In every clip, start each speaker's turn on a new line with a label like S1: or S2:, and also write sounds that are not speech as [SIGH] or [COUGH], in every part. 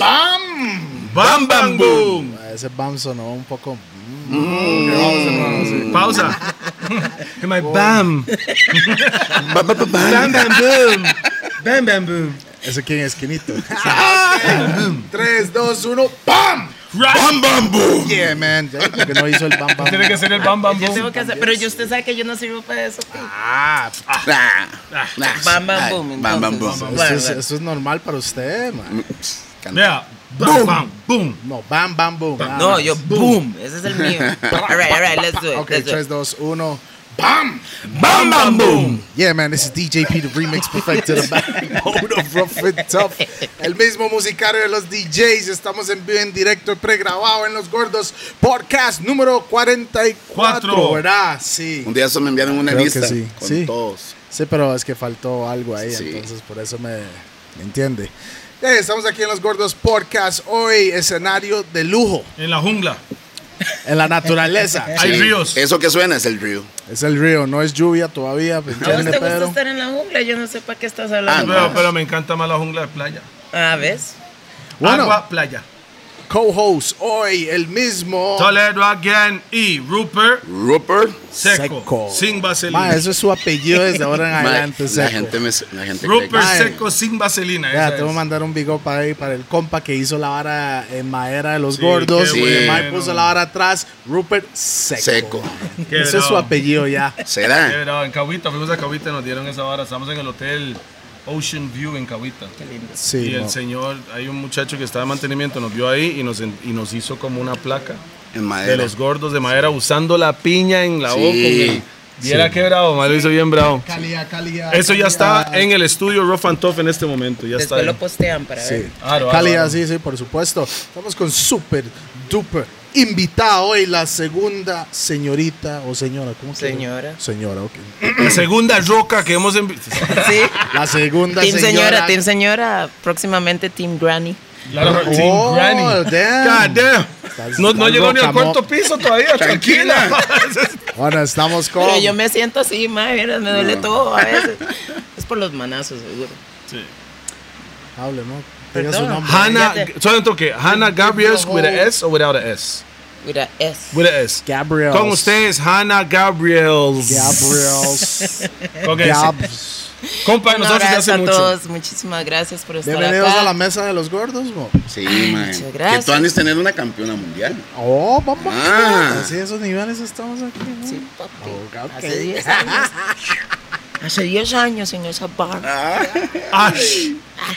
S1: Ah, ese BAM sonó un poco. mm.
S2: Mm. [LAUGHS] Pausa. Y my bam. Bam, bam, boom. Bam, bam, boom.
S1: ¿Ese quién es? Quinito.
S3: 3, 2, 1, ¡pam!
S1: ¡Bam, bam, boom! Yeah, man. Ya como que no hizo el BAM, BAM.
S4: [LAUGHS]
S2: Tiene que ser el bam, bam,
S4: Yo tengo
S2: boom.
S4: que hacer, pero yo usted sabe que yo no sirvo para eso.
S3: Ah,
S5: Ah, ah,
S4: Bam, bam,
S5: ay,
S4: boom.
S5: Bam, bam,
S4: entonces.
S3: pues,
S5: boom.
S4: Bueno,
S1: Eso es,
S4: ah, bueno.
S1: eso es normal para usted, man.
S2: Vea. Bam, bam, boom.
S1: No, BAM, BAM, boom. nada
S4: No,
S1: más.
S4: yo boom. Ese es el mío. All right, all right, let's do it.
S1: Ok,
S4: let's do
S1: 3,
S4: it.
S1: 2, 1.
S3: ¡pam!
S5: Bam, bam, boom.
S1: Yeah, man, this is DJ P, the remix
S3: [LAUGHS]
S4: [LAUGHS]
S1: perfected.
S3: Mode of Rough and Tough. El mismo musicario de los DJs. Estamos en vivo, en directo, pregrabado en Los Gordos. Podcast número 44.
S2: Cuatro.
S3: ¿Verdad? Sí.
S5: Un día eso me enviaron una
S1: Creo que
S5: lista
S1: sí,
S5: con
S1: sí.
S5: todos.
S1: Sí, pero es que faltó algo ahí,
S5: Sí.
S1: entonces por eso me, me entiende.
S3: Eh, estamos aquí en Los Gordos Podcast. Hoy, escenario de lujo.
S2: En la jungla.
S1: En la
S2: [LAUGHS]
S1: naturaleza.
S2: Hay
S5: Sí.
S2: ríos.
S5: Eso que suena es el río.
S1: es el río, no es lluvia todavía, ¿me
S4: ¿A vos te
S1: entiende,
S4: gusta
S2: este?
S1: Pedro?
S4: estar en la jungla? Yo no sé para qué estás
S5: Ah,
S4: hablando.
S2: Pero, pero me encanta más la jungla de playa.
S4: Ah, ¿ves?
S1: Bueno.
S2: Agua, playa.
S3: Co-host hoy, el mismo.
S2: Toledo again y Rupert
S5: Rupert.
S2: seco. Sin vaselina.
S1: Ma, eso es su apellido desde ahora en
S5: [LAUGHS] ma,
S1: adelante,
S5: la
S1: Seco.
S5: gente me la gente cree
S2: Rupert
S5: que-
S1: Ay.
S2: seco sin vaselina.
S1: Ya,
S2: esa
S1: te voy a
S2: es.
S1: mandar un big up ahí para el compa que hizo la vara en madera de los
S2: Sí,
S1: gordos.
S2: qué
S1: que
S2: bueno.
S1: Mike puso la vara atrás. Rupert Seco.
S5: Seco.
S2: Qué
S1: Ese es su
S2: bravo.
S1: apellido ya.
S2: Qué [LAUGHS]
S5: será.
S2: bravo. En Cahuita, fuimos a Cahuita y nos dieron esa vara. Estamos en el hotel Ocean View en Cahuita.
S1: Sí,
S2: y el
S1: no.
S2: señor, hay un muchacho que estaba de mantenimiento, nos vio ahí y nos, en- y nos hizo como una placa
S5: En
S2: de
S5: madera.
S2: los gordos de madera usando la piña en la
S5: Sí.
S2: boca. güey. Viera qué bravo, ma, lo hizo bien bravo.
S1: Calidad, calidad.
S2: Eso ya está en el estudio Rough and Tough en este momento. Ya está
S4: Después
S2: ahí.
S4: lo postean para ver.
S1: Sí.
S2: Aro, aro,
S1: Calidad,
S2: aro.
S1: sí, sí, por supuesto. Estamos con super duper invitada hoy, la segunda señorita o señora. ¿Cómo se llama?
S4: Señora.
S1: Señora, ok.
S2: La segunda roca que hemos envi-
S4: Sí.
S1: La segunda
S4: Team
S1: señora.
S4: señora, team señora. Próximamente Team Granny.
S2: Claro,
S1: Oh,
S2: Team Granny.
S1: damn.
S2: God damn.
S1: Estás-
S2: No, no
S1: estás
S2: llegó ni al
S1: loca, mo-
S2: cuarto piso todavía, tranquila.
S1: [LAUGHS] Bueno, estamos con.
S4: Pero yo me siento así, madre, mira, me duele todo a veces. Es por los manazos, seguro.
S1: Hable, ¿no? Diga su
S4: Perdón.
S1: nombre.
S2: Hannah,
S4: Cállate.
S2: solo un toque. Hannah Gabriels with a S o without a S?
S4: Mira, es.
S2: With a S.
S1: Gabriel.
S2: Con ustedes, Hannah Gabriels. [LAUGHS]
S1: Gabriels.
S2: Con S.
S1: Gabs.
S2: Compa de
S4: Un
S2: nosotros ya
S4: abrazo
S2: hace
S4: a
S2: mucho.
S4: todos. Muchísimas gracias por estar
S1: Bienvenidos
S4: acá.
S1: a la mesa de los gordos, mo.
S5: Sí,
S4: muchas
S5: man. Que
S4: gracias.
S5: tú andes tener una campeona mundial.
S1: Oh, papá.
S5: Ah.
S1: Así esos niveles estamos aquí, ¿no?
S4: Sí, papi.
S1: Oh, ok.
S4: Hace 10 años. Hace 10 años en esa
S5: Ah,
S4: barra.
S2: Ash.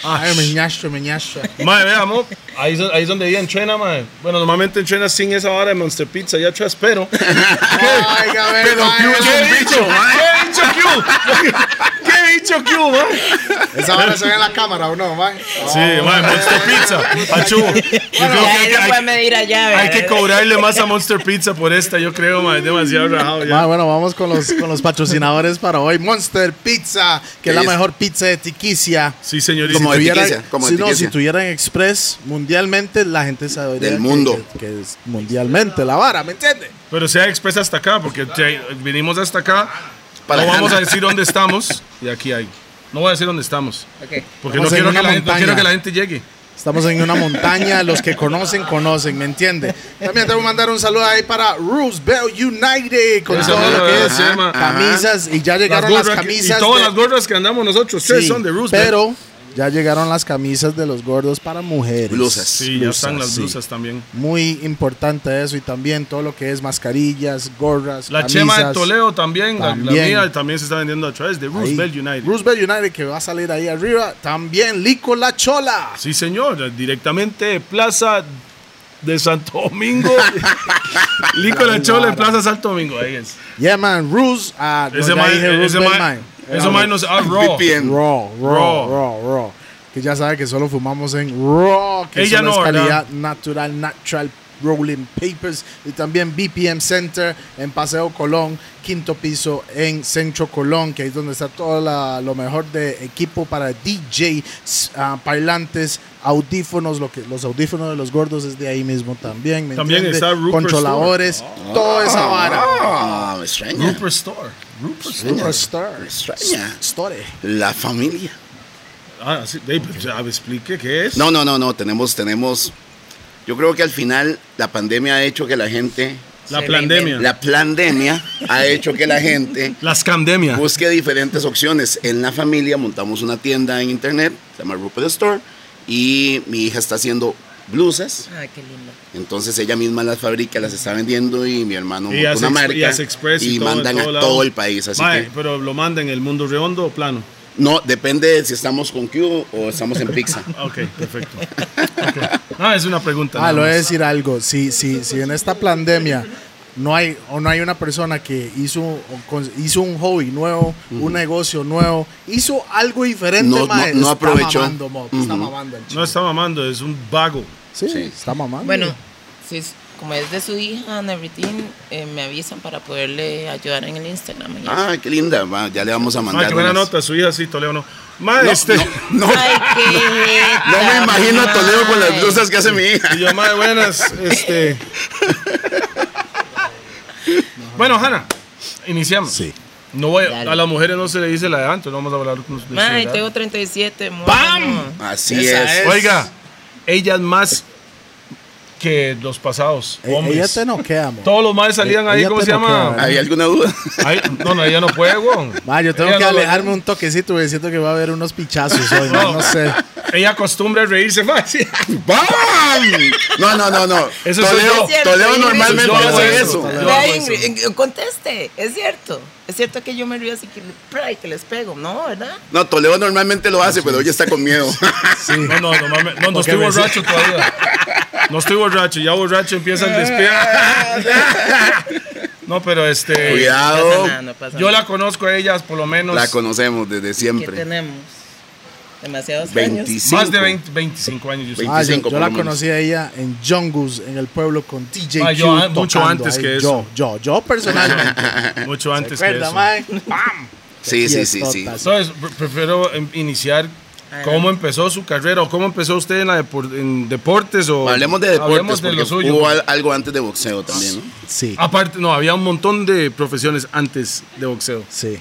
S1: Ay, mi ñastra, mi ñastra.
S2: Madre, veamos. Ahí, es- ahí es donde ella entrena, madre. Bueno, normalmente entrena sin esa hora de Monster Pizza, ya atrás, [LAUGHS] pero.
S3: Ay, a ver,
S5: Pero
S3: mae,
S5: Q es
S2: ¿Qué
S5: un
S2: bicho?
S5: bicho, man.
S2: ¿Qué bicho Q? [LAUGHS] ¿Qué bicho Q, man?
S3: ¿Esa hora se ve en la cámara o no, mae?
S2: Sí, madre, Monster Pizza. [LAUGHS] Achú. Yo creo que
S4: Ya
S2: hay
S4: él
S2: que,
S4: no puede
S2: hay,
S4: medir allá,
S2: hay que
S4: ¿verdad?
S2: cobrarle más a Monster Pizza por esta, yo creo, madre. Demasiado rajado ya.
S1: Ma, bueno, vamos con los, con los patrocinadores para hoy. Monster Pizza, que es la
S5: Es-
S1: mejor pizza de Tiquicia.
S2: Sí, señorita.
S5: Como de
S1: tuvieran-
S5: Tiquicia, como de
S1: si no, si
S5: Tiquicia.
S1: tuvieran Express mundialmente, la gente sabe
S5: Del mundo.
S1: Que, que es mundialmente la vara, ¿me entiendes?
S2: Pero sea express hasta acá, porque te- vinimos hasta acá.
S5: Para
S2: no vamos
S5: Hannah.
S2: a decir dónde estamos. Y aquí hay. No voy a decir dónde estamos.
S4: Ok.
S2: Porque no
S1: Estamos en
S2: quiero, que
S1: una
S2: la gente, no
S1: montaña.
S2: quiero que la gente llegue.
S1: Estamos en una montaña, los que conocen, conocen, ¿me entiende?
S3: También te voy a mandar un saludo ahí para Roosevelt United. Con
S2: Un
S3: todo
S2: saludo,
S3: lo que es
S2: se llama-
S1: Camisas, y ya
S2: Las
S1: llegaron las,
S2: gorras que-
S1: camisas.
S2: y todas
S1: de-
S2: las gorras que andamos nosotros, ustedes
S1: Sí,
S2: son de Roosevelt.
S1: Pero ya llegaron las camisas de los gordos para mujeres.
S5: Blusas.
S2: sí, ya están
S1: blusas,
S2: las
S1: sí.
S2: blusas también.
S1: Muy importante eso y también todo lo que es mascarillas, gorras,
S2: La
S1: camisas.
S2: Chema de Toledo también, la- La,
S1: También.
S2: mía también se está vendiendo a través de
S1: Ahí.
S2: Roosevelt United.
S1: Roosevelt United que va a salir ahí arriba. También Lico La Chola.
S2: sí, señor, directamente de Plaza de Santo
S1: [LAUGHS]
S2: Domingo. Lico La Chola en Plaza Santo Domingo, ahí es.
S1: Yeah, man. Roos. Ah, no,
S2: Ese
S1: ya
S2: mae-
S1: dije
S2: ese
S1: Roosevelt,
S2: mae-
S1: man.
S2: ese mae nos ah, raw.
S5: VPN.
S1: Raw, raw,
S2: Raw.
S1: raw, raw, Que ya sabe que solo fumamos en raw, que
S2: Ella
S1: solo
S2: no,
S1: es
S2: ¿verdad?
S1: calidad natural, natural rolling papers y también BPM Center en Paseo Colón, quinto piso en Centro Colón, que ahí es donde está todo la- lo mejor de equipo para DJ, ah, parlantes, audífonos, lo que los audífonos de los gordos es de ahí mismo también, ¿me
S2: También
S1: entiende?
S2: está Rupert
S1: controladores, toda esa vara.
S5: Ah, me extraña.
S2: Rupert Store. Rupert Store.
S1: Rupert Star-
S5: extraña.
S1: Store.
S5: La familia.
S2: Ah, sí, Dave, pues, ya, explique qué es.
S5: No, no, no, no. Tenemos, tenemos Yo creo que al final la pandemia ha hecho que la gente,
S2: La
S4: Se
S2: pandemia.
S5: la pandemia ha hecho que la gente
S2: Las candemias.
S5: busque diferentes opciones. En la familia montamos una tienda en internet, se llama Rupert Store, y mi hija está haciendo blusas,
S4: Ay, qué lindo.
S5: entonces ella misma las fabrica, las está vendiendo y mi hermano
S2: Y
S5: monta
S2: hace
S5: una
S2: ex-
S5: marca
S2: y hace express y
S5: y
S2: todo en
S5: mandan
S2: todo
S5: a
S2: lado.
S5: todo el país, así
S2: Mae,
S5: que
S2: pero lo manda en el mundo redondo o plano.
S5: no depende de si estamos con Q o estamos en
S2: [LAUGHS]
S5: Pizza.
S2: Ah, Ok, perfecto. Ok. No, es una pregunta.
S1: Ah,
S2: nada
S1: lo voy a
S2: más.
S1: decir algo. Si, si, si en esta pandemia no hay, o no hay una persona que hizo, o con- hizo un hobby nuevo, un negocio nuevo, hizo algo diferente,
S5: No- no-
S1: mae,
S5: no
S1: Está
S5: aprovechó.
S1: mamando, mo, está
S5: Ujú.
S1: mamando el chico.
S2: No está mamando, es un vago.
S1: sí,
S5: Sí.
S1: está mamando.
S5: Mm.
S4: Bueno, sí, es- como es de su hija, and everything, eh, me avisan para poderle ayudar en el Instagram. y eso.
S5: Ay, qué linda, va, ya le vamos a
S2: Mae,
S5: mandar.
S2: qué buena
S5: unas.
S2: nota, su hija sí, Toledo no. Mae,
S5: No,
S2: este.
S5: no, no.
S4: Ay, qué
S5: [LAUGHS] No me
S4: jeta,
S5: imagino a Toledo con las
S4: mae.
S5: blusas que hace mi hija.
S2: [LAUGHS] Y yo, mae, buenas. Este. bueno, Hanna, iniciamos.
S1: Sí.
S2: No voy, a
S4: Dale.
S2: las mujeres no se le dice la de antes, no vamos a hablar con ustedes.
S4: Mae, tengo 37. muy bueno.
S5: Así
S1: Esa
S5: es.
S1: es.
S2: Oiga, ellas más que los pasados.
S1: E-
S2: hombres.
S1: ella te noquea, mo.
S2: Todos los más salían
S1: E-
S2: ahí,
S1: ella
S2: ¿cómo
S1: te
S2: se llama?
S1: noquea.
S5: ¿Había alguna duda?
S2: Ay, no, no, ella no puede, weón.
S1: Ma, yo tengo
S2: Ella
S1: que
S2: no lo-
S1: alejarme un toquecito porque siento que va a haber unos pichazos hoy, ma,
S2: No.
S1: no sé.
S2: Ella acostumbra a reírse más.
S5: ¡Bam! No, no, no, no.
S2: Eso soy
S5: Toledo,
S2: yo.
S4: Es cierto,
S5: Toledo
S4: yo-
S5: normalmente
S2: yo
S5: no
S2: hago
S5: hace
S2: eso.
S5: eso.
S2: Toledo.
S4: Vea,
S2: hago
S4: Ingrid,
S2: eso.
S4: en- conteste, es cierto. Es cierto que yo me río así que, pra, y que les pego, ¿no? ¿Verdad?
S5: No, Toledo normalmente lo hace, pero hoy está con miedo.
S2: No, no, no, mames. no, no
S1: Porque
S2: estoy
S1: me-
S2: borracho todavía. No estoy borracho, ya borracho empieza el despiado. No, pero este.
S4: No pasa
S5: [LAUGHS] Cuidado,
S4: nada, no pasa
S2: Yo
S4: nada.
S2: la conozco a ellas por lo menos
S5: la conocemos desde
S4: ¿Qué
S5: siempre.
S4: tenemos? Demasiados años.
S5: 25.
S2: más de 20, 25 años. Yo,
S5: Veinte-
S1: Ah, yo,
S5: 25
S1: yo
S5: por
S1: la
S5: lo menos.
S1: conocí a ella en Jungus, en el pueblo con TJ
S2: Ah,
S1: Q
S2: yo, ah, mucho
S1: tocando
S2: antes
S1: ahí.
S2: que
S1: Yo,
S2: eso.
S1: yo, yo personalmente.
S2: soy mucho [LAUGHS] antes que
S1: ¿Recuerda,
S2: eso.
S1: mae?
S5: Sí, sí, sí, sí.
S1: Fiestotas.
S2: Entonces, pre- prefiero em, iniciar cómo empezó su carrera o cómo empezó usted en, la depor- en deportes o
S5: Hablemos de deportes
S2: hablemos de
S5: porque
S2: lo suyo. pues.
S5: hubo al- algo antes de boxeo también, ¿no?
S1: Sí,
S2: Aparte, no, había un montón de profesiones antes de boxeo.
S1: sí.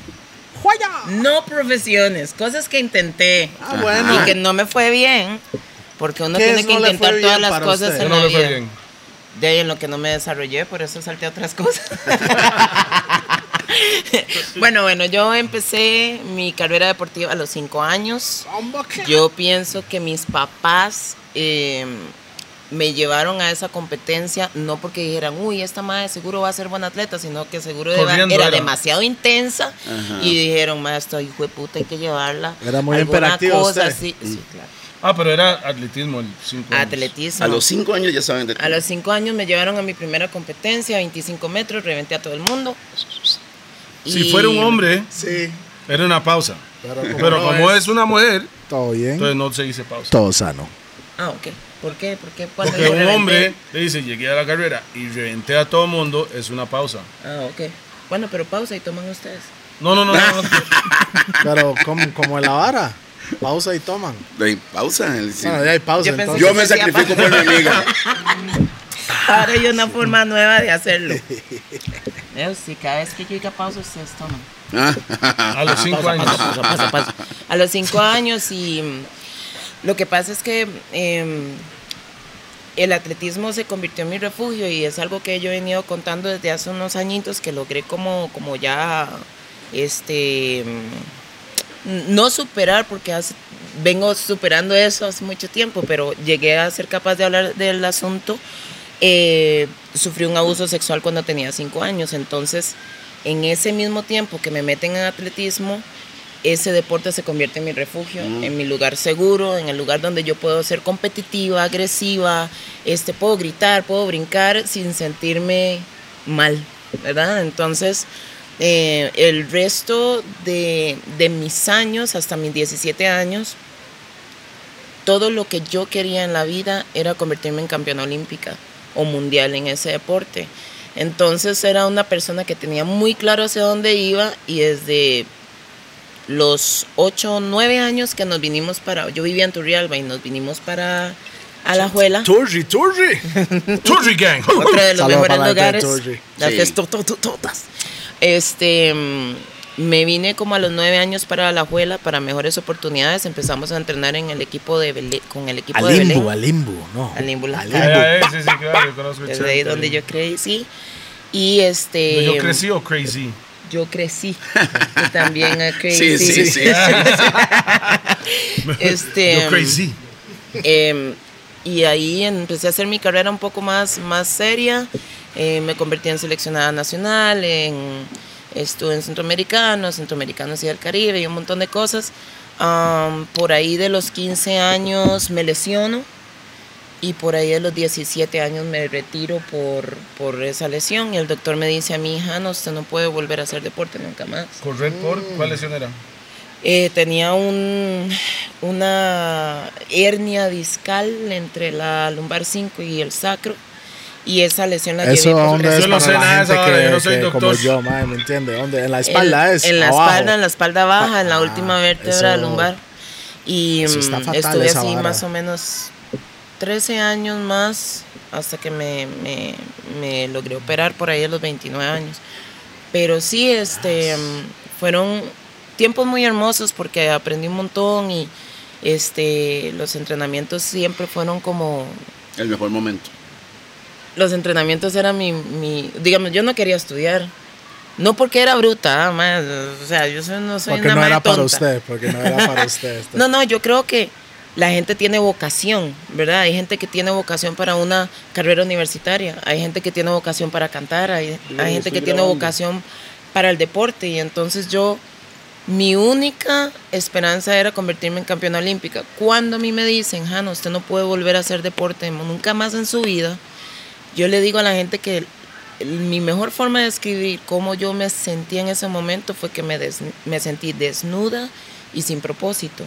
S4: No profesiones, cosas que intenté
S1: Ah, bueno.
S4: y que no me fue bien, porque uno
S1: ¿Qué
S4: tiene
S1: es
S4: que
S1: no le fue
S4: intentar
S1: bien
S4: todas las
S1: para
S4: cosas
S1: usted?
S2: Yo
S4: en
S2: no
S4: la
S2: le fue
S4: vida.
S2: bien.
S4: De ahí en lo que no me desarrollé, por eso salté a
S1: [LAUGHS]
S4: otras cosas. [LAUGHS] bueno, bueno, yo empecé mi carrera deportiva a los cinco años. Yo pienso que mis papás eh, me llevaron a esa competencia no porque dijeran, uy, esta madre seguro va a ser buena atleta, sino que seguro era,
S2: Corriendo
S4: era
S2: era.
S4: demasiado intensa
S5: Ajá.
S4: y dijeron, madre, esta hijo de puta hay que llevarla.
S1: Era muy
S4: alguna
S1: imperativa
S4: cosa
S1: usted.
S4: así". Sí, claro.
S2: Ah, pero era atletismo el 5
S4: Atletismo.
S5: A los 5 años ya saben de
S4: A los cinco años me llevaron a mi primera competencia, 25 metros, reventé a todo el mundo.
S2: Si
S4: Y-
S2: fuera un hombre,
S1: Sí.
S2: era una pausa.
S1: Pero como,
S2: Pero
S1: no
S2: como
S1: es,
S2: es una mujer,
S1: todo bien,
S2: entonces no se dice pausa.
S1: todo sano.
S4: Ah, ok. ¿Por qué? ¿Por qué? ¿Cuándo
S2: Porque
S4: yo
S2: un
S4: reventé?
S2: hombre le dice, llegué a la carrera y reventé a todo mundo, es una pausa.
S4: Ah, ok. Bueno, pero pausa y toman ustedes.
S2: No, no, no, no.
S1: [LAUGHS]
S2: no.
S1: Pero como, como en la vara, pausa y toman.
S5: Ey, Pausa. el- sí.
S2: Ah,
S1: Bueno, ya hay pausa.
S4: Yo pensé
S1: entonces.
S5: Yo me sacrifico por mi
S4: [LAUGHS]
S5: amiga.
S4: Ahora hay una forma nueva de hacerlo. Veo, si cada vez que yo diga pausa, ustedes toman.
S2: A los 5 años.
S4: Pausa, pausa, pausa. A los cinco años y mm, lo que pasa es que em, el atletismo se convirtió en mi refugio y es algo que yo he venido contando desde hace unos añitos que logré como, como ya, este, mm, no superar porque hace- vengo superando eso hace mucho tiempo, pero llegué a ser capaz de hablar del asunto. Eh, sufrí un abuso sexual cuando tenía cinco años, entonces en ese mismo tiempo que me meten en atletismo, ese deporte se convierte en mi refugio, en mi lugar seguro, en el lugar donde yo puedo ser competitiva, agresiva, este, puedo gritar, puedo brincar sin sentirme mal, ¿verdad? Entonces, eh, el resto de, de mis años, hasta mis 17 años, todo lo que yo quería en la vida era convertirme en campeona olímpica o mundial en ese deporte. Entonces era una persona que tenía muy claro hacia dónde iba y desde los 8 o 9 años que nos vinimos para, yo vivía en Turrialba y nos vinimos para Alajuela,
S1: Turri,
S2: [LAUGHS]
S1: turri.
S2: Turri Gang.
S4: otro de los
S1: Saludos
S4: mejores
S1: para la gente de
S4: lugares,
S1: Turri.
S4: las
S5: Sí.
S4: festotototas. Este, mm, Me vine como a los nueve años para la Alajuela para mejores oportunidades. Empezamos a entrenar en el equipo de Belé- con el equipo
S1: Al
S4: de
S1: limbo,
S4: Belén.
S1: al limbo, no.
S4: Al Limbo, la
S1: Al
S4: cara.
S2: Ah,
S1: limbo.
S2: eh, sí, sí, claro, yo conozco el
S4: Desde ahí
S2: Chante.
S4: donde yo crecí. Y este.
S2: ¿Yo crecí o crazy?
S4: Yo crecí. Y también eh, crecí.
S5: Sí, sí,
S2: [LAUGHS]
S5: sí. sí.
S2: Ah.
S4: Este,
S2: yo crazy.
S4: Em, y ahí empecé a hacer mi carrera un poco más, más seria. Eh, me convertí en seleccionada nacional, en, estuve en Centroamericanos, Centroamericanos y del Caribe y un montón de cosas. Am, por ahí de los 15 años me lesiono y por ahí de los 17 años me retiro por, por esa lesión. Y el doctor me dice a mi hija, no, usted no puede volver a hacer deporte nunca más.
S2: Correr por cuál lesión era?
S4: Eh, tenía un, una hernia discal entre la lumbar 5 y el sacro. Y esa lesión la
S1: Eso
S4: llevé por
S1: dónde
S4: tres
S1: es
S2: Yo no
S1: para
S2: sé
S1: la
S2: nada de
S1: gente
S2: esa hora,
S1: que,
S2: yo no soy
S1: que como
S2: doctor.
S1: yo, madre, ¿me entiende? ¿Dónde? En la
S4: en-
S1: espalda es.
S4: En la
S1: abajo.
S4: espalda, en la espalda baja, en la
S1: Ah,
S4: última vértebra
S1: eso-
S4: lumbar. Y
S1: eso está
S4: mm,
S1: fatal,
S4: estuve
S1: esa
S4: así
S1: vara.
S4: más o menos 13 años más hasta que me, me- me logré operar por ahí a los 29 años. Pero sí, este, mm, fueron tiempos muy hermosos porque aprendí un montón y este, los entrenamientos siempre fueron como
S5: El mejor momento.
S4: los entrenamientos eran mi, mi digamos, yo no quería estudiar. No porque era bruta, ah, ma, o sea, yo soy- no soy
S1: Porque
S4: una
S1: no
S4: mae
S1: era para
S4: tonta.
S1: usted, porque no era para
S4: [LAUGHS]
S1: usted. este.
S4: No, no, yo creo que la gente tiene vocación, ¿verdad? Hay gente que tiene vocación para una carrera universitaria, hay gente que tiene vocación para cantar, hay, hay gente que tiene vocación para el deporte. Y entonces yo, mi única esperanza era convertirme en campeona olímpica. Cuando a mí me dicen, Jano, usted no puede volver a hacer deporte nunca más en su vida, yo le digo a la gente que el- mi mejor forma de escribir cómo yo me sentí en ese momento fue que me, des- me sentí desnuda y sin propósito.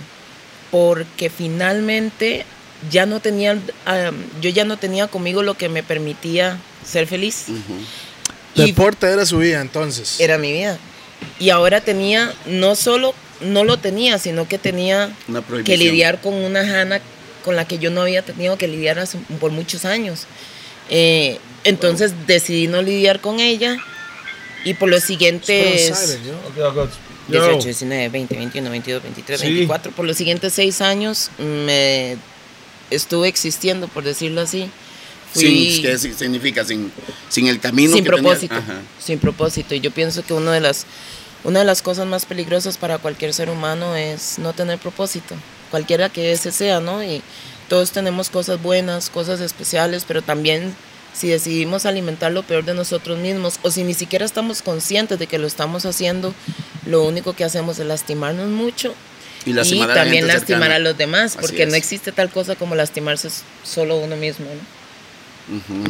S4: Porque finalmente ya no tenía, um, yo ya no tenía conmigo lo que me permitía ser feliz. Y
S1: Deporte era su vida entonces.
S4: era mi vida. Y ahora tenía, no solo no lo tenía, sino que tenía
S5: Una
S4: que
S5: prohibición.
S4: lidiar con una jana con la que yo no había tenido que lidiar hace- por muchos años. Eh, entonces decidí no lidiar con ella y por los siguientes
S1: Silent, yo.
S2: Ok, ok. Yo.
S4: 18, 19, 20, 21, 22, 23,
S2: Sí.
S4: 24, por los siguientes seis años me estuve existiendo, por decirlo así. Fui-
S5: Sin, ¿Qué si- significa? Sin, sin el camino.
S4: sin
S5: que tenía-
S4: propósito,
S5: Ajá.
S4: sin propósito. Y yo pienso que una de las una de las cosas más peligrosas para cualquier ser humano es no tener propósito, cualquiera que ese sea, ¿no? Y todos tenemos cosas buenas, cosas especiales, pero también si decidimos alimentar lo peor de nosotros mismos o si ni siquiera estamos conscientes de que lo estamos haciendo, lo único que hacemos es lastimarnos mucho
S5: Y,
S4: y,
S5: lastimar a la
S4: también
S5: gente
S4: lastimar
S5: cercana.
S4: a los demás,
S5: Así
S4: porque no
S5: es.
S4: existe tal cosa como lastimarse s- solo uno mismo,
S5: [LAUGHS]
S4: ¿no?
S5: Ujú.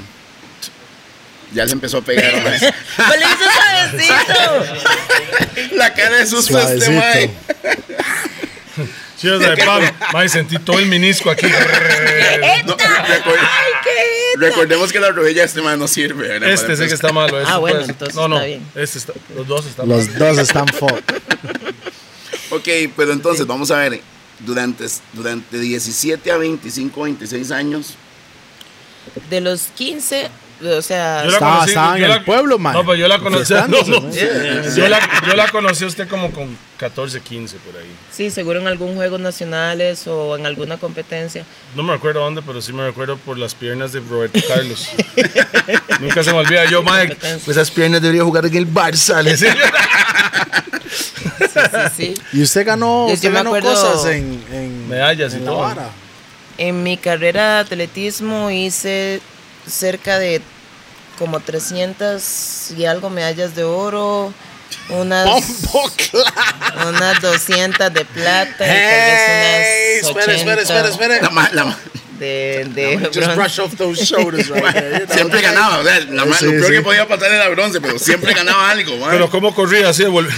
S5: Ya le empezó a pegar. mae.
S4: ¡Pues le hice
S5: [LAUGHS]
S4: suavecito!
S5: la cara de susto a este mae.
S1: Suavecito.
S2: Cheers, de pam. Mae, sentí todo el menisco aquí.
S5: No, recuer- Recordemos que la rodilla de este mae no sirve. ¿verdad?
S2: Este sí que está malo. este
S4: Ah, bueno,
S2: puede ser-
S4: entonces
S2: No, no.
S4: está bien.
S2: Este está, los dos están mal.
S1: Los dos están fuck.
S5: Ok, pero entonces vamos a ver. Durante, durante 17 a 25, 26 años,
S4: De los 15, o sea,
S2: Yo la
S1: Estaba- estaba
S2: yo
S1: en el pueblo, mae.
S2: No, pero yo la conocí. no,
S1: Fiestándose,
S2: no.
S1: mae.
S2: Yo, la, yo la conocí a usted como con 14, 15 por ahí.
S4: sí, seguro en algún juegos nacionales o en alguna competencia.
S2: No me recuerdo dónde, pero sí me recuerdo por las piernas de Roberto
S4: [LAUGHS]
S2: Carlos. Nunca se me olvida. Yo, Mike, esas piernas debería jugar en el Barça. le decía.
S4: Sí, sí, sí.
S1: Y usted ganó,
S4: Yo-
S1: usted
S4: yo me
S1: ganó
S4: acuerdo-
S1: cosas en, en-
S2: Medallas y
S1: en la
S2: todo.
S1: vara.
S4: [LAUGHS] En mi carrera de atletismo hice cerca de como 300 y algo medallas de oro, unas, unas 200 de plata
S1: Hey,
S4: y tal vez unas
S1: espere, espere,
S4: 80
S1: espere, espere.
S5: la, ma- la ma-
S4: de, de
S1: Just
S4: bronce.
S1: brush off those shoulders right there. you know.
S5: siempre ganaba. o sea, la ma-
S1: Sí,
S5: lo peor
S1: sí.
S5: que podía pasar era bronce, pero siempre ganaba algo. mae.
S2: Pero cómo corría así de
S4: [LAUGHS]
S2: volver.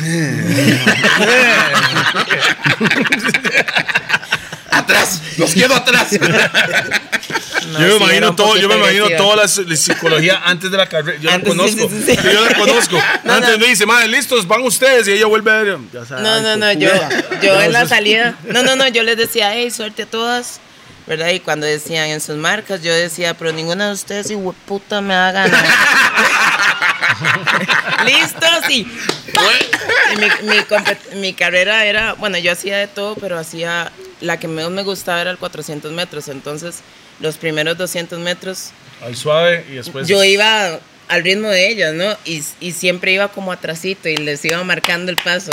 S5: atrás, los quiero atrás.
S2: yo
S4: No,
S2: me
S4: sí, era
S2: imagino
S4: un
S2: todo, yo me
S4: poquito
S2: imagino
S4: agresiva.
S2: toda la, s- la psicología [LAUGHS] antes de la carrera. Yo
S4: Antes,
S2: la
S4: sí,
S2: conozco.
S4: sí, sí, sí.
S2: Yo la conozco.
S4: [LAUGHS] No,
S2: antes
S4: no.
S2: me dice, madre, listos, van ustedes. Y ella vuelve a ver. Ya sabe,
S4: No,
S2: ay,
S4: no,
S2: por
S4: no,
S2: puta.
S4: yo, yo en la salida, no, no, no, yo les decía, hey, suerte a todas, ¿verdad? Y cuando decían en sus marcas, yo decía, pero ninguna de [LAUGHS] ustedes, hijo de puta, me va a ganar. Listos y Y mi, mi compet- mi carrera era, bueno, yo hacía de todo, pero hacía, la que menos me gustaba era el 400 metros, entonces los primeros 200 metros
S2: Al suave y
S1: Pues
S2: después.
S4: yo iba al ritmo de ellas, ¿no? Y, y siempre iba como atrasito y les iba marcando el paso.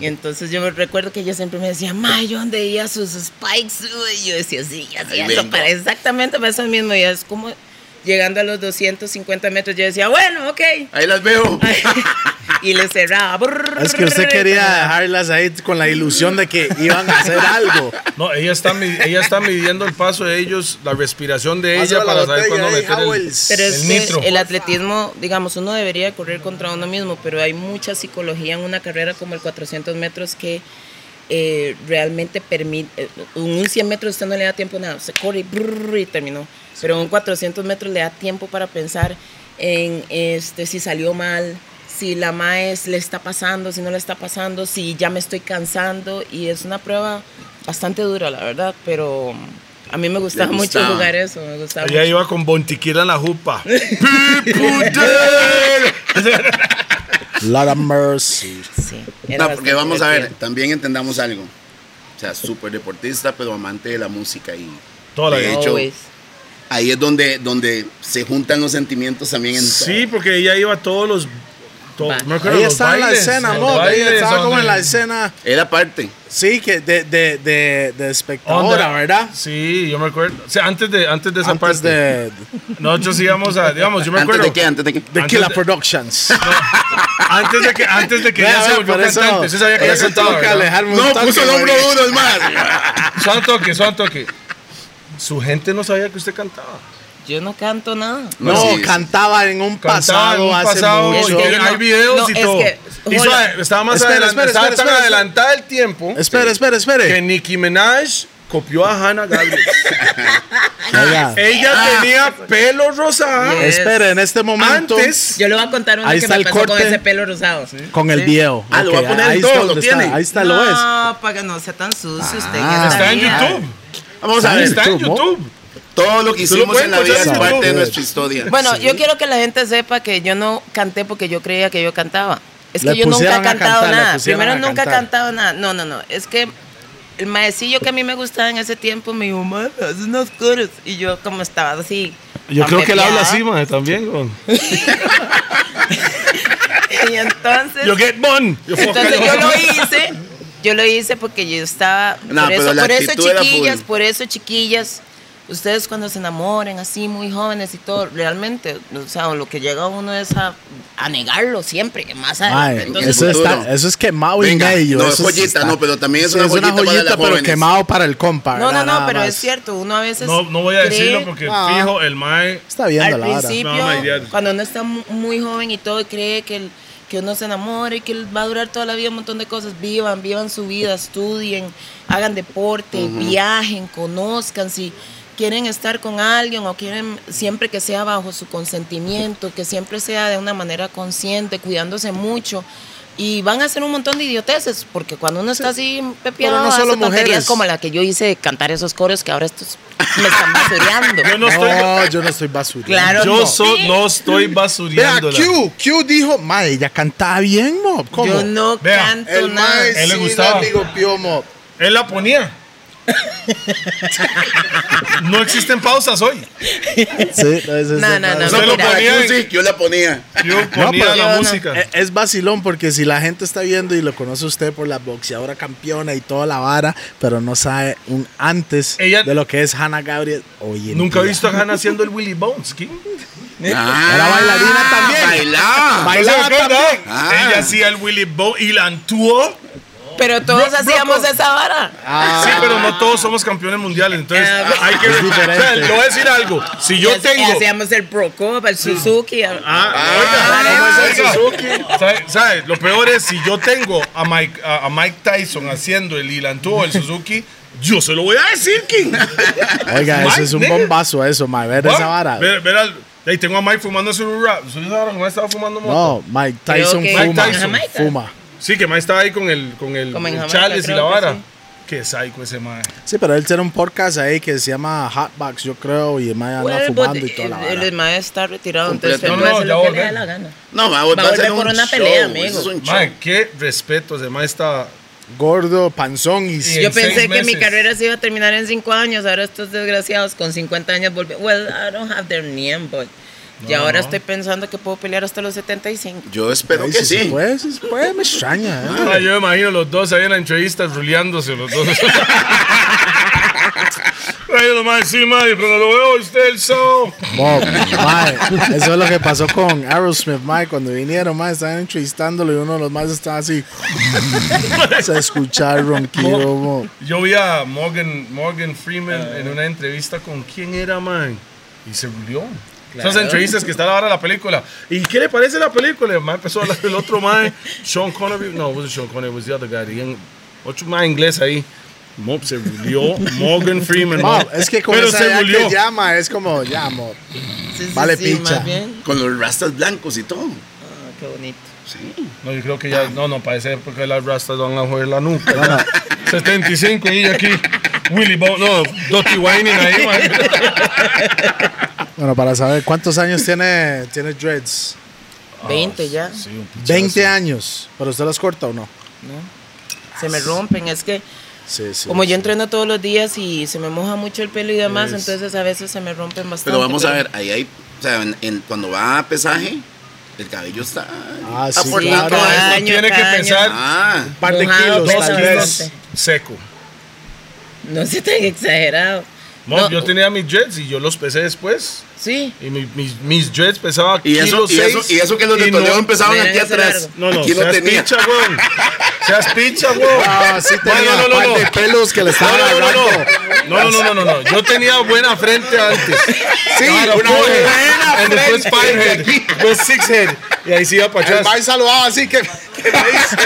S4: Y entonces yo me recuerdo que ella siempre me decía, ma, yo dónde iba sus spikes? Uy, Y yo decía, sí, así
S5: Ahí
S4: eso
S5: vengo.
S4: parece exactamente para eso mismo. Y es como llegando a los 250 metros, yo decía, bueno, ok. [LAUGHS]
S5: Ahí las veo.
S4: y le cerraba.
S1: Es que usted [LAUGHS] quería dejarlas ahí con la ilusión de que iban a hacer algo.
S2: No, ella está, mi- ella está midiendo el paso de ellos, la respiración de
S1: Pásame
S2: ella
S1: la
S2: para
S1: botella
S2: saber cuándo
S1: ahí,
S2: meter el.
S1: Howells.
S4: Pero es
S2: El
S4: que
S2: nitro.
S4: el atletismo, digamos, uno debería correr contra uno mismo, pero hay mucha psicología en una carrera como el 400 metros que eh, realmente permite. eh, Un 100 metros usted no le da tiempo a nada, se corre y, brrr, y terminó. Pero un 400 metros le da tiempo para pensar en este si salió mal, si la maes le está pasando, si no le está pasando, si ya me estoy cansando. Y es una prueba bastante dura, la verdad, pero. A mí me gustaba [LAUGHS] mucho
S5: gustaba.
S4: jugar eso, me gustaba
S2: Ella
S4: mucho.
S2: iba con bontiquila en la
S4: [LAUGHS]
S2: jupa.
S1: Lot of mercy.
S4: Sí, era
S5: No,
S4: bastante
S5: porque vamos a ver,
S4: divertido.
S5: también entendamos algo. O sea, súper deportista, pero amante de la música. Y
S2: Toda la
S5: de
S2: vida.
S5: hecho,
S4: Always.
S5: ahí es donde, donde se juntan los sentimientos también en
S2: Sí,
S5: todo.
S2: porque ella iba a todos los. to-
S4: Va.
S2: me acuerdo,
S1: Ahí
S2: los
S1: estaba en la
S2: bailes,
S1: escena,
S2: los
S1: amor. Ella
S2: bailes
S1: estaba como
S2: donde-
S1: en la escena,
S5: Era parte.
S1: sí, que de, de, de, de
S2: donde-
S1: espectadora, ¿verdad?
S2: Sí, yo me acuerdo. O sea, antes de, antes de esa
S1: Antes
S2: parte.
S1: de,
S2: Nosotros íbamos a. Digamos, yo me
S5: ¿Antes
S2: acuerdo.
S5: de qué? ¿Antes de qué?
S1: de
S2: Antes
S1: Killa
S2: de-
S1: Productions.
S2: Antes de que, antes de que
S1: Vea,
S2: ella se
S1: vea,
S2: volvió
S1: por eso-
S2: cantante. Usted sabía que
S1: por
S2: ella
S1: eso
S2: cantaba,
S1: tengo que
S2: ¿verdad?
S1: alejarme un
S5: No,
S1: toque,
S5: puso el hombro
S1: güey.
S5: duro, es más.
S2: Suave toque, suave toque. Su gente no sabía que usted cantaba.
S4: Yo no canto nada.
S1: No,
S5: Así es.
S1: cantaba en un
S2: Cantaba en
S1: pasado
S2: un
S1: hace
S2: pasado,
S4: Es
S2: y
S1: mucho.
S4: que
S2: tiene-
S4: no,
S2: hay videos
S4: no,
S2: y
S4: es
S2: todo.
S4: que,
S2: Y
S4: hola.
S2: suave, estaba más
S1: Espera,
S2: adelant-
S1: espera,
S2: estaba
S1: espera,
S2: tan
S1: espera,
S2: adelantada el tiempo
S1: Espere, espere,
S2: que
S1: espere.
S2: Nicki Minaj copió a Hannah Gabriel.
S1: [LAUGHS] Oiga,
S2: Ella tenía pelo rosado
S4: Yes.
S1: Espere, Ah. en este momento.
S2: antes.
S4: Yo le voy a contar una
S1: Ahí
S4: que
S1: está
S4: me
S1: el
S4: pasó con
S1: corte.
S4: ese pelo rosado.
S1: Con el video.
S5: Ah, lo
S1: Ok,
S5: va a poner
S1: ahí
S5: en todo,
S1: está
S5: lo
S1: donde está,
S5: tiene.
S1: Ahí está,
S4: no,
S1: lo es.
S4: para que no sea tan sucio usted.
S1: Ah.
S4: que
S2: Está en
S4: bien.
S2: YouTube.
S5: Vamos a
S1: Ay,
S5: ver.
S2: Está en
S1: ¿Cómo?
S2: YouTube.
S5: Todo lo que
S2: Tú lo
S5: hicimos en la vida
S2: puedes
S5: es
S1: escuchar en
S5: parte de
S1: YouTube.
S5: nuestra historia.
S4: Bueno, yo quiero que la gente sepa que yo no canté porque yo creía que yo cantaba. Es que
S1: Le
S4: yo nunca he
S1: pusieron a
S4: cantado
S1: cantar, le
S4: nada.
S1: pusieron
S4: Primero
S1: a
S4: nunca he
S1: cantar.
S4: cantado nada. No, no, no. Es que el maecillo que a mí me gustaba en ese tiempo me dijo, "Ma, haz unos coros. Y yo como estaba así. tan pepeada.
S2: madre, también. güey.
S4: [LAUGHS] Y entonces...
S2: Yo get bun. Yo fuck
S4: Entonces
S2: you.
S4: yo lo hice, yo lo hice porque yo estaba.
S5: No,
S4: por,
S5: pero
S4: eso,
S5: la
S4: por eso,
S5: actitud era
S4: chiquillas,
S5: full.
S4: por eso, chiquillas, ustedes cuando se enamoren así, muy jóvenes y todo, realmente, o sea, lo que llega a uno es a, a negarlo siempre, que más
S1: Ay,
S4: adelante. Entonces,
S1: eso,
S5: el futuro.
S1: está, eso es quemado
S5: Venga,
S1: y medio.
S5: no, es
S1: Ah, eso
S5: joyita,
S1: está-
S5: no, pero también es
S1: Sí,
S5: una joyita para las
S1: pero
S5: jóvenes.
S1: quemado para el compa.
S4: no, no,
S1: ¿verdad?
S4: no,
S1: Nada
S4: pero
S1: más.
S4: es cierto, uno a veces.
S2: No, no voy a
S4: cree-
S2: decirlo porque
S1: Ah.
S2: fijo el mae.
S1: Está viendo
S4: Al
S1: la vara.
S4: principio,
S2: No, ma, ideal.
S4: cuando uno está mu- muy joven y todo, y cree que, el- que uno se enamora y que el- va a durar toda la vida un montón de cosas. Vivan, vivan su vida, estudien, hagan deporte, viajen, conozcan. Si quieren estar con alguien o quieren siempre que sea bajo su consentimiento, que siempre sea de una manera consciente, cuidándose mucho. Y van a hacer un montón de idioteces, porque cuando uno está así pepeado,
S1: Pero no
S4: hace
S1: solo
S4: tonterías
S1: mujeres.
S4: como la que yo hice de cantar esos coros que ahora estos me están basureando.
S1: [LAUGHS]
S2: Yo no estoy.
S1: No, yo no estoy basurando.
S4: Claro,
S2: yo
S4: no.
S2: so- no estoy
S1: Vea,
S2: basureando.
S1: Q, Q dijo, madre, ella cantaba bien, mo. ¿Cómo?
S4: Yo no
S2: Vea,
S4: canto
S1: El
S4: nada.
S1: mae
S2: Él le
S1: sí
S2: gustaba.
S1: amigo Pío,
S4: [LAUGHS]
S1: mo.
S2: Él la ponía. No existen pausas hoy.
S1: Sí, no, eso es-
S4: No, no, no.
S2: Solo
S5: Solo
S4: mira,
S2: ponía- ¿Eh?
S5: ponía, sí, yo la ponía.
S2: Yo
S1: No,
S2: ponía
S1: pero-
S2: la
S4: Yo no.
S2: música.
S1: Eh, Es vacilón porque si la gente está viendo y lo conoce usted por la boxeadora campeona y toda la vara, pero no sabe un antes
S2: Ella-
S1: de lo que es Hannah Gabriel. Oye,
S2: Nunca he visto a Hannah haciendo el Willy Bones. ¿quién?
S1: Era bailarina también.
S5: Ah, Bailaba.
S2: ¿No se
S1: Bailaba
S2: acuerda?
S1: también.
S5: Ah.
S2: Ella hacía el Willy Bones y la antuó.
S4: Pero todos
S2: Bro-
S4: hacíamos
S2: Broco.
S4: esa vara.
S2: Sí, pero no todos somos campeones mundiales. Entonces,
S4: Ah,
S2: hay que.
S1: Es diferente.
S2: O sea, le voy a decir algo. Si yo
S4: Y hac-
S2: tengo.
S4: Hacíamos el Procop, el Suzuki. el-
S2: Ah, Oiga, ¿cómo es el Suzuki? ¿Sabe- sabe? Lo peor es si yo tengo a Mike, a, a Mike Tyson haciendo el Ilantúo, el Suzuki, yo se lo voy a decir, King.
S1: Oiga, eso
S2: Mike, ¿Ah?
S1: es un
S2: nigga.
S1: bombazo, eso, ma. Ver esa vara.
S2: Ver- ver al- ahí tengo a Mike fumando su rap. ¿Soy esa vara que Mike estaba fumando moto?
S1: No, Mike Tyson
S4: que-
S1: fuma.
S2: Mike Tyson.
S4: Jamaica.
S1: Fuma.
S2: Sí, que Mike estaba ahí con el, con el,
S4: Como en
S2: el
S4: Jamaica,
S2: chales y
S4: creo
S2: la
S4: que
S2: vara.
S4: sí.
S2: Qué psycho ese mae.
S1: Sí, pero él tiene un podcast ahí que se llama Hotbox, yo creo, y el mae anda
S4: Well,
S1: fumando
S4: but
S1: y toda la
S4: el, el
S1: vara.
S4: mae está retirado, entonces
S5: Completo.
S4: él
S5: No,
S4: puede
S2: no,
S4: hacer
S2: ya
S4: lo que
S2: volvé.
S4: le da la gana.
S5: No, va a
S4: Va a
S5: volver
S4: volver
S5: un
S4: por una
S5: show,
S4: pelea,
S5: güey, eso es
S4: amigo.
S5: un show.
S2: Mae, qué respeto ese mae está.
S1: Gordo, panzón y...
S2: Sí.
S4: Yo
S2: en seis
S4: pensé que mi
S2: meses.
S4: carrera se iba a terminar en cinco años, ahora estos desgraciados con 50 años volvieron. Well, I don't have their name, but. y ahora estoy pensando que puedo pelear hasta los 75.
S5: Yo espero
S1: Ay,
S5: que
S1: si se
S5: sí.
S1: puede, si se puede, pues, me extraña. ¿eh?
S2: Mae, Ah, yo me imagino los dos ahí en la entrevista ruleándose los dos. Ay, lo mae, sí, mae, pero lo veo a usted el show.
S1: Bob, mae, eso es lo que pasó con Aerosmith, mae, cuando vinieron, mae, estaban entrevistándolo y uno de los más estaba así. se escuchaba el ronquido, mo.
S2: Yo vi a Morgan, Morgan Freeman en una entrevista con quién era, man. Y se volvió. Esas entrevistas que está ahora la película. ¿Y qué le parece la película? El man empezó a hablar del otro man. Sean Connery. No, no Sean Connery, was the other guy. Ian- otro man inglés ahí. Mob se volvió. Morgan Freeman.
S1: Mo,
S2: man.
S1: es que con
S2: Pero
S1: esa
S2: se
S1: edad
S2: volvió.
S1: que llama, es como, ya, mo.
S4: Sí, sí,
S1: Vale,
S4: sí,
S1: picha.
S4: Más bien.
S5: Con los rastas blancos y todo.
S4: Ah, qué bonito.
S5: Sí.
S2: No, yo creo que ya. No, no, parece porque las rastas van a joder la nuca. 75 y aquí. Willy Bo, no, Dottie Whining ahí, man.
S1: Bueno, para saber, ¿cuántos años tiene, tiene Dreads?
S4: 20 ya.
S2: Ah, Sí, un pichazo.
S1: 20 años. ¿Pero usted los corta o no?
S4: Se me rompen. Es que
S1: Sí, sí.
S4: como yo entreno todos los días y se me moja mucho el pelo y demás, entonces a veces se me rompen bastante.
S5: Pero vamos a ver, ahí hay, o sea, en- en- cuando va a pesaje, el cabello está
S1: Ah, sí,
S5: aportando
S1: claro.
S5: a eso.
S4: Año,
S2: Tiene que
S4: cada año.
S2: pensar.
S5: Ah,
S1: Un par de
S4: Mojado,
S1: kilos,
S4: dos
S1: tal
S4: kilos.
S1: vez.
S2: seco.
S4: No se tan exagerado.
S2: Mo,
S4: No,
S2: yo tenía mis dreads y yo los pesé después.
S4: Sí.
S2: Y mi- mis, mis dreads pesaban
S5: y eso,
S2: kilos
S5: y eso,
S2: seis,
S5: y eso que los de
S2: y no-
S5: Toledo empezaban
S4: Miren
S5: aquí
S4: ese
S5: atrás.
S4: largo.
S2: No, no,
S5: aquí no
S2: seas
S5: tenía.
S2: picha, weón. Seas picha, weón.
S1: Ah, sí
S2: No,
S1: tenía
S2: no, no,
S1: un par
S2: no, no.
S1: de pelos que le estaban
S2: No, no, no, no,
S1: agarrando.
S2: no, no, no, no, no, no. Yo tenía buena frente antes.
S1: Sí,
S2: Era
S1: una
S2: forehead,
S1: buena
S2: and después five head, después six head. Y ahí sí iba para
S1: El
S2: atrás.
S1: mae saludaba así que, que me dice,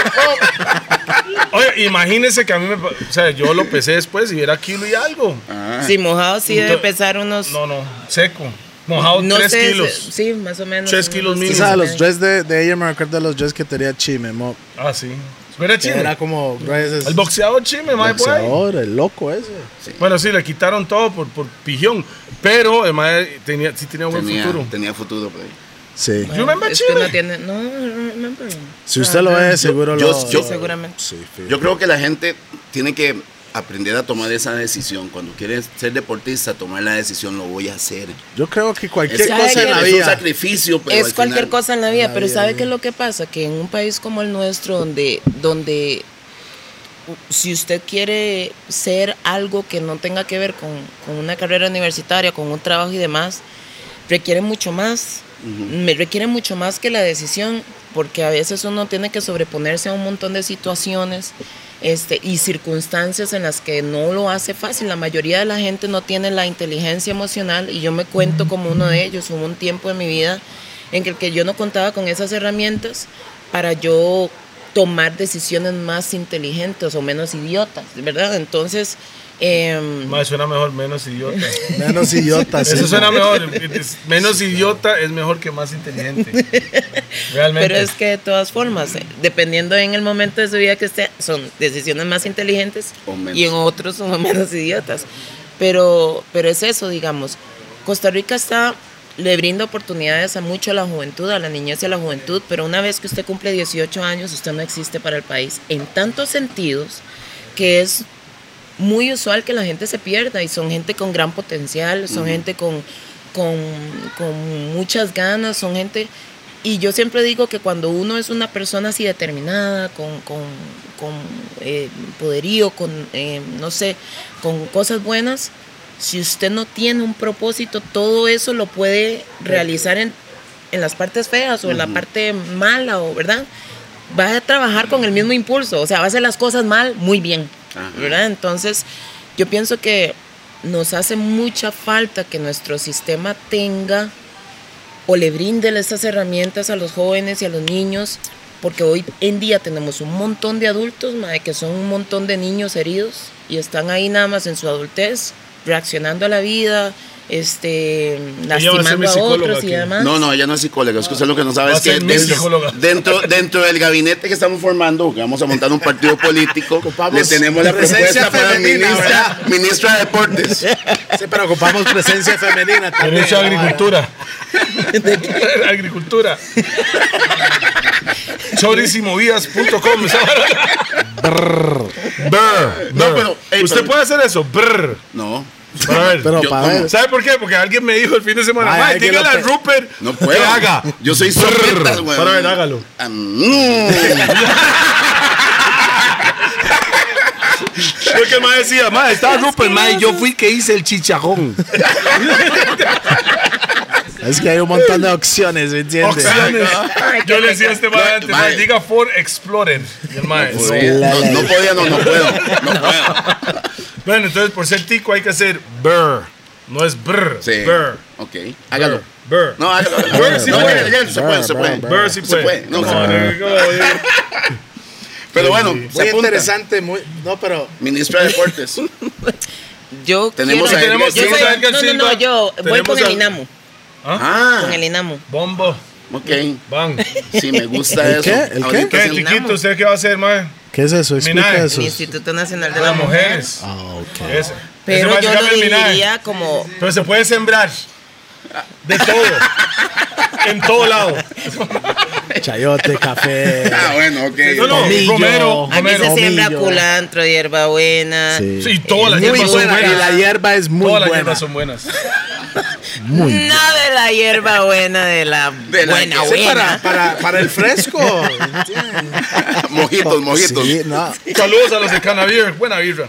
S1: "Oh".
S2: Oye, imagínense que a mí me. pa- O sea, yo lo pesé después y era kilo y algo.
S1: Ah.
S5: Ah.
S4: Sí, mojado sí debe
S2: Entonces-
S4: pesar unos.
S2: No, no, seco. Mojado
S4: no
S2: tres
S4: sé,
S2: kilos.
S4: Sí, más o menos.
S2: Tres kilos
S1: O
S2: mínimo.
S1: sea, los dreads de, de ella me recuerda a los dreads que tenía Chime, mo.
S2: Ah, sí. Espera,
S1: Que
S2: chino.
S1: era como dreads.
S2: El boxeador chime, mae, por ahí.
S1: boxeador, el loco ese.
S2: Bueno, sí, le quitaron todo por, por pijón. Pero el mae tenía, sí tenía buen
S5: Tenía
S2: futuro.
S5: futuro. tenía futuro por ahí.
S1: Sí.
S2: You remember
S4: Es que
S2: Chile?
S4: no tiene. No, remember.
S1: Si usted lo ve, seguro
S5: yo-
S1: lo.
S5: yo-
S1: lo-
S4: seguramente.
S1: Sí, fijo.
S5: Yo creo que la gente tiene que aprender a tomar esa decisión. Cuando quieres ser deportista, tomar la decisión, lo voy a hacer.
S1: Yo creo que cualquier
S5: Es,
S4: ¿Sabe
S1: cosa
S4: qué?
S1: en la
S5: es un
S1: vida.
S5: sacrificio, pero
S4: es
S5: al
S4: cualquier
S5: final-
S4: cosa en la vida,
S1: la
S4: pero
S1: vida,
S4: ¿sabe
S1: sí.
S4: qué es lo que pasa? Que en un país como el nuestro, donde, donde si usted quiere ser algo que no tenga que ver con, con una carrera universitaria, con un trabajo y demás, requiere mucho más. Me requiere mucho más que la decisión, porque a veces uno tiene que sobreponerse a un montón de situaciones este, y circunstancias en las que no lo hace fácil. La mayoría de la gente no tiene la inteligencia emocional y yo me cuento como uno de ellos. Hubo un tiempo en mi vida en el que yo no contaba con esas herramientas para yo tomar decisiones más inteligentes o menos idiotas, ¿verdad? Entonces, em,
S2: Mae, suena mejor, menos idiota.
S1: Menos idiota. sí,
S2: Eso suena
S1: mo.
S2: mejor. Menos idiota es mejor que más [LAUGHS] inteligente. Realmente.
S4: Pero es que de todas formas, eh, dependiendo en el momento de su vida que esté, son decisiones más inteligentes
S5: O menos.
S4: y en otros son [LAUGHS] menos idiotas. Pero, pero es eso, digamos. Costa Rica está, le brinda oportunidades a mucho a la juventud, a la niñez y a la juventud, pero una vez que usted cumple 18 años, usted no existe para el país. En tantos sentidos que es muy usual que la gente se pierda y son gente con gran potencial, son gente con, con, con muchas ganas, son gente... Y yo siempre digo que cuando uno es una persona así determinada, con, con, con, eh, poderío, con, eh, no sé, con cosas buenas, si usted no tiene un propósito, todo eso lo puede realizar en, en las partes feas o en la parte mala, o ¿verdad? va a trabajar con el mismo impulso, o sea, va a hacer las cosas mal muy bien,
S5: Ajá.
S4: ¿verdad? Entonces, yo pienso que nos hace mucha falta que nuestro sistema tenga o le brinde estas herramientas a los jóvenes y a los niños, porque hoy en día tenemos un montón de adultos, mae, que son un montón de niños heridos y están ahí nada más en su adultez reaccionando a la vida, este,
S2: Ella va a ser mi
S4: lastimando a,
S2: psicóloga
S4: otros y
S2: aquí.
S4: demás.
S5: No, no, ella no es psicóloga. Es que usted lo que no sabe
S2: Ah, Va a
S5: es que
S2: ser mi psicóloga.
S5: dentro, dentro, dentro del gabinete que estamos formando, que vamos a montar un partido político, le tenemos la
S3: presencia
S5: propuesta para
S3: femenina,
S5: ministra, ministra de
S3: [LAUGHS]
S5: Deportes.
S3: Sí, pero ocupamos presencia
S1: [LAUGHS]
S3: femenina también.
S2: Derecho a
S3: ¿no?
S2: agricultura. [LAUGHS] agricultura. Choricimovidas.com.
S5: No, pero, ey,
S2: Usted
S5: pero-
S2: puede hacer eso. Brr.
S5: No,
S2: Para ver.
S1: Pero
S5: Yo
S1: para
S5: como-
S1: ver.
S2: ¿Sabe por qué? Porque alguien me dijo el fin de semana,
S1: Ay,
S2: "Mae,
S1: alguien
S2: dígale
S1: lo
S2: a
S1: pe-
S2: Rupert
S5: no puedo.
S2: que haga.
S5: Yo soy sorpresa, güey.
S2: Para ver, hágalo.
S5: Ah,
S3: [LAUGHS]
S5: mm.
S2: Lo que el mae decía, mae, está Rupert, mae, yo fui que hice el chicharrón.
S1: Es que hay un montón de opciones, ¿me entiendes?
S2: Opciones. Yo le decía a este mae
S5: No,
S2: antes, mae,
S5: mae.
S2: diga Ford Explorer. Y el mae,
S5: Sí,
S2: no.
S1: la, la.
S5: No, no podía, no, no puedo. No puedo.
S2: Bueno, entonces por ser tico hay que hacer brr. No es brr.
S5: Sí.
S2: Brr.
S5: Ok, hágalo.
S2: Brr.
S5: No, hágalo.
S2: Brr, sí
S5: No,
S2: puede.
S5: hágalo, ya, se puede, se puede.
S2: Brr sí
S5: Se
S2: puede.
S5: puede, no,
S2: Come
S5: se
S2: on,
S5: puede.
S2: there you go, dude.
S5: Pero bueno, se
S3: Muy
S5: apunta.
S3: interesante, muy. No, pero.
S5: Ministra de Deportes.
S4: Yo
S5: Tenemos
S4: quiero-
S5: a Edgar
S4: yo soy-
S2: Silva.
S4: no, no, no, yo voy
S2: Tenemos
S4: con el
S2: a-
S4: Inamo,
S5: Ah,
S4: con el Inamo.
S2: Bombo.
S5: ok.
S2: Bang.
S5: Sí, me gusta
S1: ¿El
S5: eso.
S1: qué? ¿El qué?
S5: Ahorita
S2: ¿Qué,
S5: sí-
S2: chiquito? ¿Usted qué va a hacer, mae?
S1: ¿Qué es eso? Explica
S2: Minae.
S1: eso.
S4: El Instituto Nacional de la
S2: Las
S4: Mujer.
S2: mujeres.
S1: Ah, ok.
S2: Ese. Ese
S4: Pero yo
S2: va a
S4: lo
S2: llegar el vinagre.
S4: dividiría como
S2: Pero se puede sembrar de todo. en todo lado.
S1: Chayote,
S5: [LAUGHS]
S1: café.
S5: Ah, bueno, ok.
S2: No, no,
S1: Tomillo.
S2: Romero,
S1: Aquí
S2: Romero.
S4: aquí se
S1: Homero.
S4: siembra
S1: Homillo.
S4: culantro, hierbabuena.
S1: Sí.
S2: Sí, todas las
S1: Muy
S2: hierbas son
S1: buena. Y la
S2: buenas.
S1: hierba es muy
S2: Todas las
S1: buena.
S2: hierbas son buenas.
S1: Muy buena.
S4: No de la hierbabuena, de la
S5: De la
S4: buena
S5: que-
S3: Sí, para,
S4: buena.
S3: para, para el
S1: [LAUGHS]
S3: fresco.
S5: [LAUGHS] Mojitos, mojitos.
S1: Sí, no.
S2: Saludos a los de Canavir. Buena birra.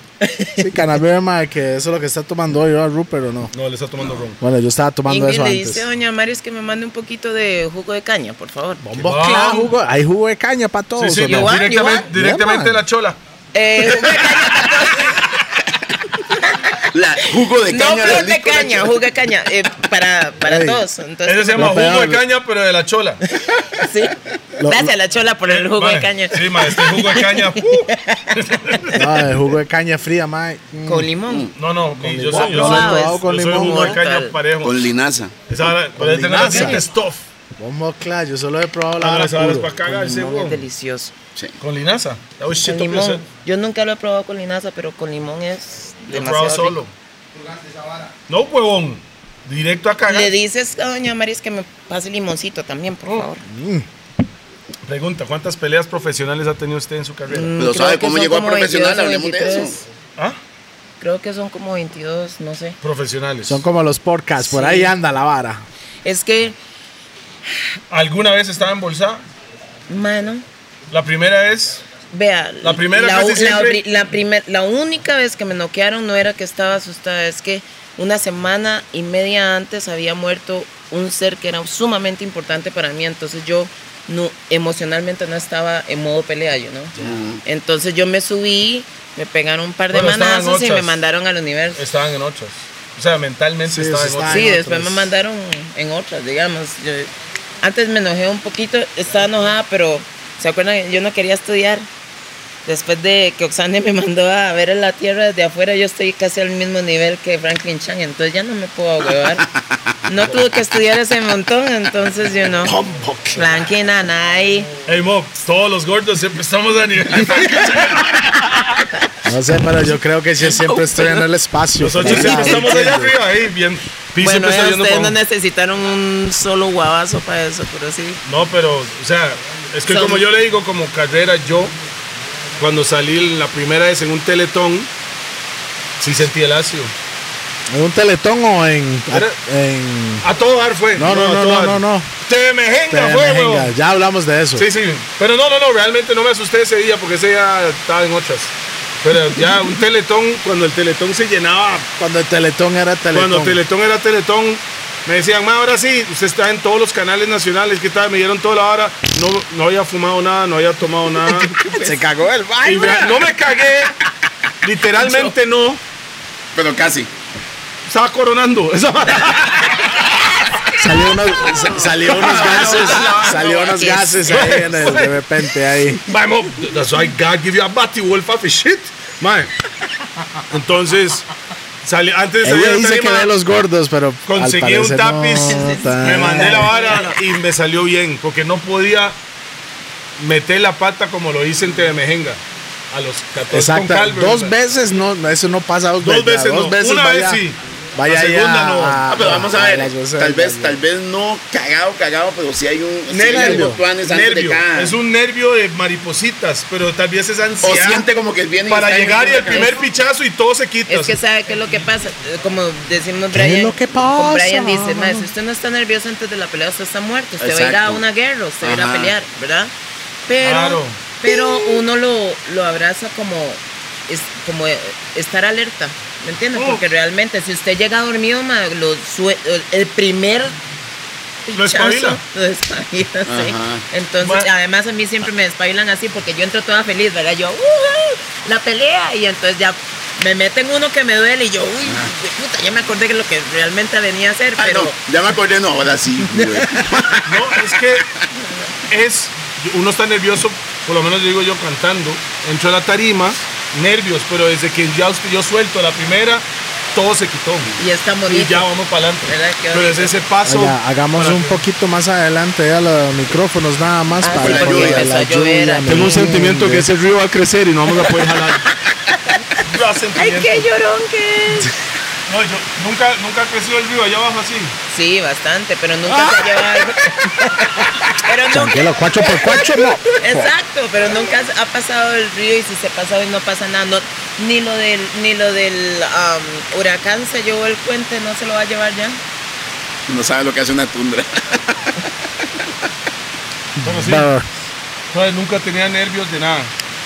S1: Sí, cannabis, mae, que eso es lo que está tomando hoy, ¿verdad, Rupert, o no?
S2: No, le está tomando ron.
S1: Bueno, yo estaba tomando
S4: Ingrid
S1: eso
S4: le
S1: antes.
S4: dice a doña Marius que me mande un poquito de jugo de caña, por favor.
S1: Vos, claro, ah, jugo- hay jugo de caña para todos.
S2: Sí, sí,
S1: ¿o no?
S4: you want, you
S2: directamente,
S4: want?
S2: directamente de
S1: Yeah,
S2: la chola.
S1: [LAUGHS]
S4: Eh, jugo de caña, no
S5: La, jugo de caña.
S4: flor
S5: la
S4: de
S5: licor,
S4: caña, jugo de caña eh, para, para
S1: Ey.
S4: todos. Entonces,
S2: Ese se llama
S1: Lo
S2: jugo de
S1: peor.
S2: caña, pero de la chola.
S4: sí.
S1: Lo-
S4: Gracias, la chola, por [LAUGHS] el jugo
S2: Mae,
S4: de caña.
S2: Sí, ma, este jugo de
S4: [LAUGHS]
S2: caña. uh,
S1: No, el jugo de caña fría, mae. Mm.
S4: Con limón.
S2: no, no, mi- yo
S1: limón.
S2: soy, yo soy,
S1: Wow,
S2: yo
S1: es- con
S2: soy
S1: limón.
S2: jugo de caña
S4: Mortal.
S2: parejo.
S5: Con linaza.
S2: Esa hora, puede tener
S1: linaza.
S2: la dientes stuff.
S1: Vamos, claro, yo solo he probado la
S2: Ah,
S1: hora
S2: esa hora es
S1: puro.
S2: para cagarse,
S4: Limón es
S2: weón.
S4: delicioso.
S2: Con linaza. That was shit
S4: Con
S2: up yourself.
S4: limón. Yo nunca lo he probado con linaza, pero con limón es
S2: Yo probaba
S4: demasiado
S2: solo.
S4: rico.
S2: No, huevón. Directo a cagar.
S4: Le dices a doña Maris que me pase limoncito también, por favor.
S2: Pregunta, ¿cuántas peleas profesionales ha tenido usted en su carrera?
S4: Mm,
S5: Pero
S4: creo
S5: ¿sabe
S4: que
S5: cómo
S4: son
S5: llegó a
S4: como
S5: profesional?
S4: 22 o
S5: Hablemos de
S4: 23.
S5: eso.
S2: ¿Ah?
S4: Creo que son como 22, no sé.
S2: Profesionales.
S1: Son como los podcasts, por
S4: Sí.
S1: ahí anda la vara.
S4: Es que,
S2: ¿Alguna vez estaba embolsada?
S4: mano,
S2: La primera es...
S4: vea.
S2: La primera
S4: la,
S2: casi
S4: la
S2: siempre-
S4: obri- la primer- la única vez que me noquearon no era que estaba asustada, es que una semana y media antes había muerto un ser que era sumamente importante para mí, entonces yo no, emocionalmente no estaba en modo pelea, yo no. Entonces yo me subí, me pegaron un par de
S2: Bueno, estaban
S4: manazos y me
S2: ochas.
S4: mandaron al universo.
S2: Estaban en ocho. O sea, mentalmente
S1: Sí,
S2: estaba
S1: sí,
S2: en
S1: está
S2: ocho.
S4: Sí,
S1: en
S4: después me
S1: otras.
S4: mandaron en otras, digamos. Yo- antes me enojé un poquito, estaba enojada, pero ¿se acuerdan? Yo no quería estudiar. Después de que Oxane me [LAUGHS] mandó a ver la tierra desde afuera, yo estoy casi al mismo nivel que Franklin Chan, entonces ya no me puedo huevar. No tuve que estudiar ese montón, entonces yo no. Franklin, Anay.
S2: Ey, Mob, todos los gordos siempre estamos a [LAUGHS] nivel de Frankie Chan.
S1: No sé, pero yo creo que yo
S2: [LAUGHS]
S1: siempre estoy en el espacio.
S2: Nosotros siempre estamos allá arriba. Ahí, bien. Pi
S4: Bueno,
S2: siempre está
S4: eh,
S2: yendo
S4: ustedes
S2: pa'
S4: no
S2: un-
S4: necesitaron un solo guabazo para eso, pero sí.
S2: No, pero, o sea, es que
S4: Son-
S2: como yo le digo, como carrera, yo, cuando salí la primera vez en un teletón, sí sentí el ácido.
S1: ¿En un teletón o en.?
S2: Era-
S1: en-
S2: A todo dar fue.
S1: No, no,
S2: a
S1: no,
S2: todo
S1: no,
S2: dar.
S1: no, no.
S2: Te mejenga
S1: Te-
S2: fue,
S1: venga,
S2: huevón.
S1: Ya hablamos de eso.
S2: Sí, sí. Pero no, no, no, realmente no me asusté ese día porque ese día estaba en otras. Pero ya un teletón, cuando el teletón se llenaba,
S1: Cuando el teletón era teletón.
S2: cuando teletón era teletón, me decían, ma, ahora sí, usted está en todos los canales nacionales, ¿qué tal? Me dieron toda la hora, no, no había fumado nada, no había tomado [LAUGHS] nada.
S3: Se cagó el
S2: Y
S3: baile.
S2: vea, no me cagué, literalmente no.
S5: Pero casi.
S2: Estaba coronando. [LAUGHS] Esa vara.
S1: Salió unos, sa- salió
S2: [LAUGHS]
S1: unos gases. salió unos gases ahí en el- de repente ahí.
S2: Mae, mo, that's why God give you a batty wolf of shit. Mae. Entonces, Salió, antes de salir
S1: Ella
S2: de la
S1: dice que
S2: tarima,
S1: ve los gordos, pero. al
S2: conseguí un
S1: parecer
S2: tapiz,
S1: no tan-
S2: me mandé la
S1: Ah.
S2: vara y me salió bien, porque no podía meter la pata como lo hice en Mejenga a los 14
S1: Exacto.
S2: con Calvert.
S1: Dos veces no, no, eso no pasa dos,
S2: Dos
S1: veces.
S2: veces
S1: dos
S2: no,
S1: veces
S2: una
S1: vaya-
S2: vez sí.
S1: Vaya
S2: La
S1: ahí
S2: segunda
S1: a-
S2: no.
S5: Ah, pero vamos a ver.
S1: las veces
S5: Tal
S1: del
S5: vez,
S1: gallo.
S5: tal vez no cagado, cagado, pero sí hay un sí hay
S2: Nervio,
S5: algo tuanes antes de
S2: nervio.
S5: cada-
S2: es un nervio de maripositas, pero tal vez es
S5: O
S2: ansiedad
S5: siente como que viene
S2: para
S5: está en
S2: llegar y el
S5: cabeza.
S2: primer pichazo y todo se quita.
S4: Es que sabe qué es lo que pasa, Eh, como decimos
S1: ¿Qué
S4: Brian.
S1: es lo que
S4: como
S1: pasa?
S4: Brian dice, "Mae, si usted no está nervioso antes de la pelea, usted está muerto, usted va a ir a
S5: Exacto.
S4: una guerra, usted va a ir a
S5: Ajá.
S4: pelear, ¿verdad? Pero,
S2: Claro.
S4: pero uno lo, lo abraza como, es, como eh, estar alerta, ¿me entiendes?
S2: Oh.
S4: Porque realmente si usted llega dormido, mae, lo sue- el primer
S2: Lo espabila.
S4: [LAUGHS] Lo despabila, sí.
S5: Ajá.
S4: Entonces,
S2: Ma-
S4: además a mí siempre me despabilan así porque yo entro toda feliz, ¿verdad? Yo, "Ujú, la pelea, y entonces ya me meten uno que me duele y yo, uy, de puta, ya me acordé que lo que realmente venía a hacer,
S5: Ah,
S4: pero
S5: no, ya me acordé, no, ahora sí, güey.
S2: No, es que es, uno está nervioso, por lo menos yo digo yo cantando, entro a la tarima, nervios, pero desde que ya usted- yo suelto la primera, todo se quitó.
S4: y está
S2: Y
S4: bonito.
S2: ya vamos para adelante.
S4: ¿Verdad? Qué
S2: Pero es
S4: bonito.
S2: ese paso.
S1: Oiga, hagamos
S2: para
S1: un
S2: que-
S1: poquito más adelante a los micrófonos, nada más
S4: Ah,
S1: para
S5: sí, porque
S1: que
S4: empezó a llover
S1: me
S4: aquí.
S2: Mm.
S4: Tengo un
S1: inunde.
S2: río va a crecer y no vamos a poder jalar. [LAUGHS] Lo
S4: Ay,
S2: sentimiento.
S4: qué llorón que es.
S2: No, yo nunca, nunca ha crecido el río allá abajo así.
S4: Sí, bastante, pero nunca se ha llevado. [LAUGHS]
S1: [LAUGHS]
S4: pero nunca,
S1: Tranquilo, cuatro por cuatro, no.
S4: exacto, pero nunca ha pasado el río y si se pasa hoy no pasa nada. no- ni lo del, ni lo del am, huracán se llevó el puente, no se lo va a llevar ya.
S5: No sabe lo que hace una tundra.
S2: Bueno, sí.
S1: Va,
S2: Entonces, nunca tenía nervios de nada.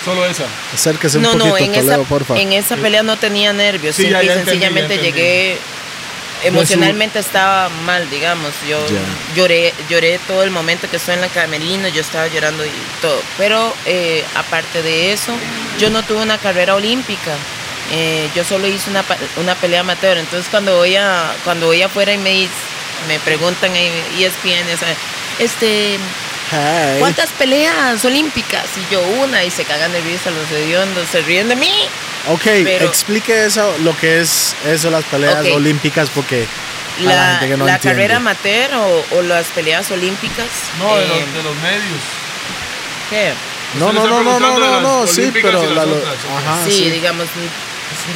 S2: Solo esa.
S1: Acérquese un
S4: No,
S1: poquito,
S4: no, en
S1: Toledo,
S4: esa,
S1: porfa.
S4: en esa pelea no tenía nervios.
S2: Sí,
S4: simple
S2: ya- ya
S4: y
S2: entendí, ya
S4: sencillamente
S2: entendí.
S4: llegué. Emocionalmente
S1: Pues
S4: estaba mal, digamos. Yo lloré, lloré todo el momento que estoy en la camerino, yo estaba llorando y todo. Pero eh, aparte de eso, yo no tuve una carrera olímpica. Eh, yo solo hice una, pa- una pelea amateur. Entonces cuando voy a, cuando voy afuera y me, dis- me preguntan en E ESPN, o sea, este,
S1: Hey.
S4: ¿Cuántas peleas olímpicas? Y yo una y se cagan de risa los hediondos, se ríen de mí.
S1: Ok,
S4: Pero-
S1: explique eso, lo que es eso, las peleas
S4: Ok.
S1: olímpicas, porque a la,
S4: La,
S1: gente que no
S4: la
S1: entiende.
S4: carrera amateur o, o las peleas olímpicas.
S2: No, de,
S4: eh,
S2: los, de los medios.
S4: ¿qué?
S1: No, no, no,
S2: Ustedes están
S1: no, no,
S2: preguntando de
S1: no,
S2: las
S1: no, sí,
S2: olímpicas
S1: pero
S2: y
S1: la-
S2: las
S1: lo-
S2: otras, ok.
S1: ajá,
S4: Ah, sí,
S1: sí.
S4: digamos,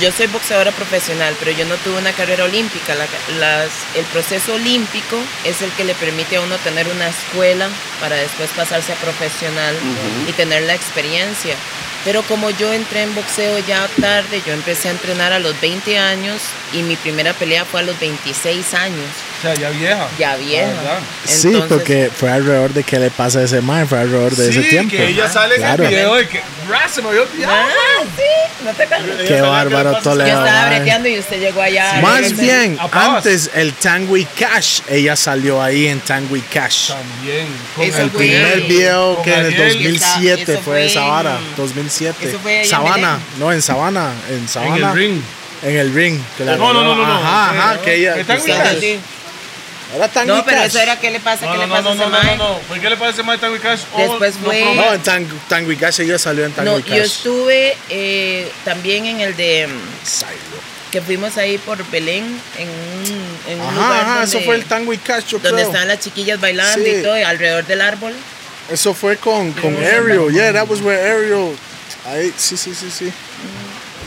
S4: yo soy boxeadora profesional, pero yo no tuve una carrera olímpica. La ca- las, el proceso olímpico es el que le permite a uno tener una escuela para después pasarse a profesional y tener la experiencia. Pero como yo entré en boxeo ya tarde, yo empecé a entrenar a los 20 años y mi primera pelea fue a los 26 años,
S2: O sea, ya vieja.
S4: Ah, ya vieja.
S2: ¿verdad?
S1: Sí,
S4: Entonces,
S1: porque fue alrededor de qué le pasa a ese man, fue alrededor de ese
S2: sí,
S1: tiempo.
S2: que ella sale
S1: Claro.
S2: en el video y que. "Ra, Se me había olvidado.
S4: Ah, sí, no te acuerdas.
S2: Ella
S1: Qué
S2: salía
S1: bárbaro,
S2: que le pasa-
S4: Yo
S1: Toledo.
S4: estaba
S1: man.
S4: breteando y usted llegó allá.
S1: Más
S4: Entonces,
S1: bien,
S2: Apagas.
S1: antes el Tango y Cash, ella salió ahí en Tango y Cash.
S2: También. con
S4: Eso
S1: El
S4: fue-
S1: primer video
S2: con
S1: que en el
S2: Ariel.
S1: 2007
S4: Eso
S1: fue
S4: fue
S1: esa
S4: en-
S1: vara, 2007.
S4: eso fue allá en
S1: Sabana,
S4: Belén.
S1: no, en Sabana, en
S2: En
S1: Sabana.
S2: el ring.
S1: En el ring. que la
S2: No, no, no, Eh, no, no.
S1: Ajá, ajá, que ella.
S2: Está
S1: que
S2: muy
S1: estaba-
S2: bien.
S4: Sí.
S1: Era Tango y
S4: No, pero
S1: Cash.
S4: eso era qué le pasa,
S2: No,
S4: qué
S2: no,
S4: le
S2: no,
S4: pasa
S2: no,
S4: a ese
S2: no, no,
S4: mae.
S2: no. ¿Por qué le parece más Tango y Cash? Oh,
S4: Después fue-
S2: no,
S1: No, en Tango, Tango y Cash ella salió en Tango
S4: No,
S1: y
S4: yo
S1: Cash.
S4: estuve eh, también en el de mm,
S1: Psycho.
S4: que fuimos ahí por Belén en un, en un
S1: Ajá,
S4: lugar
S1: ajá,
S4: donde,
S1: eso fue el Tango y Cash, yo
S4: donde
S1: creo.
S4: estaban las chiquillas bailando
S1: Sí.
S4: y todo y alrededor del árbol.
S1: Eso fue con, con Ariel. Yeah, that was where Ariel. Ahí, sí, sí, sí, sí.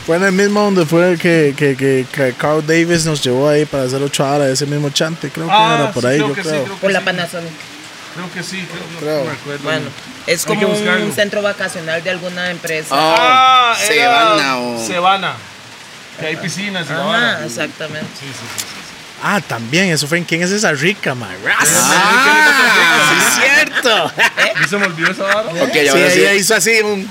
S1: Fue en el mismo donde fue que, que, que, que Carl Davis nos llevó ahí para hacer ocho horas, ese mismo chante, creo que
S2: Ah,
S1: era por
S2: sí,
S1: ahí,
S2: creo
S1: yo
S2: que sí,
S1: creo.
S2: creo que
S4: Por la
S2: sí.
S4: Panasonic.
S2: Creo que sí, creo, no
S1: Creo.
S2: me acuerdo.
S4: Bueno, es
S2: Mm. Hay
S4: como
S2: que buscarlo.
S4: un centro vacacional de alguna empresa.
S5: Ah,
S2: Ah,
S5: se
S2: era
S5: van a. o-
S2: Sebana. Que hay piscinas y la vara.
S4: Ajá, exactamente.
S2: Sí, sí, sí, sí.
S1: Ah, también, eso fue en quién es esa rica, man.
S5: Ah,
S1: sí, es cierto.
S5: [LAUGHS]
S2: ¿A mí se me olvidó esa vara?
S5: Ok,
S1: Sí,
S5: ahora sí.
S1: ella hizo así un.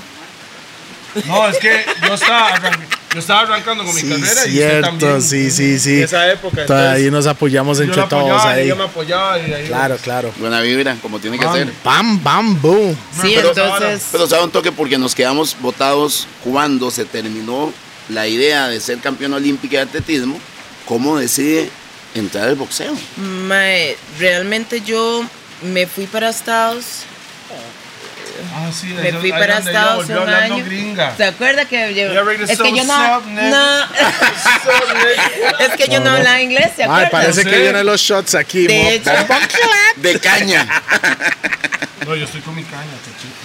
S2: No, es que yo estaba, arran- yo estaba arrancando con mi
S1: Sí,
S2: carrera y usted
S1: cierto,
S2: también.
S1: sí, sí, sí.
S2: En esa época.
S1: Todavía
S2: entonces,
S1: nos apoyamos
S2: yo la
S1: entre
S2: apoyaba
S1: todos
S2: y
S1: ahí.
S2: ella me apoyaba y ahí.
S1: Claro, claro.
S5: Buena vibra, como tiene que
S2: Ah,
S5: ser.
S1: Bam, bam, boom.
S4: Sí,
S5: Pero-
S4: entonces
S5: Pero sabe un toque porque nos quedamos botados cuando se terminó la idea de ser campeón olímpico de atletismo. ¿Cómo decide entrar al boxeo?
S4: eh, mae, realmente yo me fui para Estados
S2: Ah, sí,
S4: me
S2: yo-
S4: fui
S2: ahí
S4: para
S2: donde ella
S4: Estados
S2: volvió
S4: Unidos.
S2: hablando
S4: [LAUGHS]
S2: gringa.
S4: ¿Se acuerda que yo,
S2: Ella regresó,
S4: es que yo no,
S2: "Sup, nigga?"
S4: no es que yo no, hablaba inglés, ¿se
S1: Ay,
S4: acuerda?
S1: parece
S2: Sí.
S1: que vienen los shots aquí. mo.
S4: De hecho,
S5: De caña.
S2: No, yo estoy con mi caña,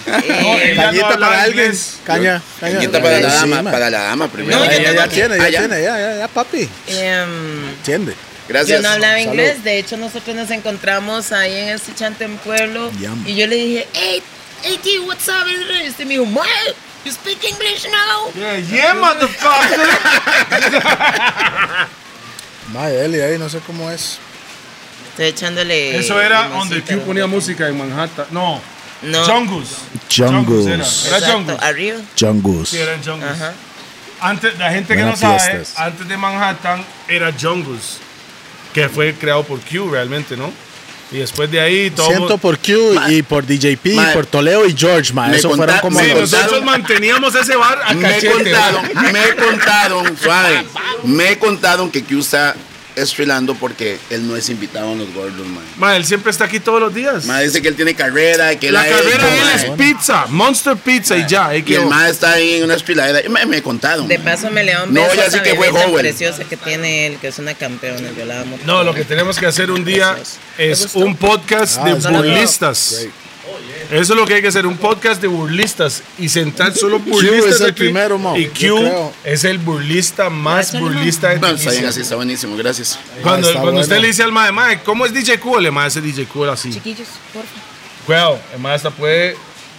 S2: cachito.
S4: eh,
S2: Ella no
S1: Cañita
S2: habla
S1: para alguien.
S2: inglés.
S1: Caña, caña.
S5: Cañita para la
S1: Sí,
S5: dama,
S1: ma.
S5: para la dama primero.
S4: No,
S1: Ya,
S4: yo
S1: ya,
S4: tengo
S1: ya
S4: que-
S1: tiene, ya
S5: Ah, ya.
S1: tiene, ya, ya, ya, papi.
S4: em,
S1: Entiende.
S5: Gracias.
S4: Yo no hablaba
S1: Salud.
S4: inglés, de hecho nosotros nos encontramos ahí en el Sichante en Pueblo
S1: Yum.
S4: y yo le dije, hey, hey, dude, what's up? Y usted me dijo, "What? you speak English now?
S2: Yeah, yeah, motherfucker.
S1: Madre Eli, ahí no sé cómo es.
S4: Estoy echándole...
S2: Eso era donde
S4: limoncito.
S2: Q ponía música en Manhattan. No,
S4: No,
S2: Jungus.
S1: Jungus.
S2: Era, era
S4: exacto,
S2: Jungus.
S4: arriba.
S1: Jungus.
S2: Sí, era en Jungus.
S4: Ajá.
S2: Antes, la gente que
S1: Buena
S2: no sabe,
S1: fiestas.
S2: antes de Manhattan era Jungus, que fue creado por Q realmente, ¿no? Y después de ahí todo.
S1: Siento por Q
S5: Ma-
S1: y por DJP,
S5: Ma-
S1: por Toleo y George, ma.
S5: Me
S1: Eso fueron
S5: contá-
S1: como
S5: me
S2: Sí,
S1: los.
S5: contá-
S2: nosotros manteníamos ese bar a
S5: Me
S2: cachete.
S5: contaron, me contaron, suave. Me contaron que Q está estrilando porque él no es invitado a los gordos, man.
S2: Ma, él siempre está aquí todos los días.
S5: Ma dice que él tiene carrera, que él
S2: la
S5: ha
S2: carrera
S5: hecho,
S2: de él
S5: ma.
S2: es pizza, Monster Pizza y ya. ahí
S5: Y el
S2: quedó.
S5: ma está ahí en una estriladera. Me, me contaron.
S4: De
S5: ma.
S4: paso me le da un
S5: No,
S4: beso
S5: ya
S4: a
S5: sí
S4: esa
S5: que fue
S4: bebé tan
S5: joven.
S4: preciosa que tiene él, que es una campeona, yo la amo.
S2: No, lo que tenemos que hacer un día
S4: Gracias. ¿Te
S2: es
S4: gustó?
S2: un podcast de
S1: está
S4: bien.
S2: burlistas. Eso es lo que hay que hacer, un podcast de burlistas y sentar solo burlistas
S1: es el
S2: aquí.
S1: primero, Mau,
S2: Y
S1: yo
S2: Q
S1: creo.
S2: es el burlista más
S4: Échale, Mau.
S2: burlista de
S5: No, está bien
S2: Tunisia.
S5: así, está buenísimo, gracias.
S2: Cuando,
S1: Ah, está
S2: cuando usted
S1: bueno.
S2: le dice al mae, mae, ¿cómo es DJ Cool? El mae hace DJ Cool así.
S4: Chiquillos, por favor.
S2: Cuidado, el mae hasta puede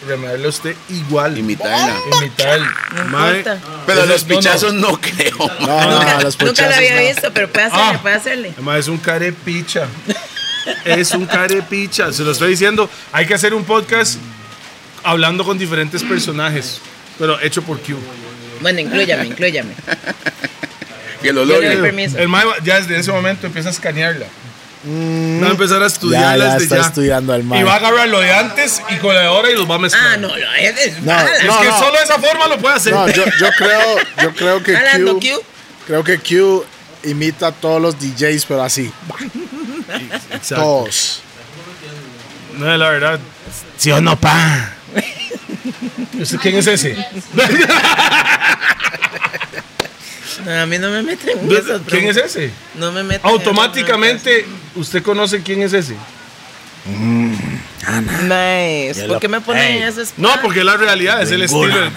S2: remedarle a usted igual.
S5: Imitarla.
S2: Imitar.
S4: No
S2: Mae,
S4: importa.
S5: Pero
S2: eso-
S5: los
S2: no, no.
S5: pichazos no, creo,
S1: No,
S5: ma.
S1: no,
S4: nunca,
S1: los
S4: nunca la
S1: puchazos,
S4: había
S1: Ah, no.
S4: visto, pero puede hacerle,
S2: Ah.
S4: puede hacerle.
S2: Además, es un carepicha. es un carepicha. Se lo estoy diciendo. Hay que hacer un podcast hablando con diferentes personajes. Pero hecho por Q.
S4: Bueno, incluyame, incluyame.
S5: Que lo
S4: Yo le doy
S5: logre.
S4: permiso.
S2: El mae ya desde ese momento empieza a escanearla. Va a empezar
S1: Mm.
S2: a
S1: Ya,
S2: estudiarla
S1: ya
S2: desde
S1: está
S2: este, ya.
S1: estudiando al
S2: Y va a
S1: man.
S2: agarrar lo de antes y con lo de ahora y los va a mezclar.
S4: Ah, no, lo es. es
S1: No,
S4: mala.
S2: Es
S1: no,
S2: que
S1: no.
S2: solo de esa forma lo puede hacer.
S1: No, yo, yo creo, yo creo que
S4: Hablando
S1: Q,
S4: Q.
S1: creo que Q imita a todos los DJs, pero así,
S2: Exacto.
S1: todos.
S2: No, la verdad. ¿Sí o no, pa? ¿Usted quién es [LAUGHS] ese?
S4: No, a mí no me meten en esas
S2: ¿Quién es
S4: bromas.
S2: ese?
S4: No me meten en
S2: Automáticamente, usted conoce quién es ese.
S4: esas bromas. Nice. ¿Por qué me ponen en esas
S2: No, porque la realidad es el estilo.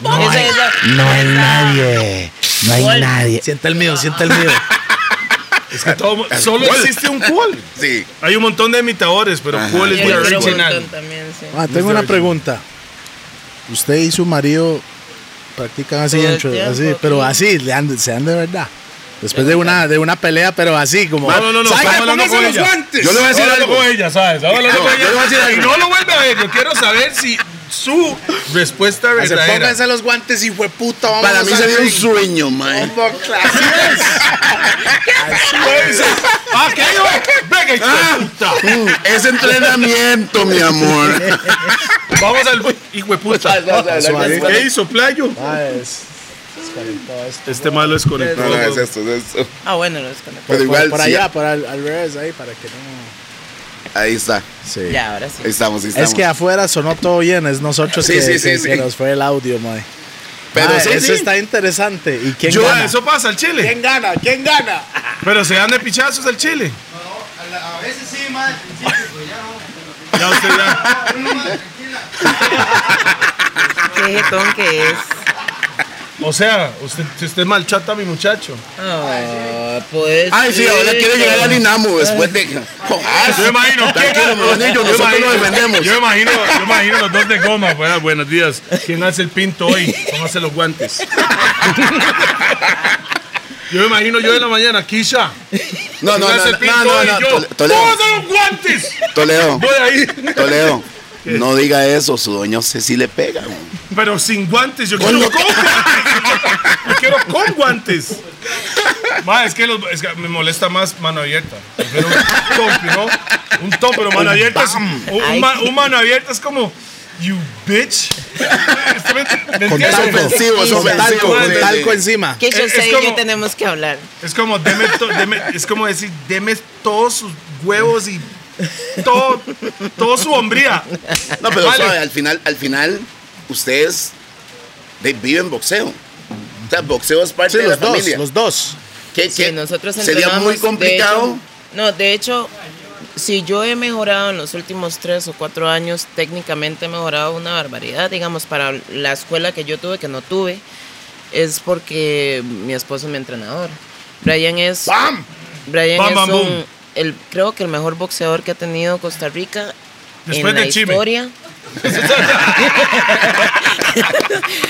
S4: No,
S6: hay nadie. No hay
S4: ¿Cuál?
S6: nadie.
S1: Sienta el mío, sienta el mío.
S2: Es que todo, solo
S5: ¿Cuál?
S2: existe un cool.
S5: Sí.
S2: Hay un montón de imitadores, pero
S5: Ajá.
S2: cool es
S5: Yo
S2: el
S5: lo quiero
S2: original.
S4: también, sí.
S1: Ah, tengo una pregunta. Usted y su marido practican así,
S4: Todo el
S1: entre-
S4: tiempo,
S1: así pero
S4: sí.
S1: así, le han- se dan de verdad. Después de una, de una pelea, pero así, como.
S2: No, no, no, no,
S1: "Salga,
S2: estaba hablando
S1: póngase
S2: con
S1: los
S2: ella.
S1: guantes".
S5: Yo le voy a decir
S2: Ahora
S5: algo.
S2: lo con ella, ¿sabes? Ahora lo
S5: pues. No,
S2: con
S5: yo le voy a decir
S2: ella. Y
S5: algo.
S2: no lo vuelve a ver. Yo quiero saber si su
S5: Ah,
S2: respuesta
S1: Hace,
S2: verdadera.
S1: pónganse los guantes y hueputa, vamos
S5: Para mí
S1: al
S5: sería un
S1: ring".
S5: sueño, eh. mae.
S1: Como que así es.
S2: Ah, ¿qué yo? Venga, hijo de puta.
S5: Mm, Es entrenamiento, mi amor.
S2: Vamos al hijo de puta. ¿Qué hizo, playo?
S1: Ah, [LAUGHS] es-
S2: Este malo es conectado.
S5: No, no, es esto, es esto.
S4: Ah, bueno, los conecté.
S5: Pero igual,
S1: por, por
S5: sí,
S1: allá, por al, al revés, ahí, para que no.
S5: ahí está.
S1: Sí.
S4: Ya, ahora sí.
S5: Ahí estamos, ahí estamos.
S1: Es que afuera sonó todo bien, es nosotros
S5: Sí,
S1: que,
S5: sí, sí,
S1: que-
S5: sí.
S1: que nos fue el audio, mae.
S5: Pero
S1: Mae,
S5: sí,
S1: ah, eso
S5: sí.
S1: está interesante. ¿Y quién
S2: Yo,
S1: gana?
S2: eso pasa al chile.
S1: ¿Quién gana? ¿Quién gana?
S2: Pero se dan de pichazos al chile.
S7: A veces sí, madre, al principio,
S5: pues
S7: pero ya no.
S2: Ya usted ya.
S4: Qué jetón que es.
S2: O sea, usted, si usted malchata a mi muchacho.
S4: Ah, pues.
S5: Ay, sí, ahora quiere llegar al Dinamo después de. Ah,
S2: Yo me imagino.
S5: Tranquilo, mi niño,
S2: Yo
S5: nosotros lo
S2: imagino-
S5: defendemos.
S2: Yo imagino, yo imagino los dos de goma. Bueno, buenos días. ¿Quién hace el pinto hoy? Póngase los guantes. Yo me imagino yo en la mañana, Kisha.
S5: No, no,
S2: ¿Quién
S5: no,
S2: hace
S5: no,
S2: el pinto
S5: no,
S2: hoy?
S5: no,
S2: Yo,
S5: Tole- Toledo,
S2: ¡Póngase los guantes!
S5: Toledo,
S2: Voy ahí.
S5: Toledo. No diga eso, su dueño se sí le pega. güey.
S2: Pero sin guantes, yo
S5: Con
S2: quiero
S5: lo
S2: con guantes. Yo quiero con guantes. Ma, es que, los- es que me molesta más mano abierta. Prefiero un top, ¿no? Un top, pero mano abierta es. Un, un ma- un mano abierta es como. You bitch. Este me- ¿me
S1: Con
S2: entiendes?
S5: Es
S1: talco.
S5: ofensivo, es
S1: Con talco,
S5: ofensivo.
S1: con
S5: sí,
S1: talco
S5: sí.
S1: encima.
S4: Que yo
S2: Es-
S4: sé
S2: es
S4: y yo
S2: como-
S4: tenemos que hablar.
S2: Es como, deme to- deme- es como decir, deme todos sus huevos y todo, todo su hombría.
S5: No, pero
S2: Vale.
S5: suave, al final, al final, ustedes de- viven boxeo. O sea, boxeo es parte
S1: Sí,
S5: de la
S1: los dos,
S5: familia.
S1: los dos.
S5: ¿Qué-
S4: Sí,
S5: qué?
S4: nosotros
S5: sería
S4: entrenamos,
S5: muy
S4: de
S5: complicado.
S4: hecho- no, de hecho, si yo he mejorado en los últimos tres o cuatro años, técnicamente he mejorado una barbaridad, digamos, para la escuela que yo tuve, que no tuve, es porque mi esposo es mi entrenador. Brian es...
S5: ¡Bam!
S4: Brian
S2: Bam,
S4: es
S2: bam, boom.
S4: un- el, creo que el mejor boxeador que ha tenido Costa Rica
S2: Después
S4: en la
S2: de Chime.
S4: historia.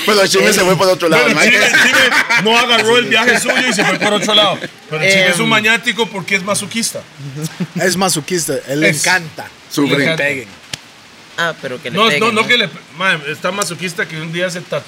S5: Bueno, Chime Pues se fue por otro [LAUGHS] lado.
S2: Bueno,
S5: Mike.
S2: Chime, Chime no agarró el viaje suyo y se fue por otro lado. Pero Chime
S4: Em.
S2: es un maniático porque es masoquista.
S1: Es masoquista, él le
S2: Es.
S1: encanta.
S5: Sufre.
S2: Le
S5: [LAUGHS]
S2: encanta.
S4: Ah, pero que le
S2: No,
S4: peguen,
S2: no, no
S4: ¿eh?
S2: que le. Man, está masoquista que un día se ta-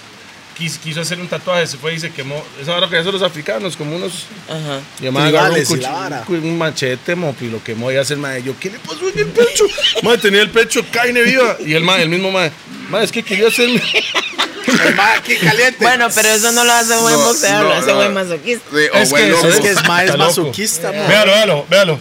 S2: quis- quiso hacer un tatuaje, se fue y se quemó. Es ahora que hacen los africanos, como unos.
S4: Ajá.
S2: Y además agarró un,
S1: Tribales y la
S2: cuch-
S1: vara.
S2: un- un machete, mopi, lo quemó y hace el mae. Yo, ¿qué le pasó en el pecho? [LAUGHS] mae, tenía el pecho carne viva. Y el mae, el mismo mae. Mae, es que quería hacer.
S1: El ma aquí caliente.
S4: Bueno, pero eso no lo hace buen
S5: No,
S4: boxeador, lo
S5: no,
S4: hace
S5: no.
S4: buen masoquista.
S5: Sí, o
S2: Es
S5: buen
S2: que-
S5: loco.
S1: es que es ma- es
S2: Está loco. Eh.
S1: masoquista, mo.
S2: [LAUGHS] Véalo, véalo, véalo.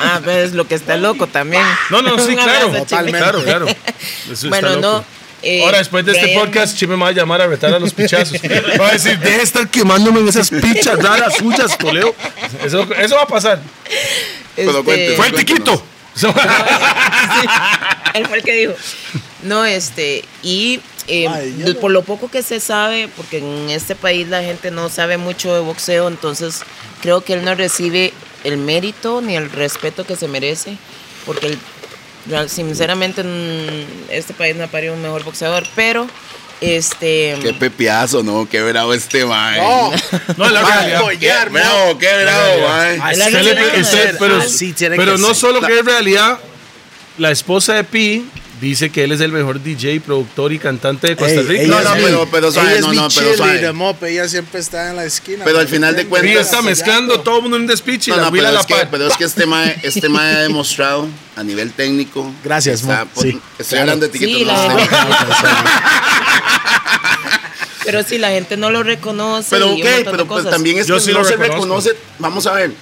S4: Ah, pero es lo que está loco también.
S2: No, no, sí,
S4: [LAUGHS] Un
S2: claro.
S4: abrazo, Chimi.
S1: Totalmente.
S2: Claro,
S4: [LAUGHS]
S2: claro. Eso está
S4: Bueno, no.
S2: loco.
S4: eh,
S2: Ahora, después de este
S4: Brian-
S2: podcast, Chime me va a llamar a retar a los
S4: [LAUGHS]
S2: pichazos. Me Va a decir, deje de estar quemándome en esas pichas raras suyas, Toleo. Eso, eso va a pasar.
S4: este,
S5: Pero cuente.
S2: Fue el [LAUGHS] tiquito. Eso va-
S4: Él fue el que dijo. No, este, y eh,
S1: Ay, yo
S4: de-
S1: no-
S4: por lo poco que se sabe, porque en este país la gente no sabe mucho de boxeo, entonces creo que él no recibe el mérito ni el respeto que se merece, porque él, real- sinceramente mm, este país no ha parido un mejor boxeador, pero este...
S5: Qué pepiazo, ¿no? Qué bravo este, mae.
S1: No,
S2: No, la
S1: ma,
S2: realidad.
S5: qué
S1: apoyar, mo.
S5: bravo, qué bravo, mae.
S1: Así
S4: la
S1: tiene
S4: realidad
S1: que
S4: es-
S1: ser,
S2: pero
S1: así tiene
S2: pero
S1: que
S2: no
S1: ser.
S2: solo que en realidad la esposa de Pi dice que él es el mejor DJ, productor y cantante de Costa
S1: Ey,
S2: Rica.
S1: ella
S5: No, no,
S1: es
S5: pero-
S1: mi-
S5: pero suave,
S1: ella es
S5: no,
S1: mi
S5: no, pero suave.
S1: cheerleader, mo, pero ella siempre está en la esquina.
S5: Pero
S1: mo,
S5: al final de
S1: ¿entiendes?
S5: cuentas-
S2: Pi
S5: Ella
S2: está mezclando todo el mundo en un despiche y
S5: No,
S2: la
S5: no,
S2: huila
S5: pero,
S2: a la
S5: es que,
S2: par.
S5: pero es que este mae, este mae ha demostrado a nivel técnico. [LAUGHS]
S1: Gracias,
S5: está
S1: mo.
S5: por-
S1: Sí,
S5: Estoy hablando de tiquito.
S4: Sí,
S5: no,
S4: la
S5: este-
S4: verdad. Pero si la gente no lo reconoce.
S5: Pero
S4: y un
S5: ok,
S4: montón de
S5: pero pues,
S4: cosas.
S5: también es que
S2: Yo sí
S5: no
S2: lo
S5: se
S2: reconozco.
S5: reconoce. Vamos a ver.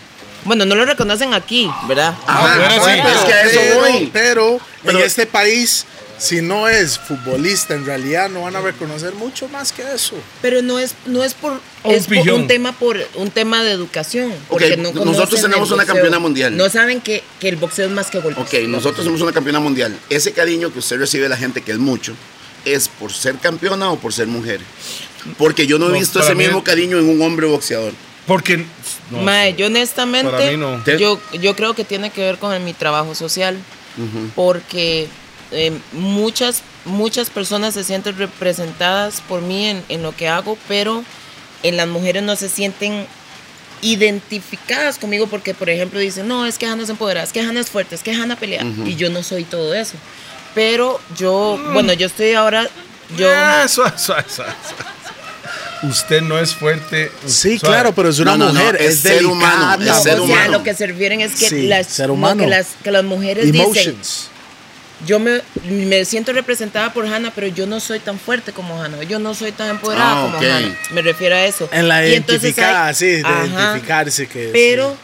S4: Bueno, no lo reconocen aquí, ¿verdad?
S1: Ah,
S5: Ajá,
S2: bueno, Ah, sí.
S5: pero es que a eso
S1: Pero-
S5: voy.
S1: Pero,
S5: Pero-
S1: en este país, si no es futbolista, en realidad no van a reconocer mucho más que eso.
S4: Pero no es, no es por,
S2: Un
S4: es por
S2: pillón.
S4: un tema por un tema de educación. Porque no conocen
S5: nosotros tenemos
S4: el
S5: una
S4: boxeo.
S5: campeona mundial.
S4: No saben que, que el boxeo es más que golpes.
S5: Ok, nosotros somos una campeona mundial. Ese cariño que usted recibe de la gente, que es mucho, ¿es por ser campeona o por ser mujer? Porque yo no he
S2: No,
S5: visto
S2: para
S5: ese
S2: mí-
S5: mismo cariño en un hombre boxeador.
S2: Porque. no,
S4: Mae, yo
S2: Para mí
S4: honestamente,
S2: no.
S4: yo, yo creo que tiene que ver con el- mi trabajo social, porque eh, muchas, muchas personas se sienten representadas por mí en, en lo que hago, pero en las mujeres no se sienten identificadas conmigo porque, por ejemplo, dicen, no, es que Hanna es empoderada, es que Hanna es fuerte, es que Hanna pelea, y yo no soy todo eso. Pero yo, bueno, yo estoy ahora, yo...
S2: Mm. Ah, suave, suave, suave, suave. Usted no es fuerte.
S1: Sí,
S2: Suave.
S1: claro, pues. pero es una
S5: No, no, no,
S1: mujer,
S5: es
S1: es,
S5: ser
S1: delicada,
S5: humano, es
S1: mo.
S4: No,
S5: ser
S4: o sea,
S5: humano.
S4: lo que se refieren es que,
S1: Sí,
S4: las,
S1: ser
S4: no, que
S1: humano.
S4: las, que las mujeres dicen,
S1: Emotions.
S4: yo me, me siento representada por Hannah, pero yo no soy tan fuerte como Hannah. Yo no soy tan empoderada
S5: Ah,
S4: como
S5: ok.
S4: Hannah. Me refiero a eso.
S1: En la
S4: Y entonces
S1: identificada,
S4: hay-
S1: sí, de
S4: Ajá.
S1: identificarse que es,
S4: Pero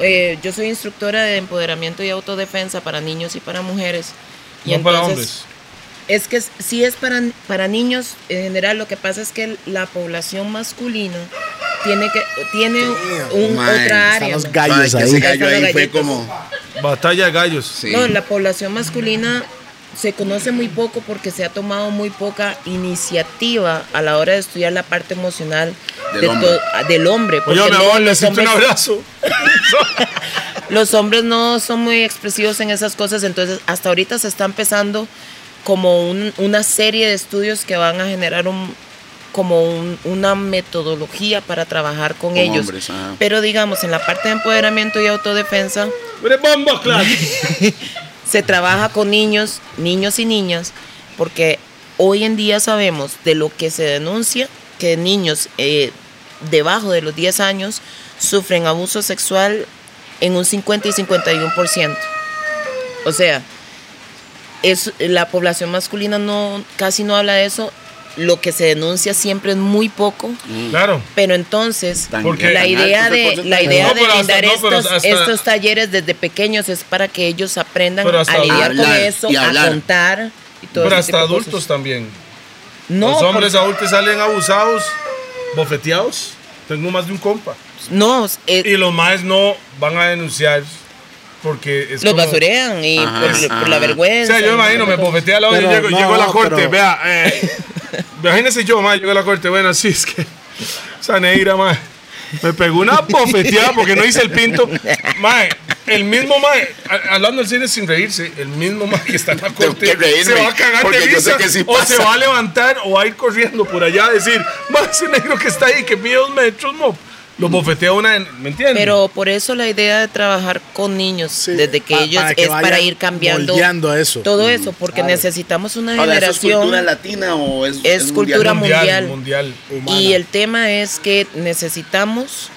S4: eh, yo soy instructora de empoderamiento y autodefensa para niños y para mujeres. Y
S2: No para
S4: entonces,
S2: hombres.
S4: Es que es- sí es para, para niños en general. Lo que pasa es que la población masculina tiene, que, tiene un,
S5: man,
S4: otra
S1: están
S4: área.
S1: los
S4: ¿no?
S1: gallos
S5: Ay, que
S1: ahí.
S5: ese gallo
S4: Ahí están
S5: ahí
S4: los
S5: fue
S4: gallitos.
S5: como.
S2: Batalla de gallos.
S5: Sí.
S4: No, la población masculina se conoce muy poco porque se ha tomado muy poca iniciativa a la hora de estudiar la parte emocional
S5: Del
S4: de
S5: hombre.
S4: to- ah, del hombre. Porque
S2: Oye, mi
S4: no-
S2: amor, le
S4: los,
S2: siento un
S4: hombres,
S2: abrazo.
S4: los hombres no son muy expresivos en esas cosas, entonces hasta ahorita se está empezando como un- una serie de estudios que van a generar un como un- una metodología para trabajar con,
S5: Con
S4: ellos.
S5: hombres, ajá.
S4: Pero digamos, en la parte de empoderamiento y autodefensa,
S2: Mire, bomba,
S4: [LAUGHS]
S2: claro.
S4: se trabaja con niños, niños y niñas, porque hoy en día sabemos de lo que se denuncia que niños eh, debajo de los 10 años sufren abuso sexual en un 50 y 51%. O sea, es, la población masculina no, casi no habla de eso lo que se denuncia siempre es muy poco,
S2: Claro.
S4: pero entonces
S5: Tan- pues,
S2: Porque-
S4: la
S5: tan
S4: idea
S5: alto ese
S4: de la
S5: porcentaje.
S4: idea
S2: No,
S4: de
S2: pero hasta-
S4: brindar
S2: no, pero
S4: estos,
S2: hasta-
S4: estos talleres desde pequeños es para que ellos aprendan
S2: Pero
S4: a
S2: hasta-
S4: lidiar con
S5: Hablar,
S4: eso,
S5: y
S4: a
S5: hablar.
S4: contar y todo
S2: Pero
S4: ese
S2: hasta
S4: tipo de
S2: adultos
S4: cosas.
S2: también.
S4: No,
S2: Los hombres
S4: por-
S2: adultos salen abusados, bofeteados. Tengo más de un compa.
S4: no, eh,
S2: Y los maes no van a denunciar porque es
S4: los
S2: como-
S4: basurean y
S5: Ajá,
S4: por, por la
S5: ajá.
S2: O
S4: vergüenza.
S2: sea, yo
S4: y-
S2: imagino, me bofetea la hora y
S1: Pero
S2: llego,
S1: no,
S2: llego a la corte,
S1: pero-
S2: vea.
S5: [LAUGHS]
S2: eh, imagínese yo, ma, llego a la corte, bueno, sí, es que esa neira, ma, me pegó una bofeteada porque no hice el pinto. Ma, el mismo ma, a- hablando del cine sin reírse, el mismo ma que está en la
S5: [LAUGHS] Tengo
S2: corte
S5: que reírme,
S2: se va a cagar de
S5: porque yo
S2: risa
S5: sé que sí
S2: o se
S5: pasa.
S2: va a levantar o va a ir corriendo por allá a decir, ma, ese negro que está ahí, que mide dos metros, mo, lo bofetea una, en- ¿me entiendes?
S4: Pero por eso la idea de trabajar con niños
S1: Sí,
S4: desde que
S1: pa-
S4: ellos
S1: para que
S4: es
S1: vayan
S4: para ir cambiando
S1: moldeando eso.
S4: todo
S2: Mm.
S4: eso, porque necesitamos una
S5: pues, Ahora, ¿eso es
S4: generación
S5: cultura latina o es,
S4: es
S5: mundial?
S4: cultura mu-
S2: mundial,
S4: mundial.
S2: mundial.
S4: y el tema es que necesitamos,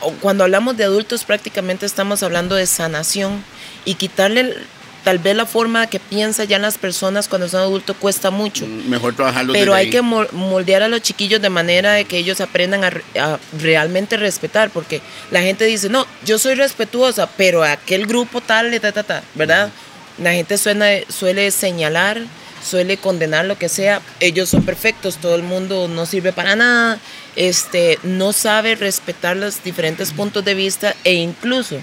S4: o cuando hablamos de adultos prácticamente estamos hablando de sanación y quitarle el- tal vez la forma que piensa ya las personas cuando son adultos cuesta mucho.
S5: pues, Mejor trabajarlo
S4: Pero
S5: desde
S4: hay
S5: ahí.
S4: que mol- moldear a los chiquillos de manera de que ellos aprendan a, re- a realmente respetar, porque la gente dice, no, yo soy respetuosa, pero aquel grupo tal, y ta, ta, ta", ¿verdad? La gente suena, suele señalar, suele condenar lo que sea, ellos son perfectos, todo el mundo no sirve para nada, este, no sabe respetar los diferentes puntos de vista e incluso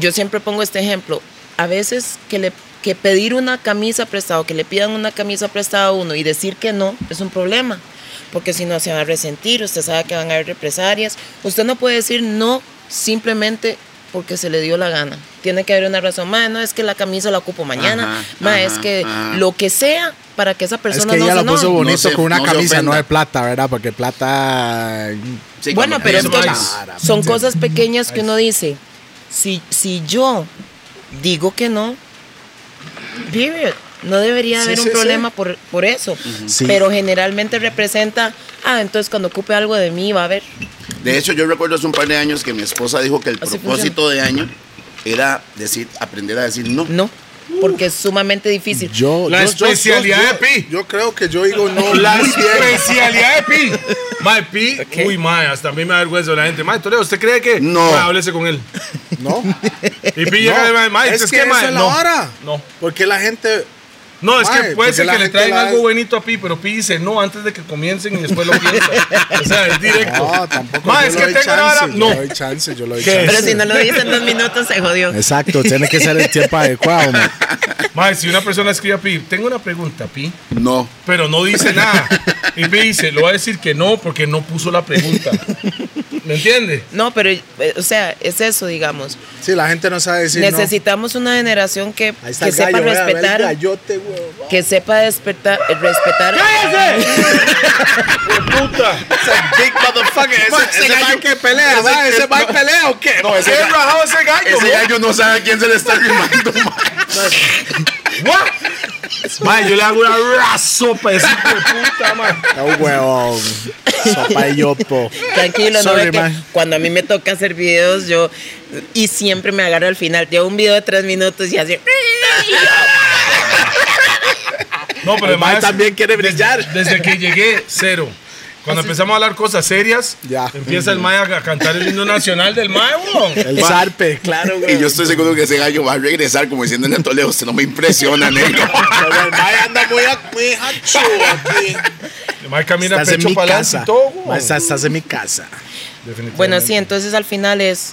S4: yo siempre pongo este ejemplo. A veces que, le, que pedir una camisa prestada o que le pidan una camisa prestada a uno y decir que no es un problema. Porque si no se va a resentir, usted sabe que van a haber represalias. Usted no puede decir no simplemente porque se le dio la gana. Tiene que haber una razón. Más no es que la camisa la ocupo mañana.
S5: Ajá,
S4: Más
S5: ajá,
S4: es que
S5: ajá.
S4: lo que sea para que esa
S1: Es
S4: persona
S1: que
S4: no
S1: ella
S4: se
S1: lo puso
S4: enoje.
S1: bonito
S5: No se-
S1: con una
S5: no se
S1: camisa, no
S5: ofenda.
S1: de plata, ¿verdad? Porque plata.
S5: Sí,
S4: Bueno,
S5: como-
S4: pero es
S2: Eso
S4: que
S2: más.
S4: son cosas pequeñas que uno dice. Si, si yo digo que no, period, no debería haber un problema por, por eso.
S1: Sí.
S4: Pero generalmente representa, ah, entonces cuando ocupe algo de mí va a haber.
S5: De hecho, yo recuerdo hace un par de años que mi esposa dijo que el
S4: Así
S5: propósito de año era decir, aprender a decir no.
S4: No, porque es sumamente difícil.
S1: Yo,
S2: La
S1: yo-
S2: especialidad de Pi.
S3: Yo creo que yo digo no
S2: [LAUGHS] La
S3: muy bien.
S2: especialidad de Pi. Mae, Pi. Uy, mae, hasta a mí me da vergüenza la gente. Mae, Toledo, ¿usted cree que?
S5: No.
S2: Mae, háblese con él.
S1: no,
S2: Y Pi [LAUGHS] llega y mae, mae,
S3: es
S2: es
S3: que
S2: que, mae,
S3: esa es la
S2: no.
S3: hora.
S2: No.
S3: Porque la gente.
S2: No, es
S3: Mae,
S2: que puede
S3: porque
S2: ser
S3: la
S2: que le
S3: gente
S2: traigan
S3: la-
S2: algo bonito a Pi, pero Pi dice no antes de que comiencen y después
S3: [LAUGHS]
S2: lo piensa. o sea, es directo.
S1: no, tampoco.
S2: Mae,
S1: yo
S2: es
S1: le
S2: que
S1: doy
S2: tengo una
S1: chance,
S2: hora-
S1: Yo
S2: no.
S1: le doy chance, yo le doy
S2: ¿Qué?
S1: chance.
S4: Pero si no lo dice en dos minutos se jodió.
S1: Exacto, tiene que ser el tiempo adecuado.
S4: [LAUGHS]
S1: man.
S2: Mae, si una persona escribe a Pi, tengo una pregunta, Pi,
S5: No.
S2: pero no dice nada. Y Pi dice, lo va a decir que no porque no puso la pregunta. ¿Me entiende?
S4: No, pero, eh, o sea, es eso, digamos.
S1: Sí, la gente no sabe decir no.
S4: Necesitamos una generación que,
S1: Ahí está
S4: que
S1: el
S4: sepa
S1: gallo, vea, vea el
S4: respetar.
S1: gallote, güey.
S4: que sepa despertar, eh, respetar.
S5: Big [LAUGHS] motherfucker.
S1: Ma, ese gallo que pelea, ¿sabes? ¿Ese va y pelea o qué?
S5: No, ese
S2: ¿Qué
S5: gallo-
S2: rajado ese gallo?
S5: Ese
S2: mo?
S5: gallo no sabe a quién se le está [LAUGHS] rimando,
S2: ¿What? Mae, yo le hago una sopa
S1: pues,
S2: ese hijo de puta, mae.
S1: No,
S2: [LAUGHS]
S1: huevón. Sopa de yopo.
S4: Tranquilo, no
S1: Sorry,
S4: ve que
S1: man.
S4: cuando a mí me toca hacer videos, yo y siempre me agarro al final. Llevo un video de tres minutos y así.
S2: No, pero
S1: El mae
S2: además,
S1: también quiere brillar.
S2: Desde que llegué, cero. Cuando empezamos a hablar cosas serias,
S1: Ya.
S2: empieza el Mae a cantar el himno nacional del Mae, weón.
S1: El zarpe, claro,
S5: Y
S1: güey.
S5: yo estoy seguro que ese gallo va a regresar como diciendo en el Toledo, usted no me [LAUGHS] impresiona, negro.
S1: Pero el mae anda muy, a- muy hacho aquí.
S2: El Mae camina
S1: Estás en
S2: pecho
S1: mi
S2: para adelante
S1: casa.
S2: y todo, weón.
S1: Ma, Estás, estás en mi casa.
S2: Definitivamente.
S4: Bueno, sí, entonces al final es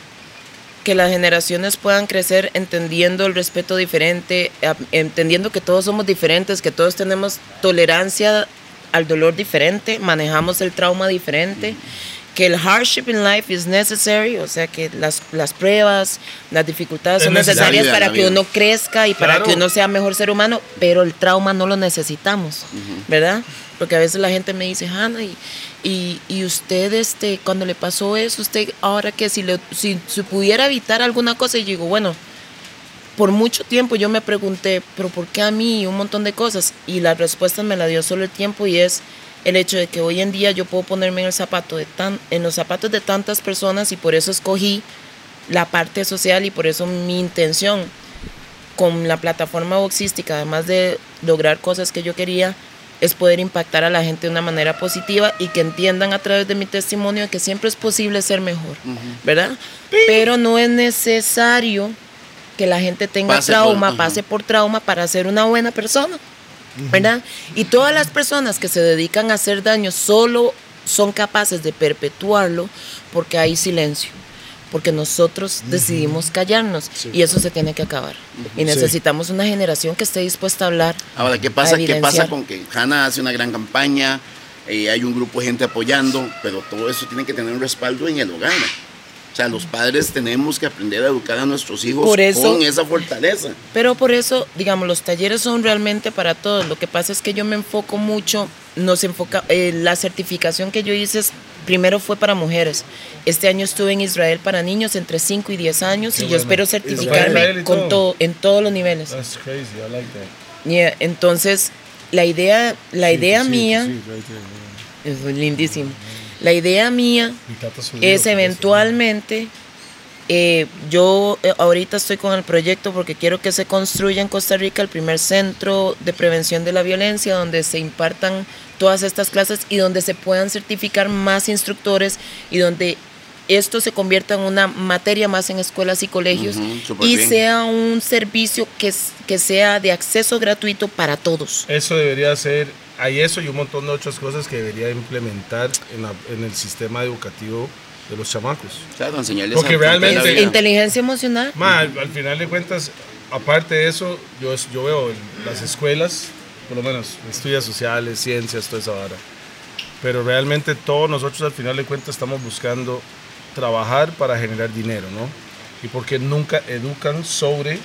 S4: que las generaciones puedan crecer entendiendo el respeto diferente, a- entendiendo que todos somos diferentes, que todos tenemos tolerancia al dolor diferente, manejamos el trauma diferente, que el hardship in life is necessary, o sea que las, las pruebas, las dificultades
S2: Es
S4: son
S2: necesario.
S4: necesarias
S5: La vida,
S4: para
S5: la
S4: que
S5: vida.
S4: uno crezca y para
S2: Claro.
S4: que uno sea mejor ser humano, pero el trauma no lo necesitamos, ¿verdad? Porque a veces la gente me dice, Hanna, y, y, y usted, este, cuando le pasó eso, usted, ahora que si, le, si, si pudiera evitar alguna cosa, y yo digo, bueno, por mucho tiempo yo me pregunté, pero ¿por qué a mí? Y un montón de cosas. Y la respuesta me la dio solo el tiempo y es el hecho de que hoy en día yo puedo ponerme en, el zapato de tan, en los zapatos de tantas personas y por eso escogí la parte social y por eso mi intención con la plataforma boxística, además de lograr cosas que yo quería, es poder impactar a la gente de una manera positiva y que entiendan a través de mi testimonio que siempre es posible ser mejor, ¿verdad? Pero no es necesario que la gente tenga
S5: Pase por-
S4: trauma,
S5: ajá.
S4: pase por trauma para ser una buena persona. ¿verdad? Y todas las personas que se dedican a hacer daño solo son capaces de perpetuarlo porque hay silencio, porque nosotros decidimos callarnos y eso se tiene que acabar. Y necesitamos una generación que esté dispuesta a hablar.
S5: Ahora, ¿qué
S4: a
S5: pasa, ¿qué pasa
S4: evidenciar.
S5: con que Hanna hace una gran campaña? eh, hay un grupo de gente apoyando, pero todo eso tiene que tener un respaldo en el hogar. O sea, los padres tenemos que aprender a educar a nuestros hijos
S4: Por eso-
S5: con esa fortaleza.
S4: Pero por eso, digamos, los talleres son realmente para todos. Lo que pasa es que yo me enfoco mucho, nos enfoca, eh, la certificación que yo hice es- primero fue para mujeres. Este año estuve en Israel para niños entre 5 y 10 años y yo espero
S2: Israel
S4: certificarme
S2: y
S4: con
S2: todo. Ah.
S4: todo, en todos los niveles.
S2: That's crazy, I like that.
S4: Yeah, Entonces, la idea, la idea mía, es lindísimo, la idea mía
S2: Mi tata subió,
S4: es
S2: por eso.
S4: eventualmente, eh, yo eh, ahorita estoy con el proyecto porque quiero que se construya en Costa Rica el primer centro de prevención de la violencia donde se impartan todas estas clases y donde se puedan certificar más instructores y donde esto se convierta en una materia más en escuelas y colegios
S5: Ujú, súper
S4: y
S5: bien.
S4: sea un servicio que, s- que sea de acceso gratuito para todos.
S2: Eso debería ser, hay eso y un montón de otras cosas que debería implementar en, la- en el sistema educativo de los chamacos.
S5: Claro, enseñarles
S2: Porque
S5: a afrontar la
S2: realmente-
S5: vida.
S4: Inteligencia emocional.
S2: Ma, al, al final de cuentas, aparte de eso, yo, es- yo veo en las escuelas, por lo menos, estudios sociales, ciencias, toda esa vara. Pero realmente todos nosotros al final de cuentas estamos buscando trabajar para generar dinero, ¿no? Y porque nunca educan sobre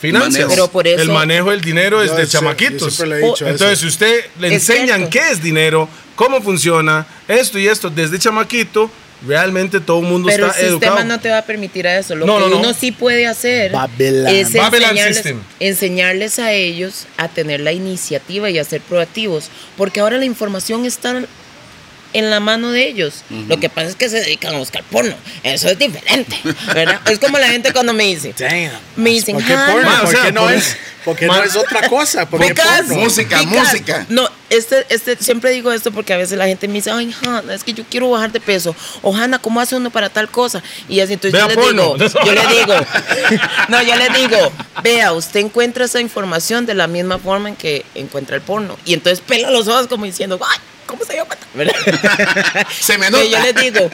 S2: finanzas.
S5: Manejo. Pero
S4: por eso-
S2: El manejo del dinero es
S1: Yo
S2: de
S1: sé- yo
S2: chamaquitos.
S1: siempre le he dicho
S2: Entonces,
S1: eso.
S2: si usted le
S4: Es
S2: enseñan
S4: cierto.
S2: qué es dinero, cómo funciona, esto y esto, desde chamaquito, realmente todo el mundo
S4: Pero el
S2: está
S4: sistema
S2: educado.
S4: no te va a permitir a eso. Lo
S2: No,
S4: que
S2: no, no.
S4: uno sí puede hacer
S1: Babylon.
S4: es
S2: Babylon
S4: enseñarles,
S2: system.
S4: enseñarles a ellos a tener la iniciativa y a ser proactivos. Porque ahora la información está en la mano de ellos. Lo que pasa es que se dedican a buscar porno. Eso es diferente. ¿verdad? es como la gente cuando me dice.
S1: Damn.
S4: Me dicen,
S1: ¿Por qué
S4: "Hannah".
S1: porno?
S2: Ma, o
S1: ¿Por
S2: sea,
S1: qué no
S2: por-
S1: es? ¿Por qué
S2: Ma-
S1: no es otra cosa? ¿Por qué
S4: Picas,
S1: porno?
S5: Música,
S4: picas.
S5: música.
S4: No, este, este, siempre digo esto porque a veces la gente me dice, ay, Hanna, es que yo quiero bajar de peso. O Hanna, ¿cómo hace uno para tal cosa? Y así, entonces yo
S2: Vea
S4: le
S2: porno.
S4: digo, [LAUGHS] yo le
S2: [LAUGHS]
S4: digo, no, yo le digo, vea, usted encuentra esa información de la misma forma en que encuentra el porno. Y entonces pela los ojos como diciendo, ay, ¿cómo se dio cuenta? [LAUGHS] ¿Verdad?
S5: [LAUGHS] Se me
S4: Pero
S5: nota.
S4: yo les digo,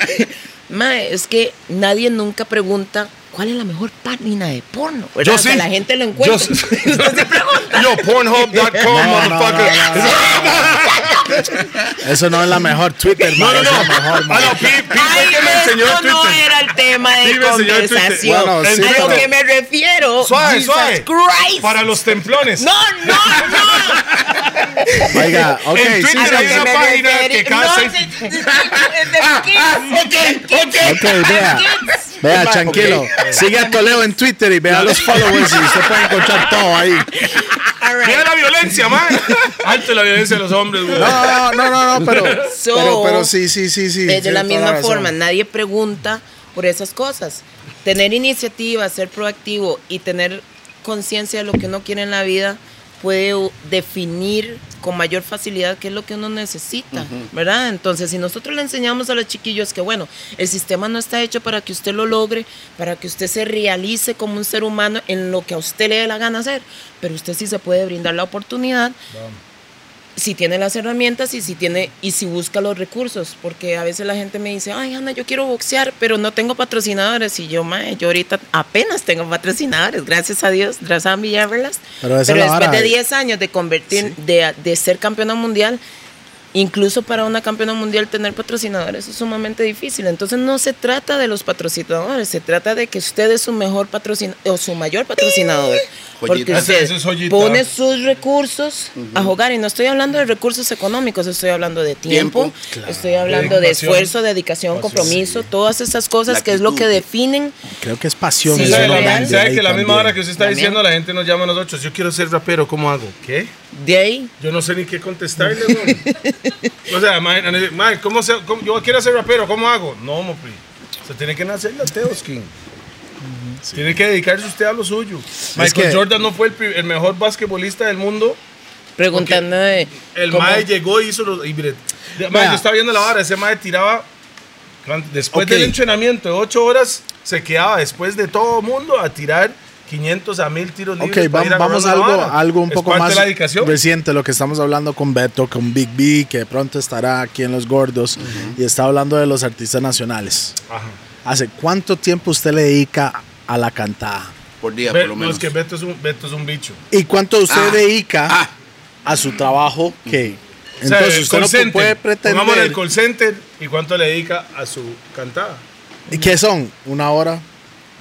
S4: ma, es que nadie nunca pregunta cuál es la mejor página de porno. ¿verdad?
S2: Yo
S4: O sea,
S2: sí.
S4: la gente lo
S2: Yo
S4: encuentra.
S2: sí.
S4: [LAUGHS] Usted se pregunta.
S2: Yo, pornhub.com,
S1: no, no,
S2: motherfucker.
S1: Eso no es la mejor Twitter,
S2: [LAUGHS] No,
S1: man,
S2: no,
S1: es
S2: no.
S1: la mejor, man.
S2: Ah, no, Pi- Pi fue
S4: Ay,
S2: el que me
S4: esto
S2: enseñó el
S4: no
S2: Twitter.
S4: era el tema de
S2: Sí, me enseñó el Twitter.
S4: conversación.
S1: Bueno, sí,
S4: a lo
S1: pero-
S4: que me refiero.
S2: Suave,
S4: Jesus
S2: suave.
S4: Christ.
S2: Para los templones.
S4: No,
S2: [LAUGHS]
S4: no, no.
S1: Oiga, ok,
S2: En
S1: sí,
S2: Twitter
S1: sí,
S2: hay
S1: sí.
S2: una
S4: Me
S2: página que
S4: refiero-
S2: cada
S4: no,
S2: seis- Ah,
S4: de- de- de- de- de- de-
S1: Ok, vea. Vea, tranquilo. Sigue a Toledo en Twitter y vea los followers y usted puede encontrar todo ahí.
S4: All right.
S2: Mira la violencia, man. [LAUGHS] Alto la violencia de los hombres, güey.
S1: No, no, no, no, pero,
S4: So-
S1: pero, pero sí, sí, sí, sí.
S4: Eh, de
S1: tiene
S4: la
S1: toda
S4: misma
S1: razón.
S4: forma, nadie pregunta por esas cosas. Tener iniciativa, ser proactivo y tener conciencia de lo que uno quiere en la vida puede u- definir con mayor facilidad qué es lo que uno necesita, ¿verdad? Entonces, si nosotros le enseñamos a los chiquillos que, bueno, el sistema no está hecho para que usted lo logre, para que usted se realice como un ser humano en lo que a usted le dé la gana hacer, pero usted sí se puede brindar la oportunidad si tiene las herramientas y si tiene y si busca los recursos, porque a veces la gente me dice, "Ay, Ana, yo quiero boxear, pero no tengo patrocinadores." Y yo, "Mae, yo ahorita apenas tengo patrocinadores, gracias a Dios, gracias a mi Everlast."
S1: Pero
S4: Pero,
S1: esa es la
S4: después
S1: vara.
S4: de 10 años de convertir de, de ser campeona mundial, incluso para una campeona mundial tener patrocinadores es sumamente difícil. Entonces no se trata de los patrocinadores, se trata de que usted es su mejor patrocinador o su mayor patrocinador. Porque
S5: Joyita.
S4: usted
S2: Eso es joyita.
S4: pone sus recursos a jugar y no estoy hablando de recursos económicos, estoy hablando de tiempo,
S5: Tiempo,
S4: estoy hablando de
S2: Dedicación.
S4: esfuerzo, dedicación, compromiso, todas esas cosas
S5: La
S4: que es lo que
S5: actitud.
S4: definen.
S1: Creo que es pasión.
S4: Sí,
S1: eso
S2: ¿Sabe,
S1: no
S2: la-
S1: vende
S2: sabe
S1: ahí
S2: que la misma
S1: también.
S2: hora que usted está
S4: También.
S2: diciendo, la gente nos llama a nosotros. Yo quiero ser rapero, ¿cómo hago? ¿Qué?
S4: De ahí,
S2: Yo no sé ni qué contestarle, [LAUGHS] güey. O sea, man, and- man, ¿cómo se, cómo- yo quiero ser rapero, ¿cómo hago? No, Mopri. Se tiene que nacer la Teoskin. Tiene que dedicarse usted a lo suyo. Michael
S1: que-
S2: Jordan no fue el, pri- el mejor basquetbolista del mundo,
S4: preguntando de
S2: El
S4: cómo-
S2: mae llegó y hizo los. Y mire, mae, yo estaba viendo la hora, ese mae tiraba. Después
S1: Ok.
S2: del entrenamiento de 8 horas, se quedaba después de todo mundo a tirar 500 a 1000 tiros libres.
S1: Ok,
S2: para
S1: vam-
S2: ir
S1: vamos a
S2: agarrando
S1: algo,
S2: la vara.
S1: algo un
S2: Es
S1: poco
S2: parte
S1: más
S2: de la dedicación.
S1: reciente, lo que estamos hablando con Beto, con Big B, que pronto estará aquí en Los Gordos, y está hablando de los artistas nacionales.
S2: Ajá.
S1: ¿Hace cuánto tiempo usted le dedica a la cantada?
S5: [LAUGHS] por día,
S2: Be-
S5: por lo
S2: no,
S5: menos.
S2: es que Beto es un, Beto es un bicho.
S1: ¿Y cuánto usted
S5: Ah,
S1: dedica
S5: ah.
S1: a su trabajo? Que,
S2: O sea,
S1: entonces
S2: el
S1: usted
S2: call
S1: no
S2: center.
S1: puede
S2: Pongámosle
S1: pretender...
S2: el call center y cuánto le dedica a su cantada.
S1: ¿Y qué son? ¿Una hora?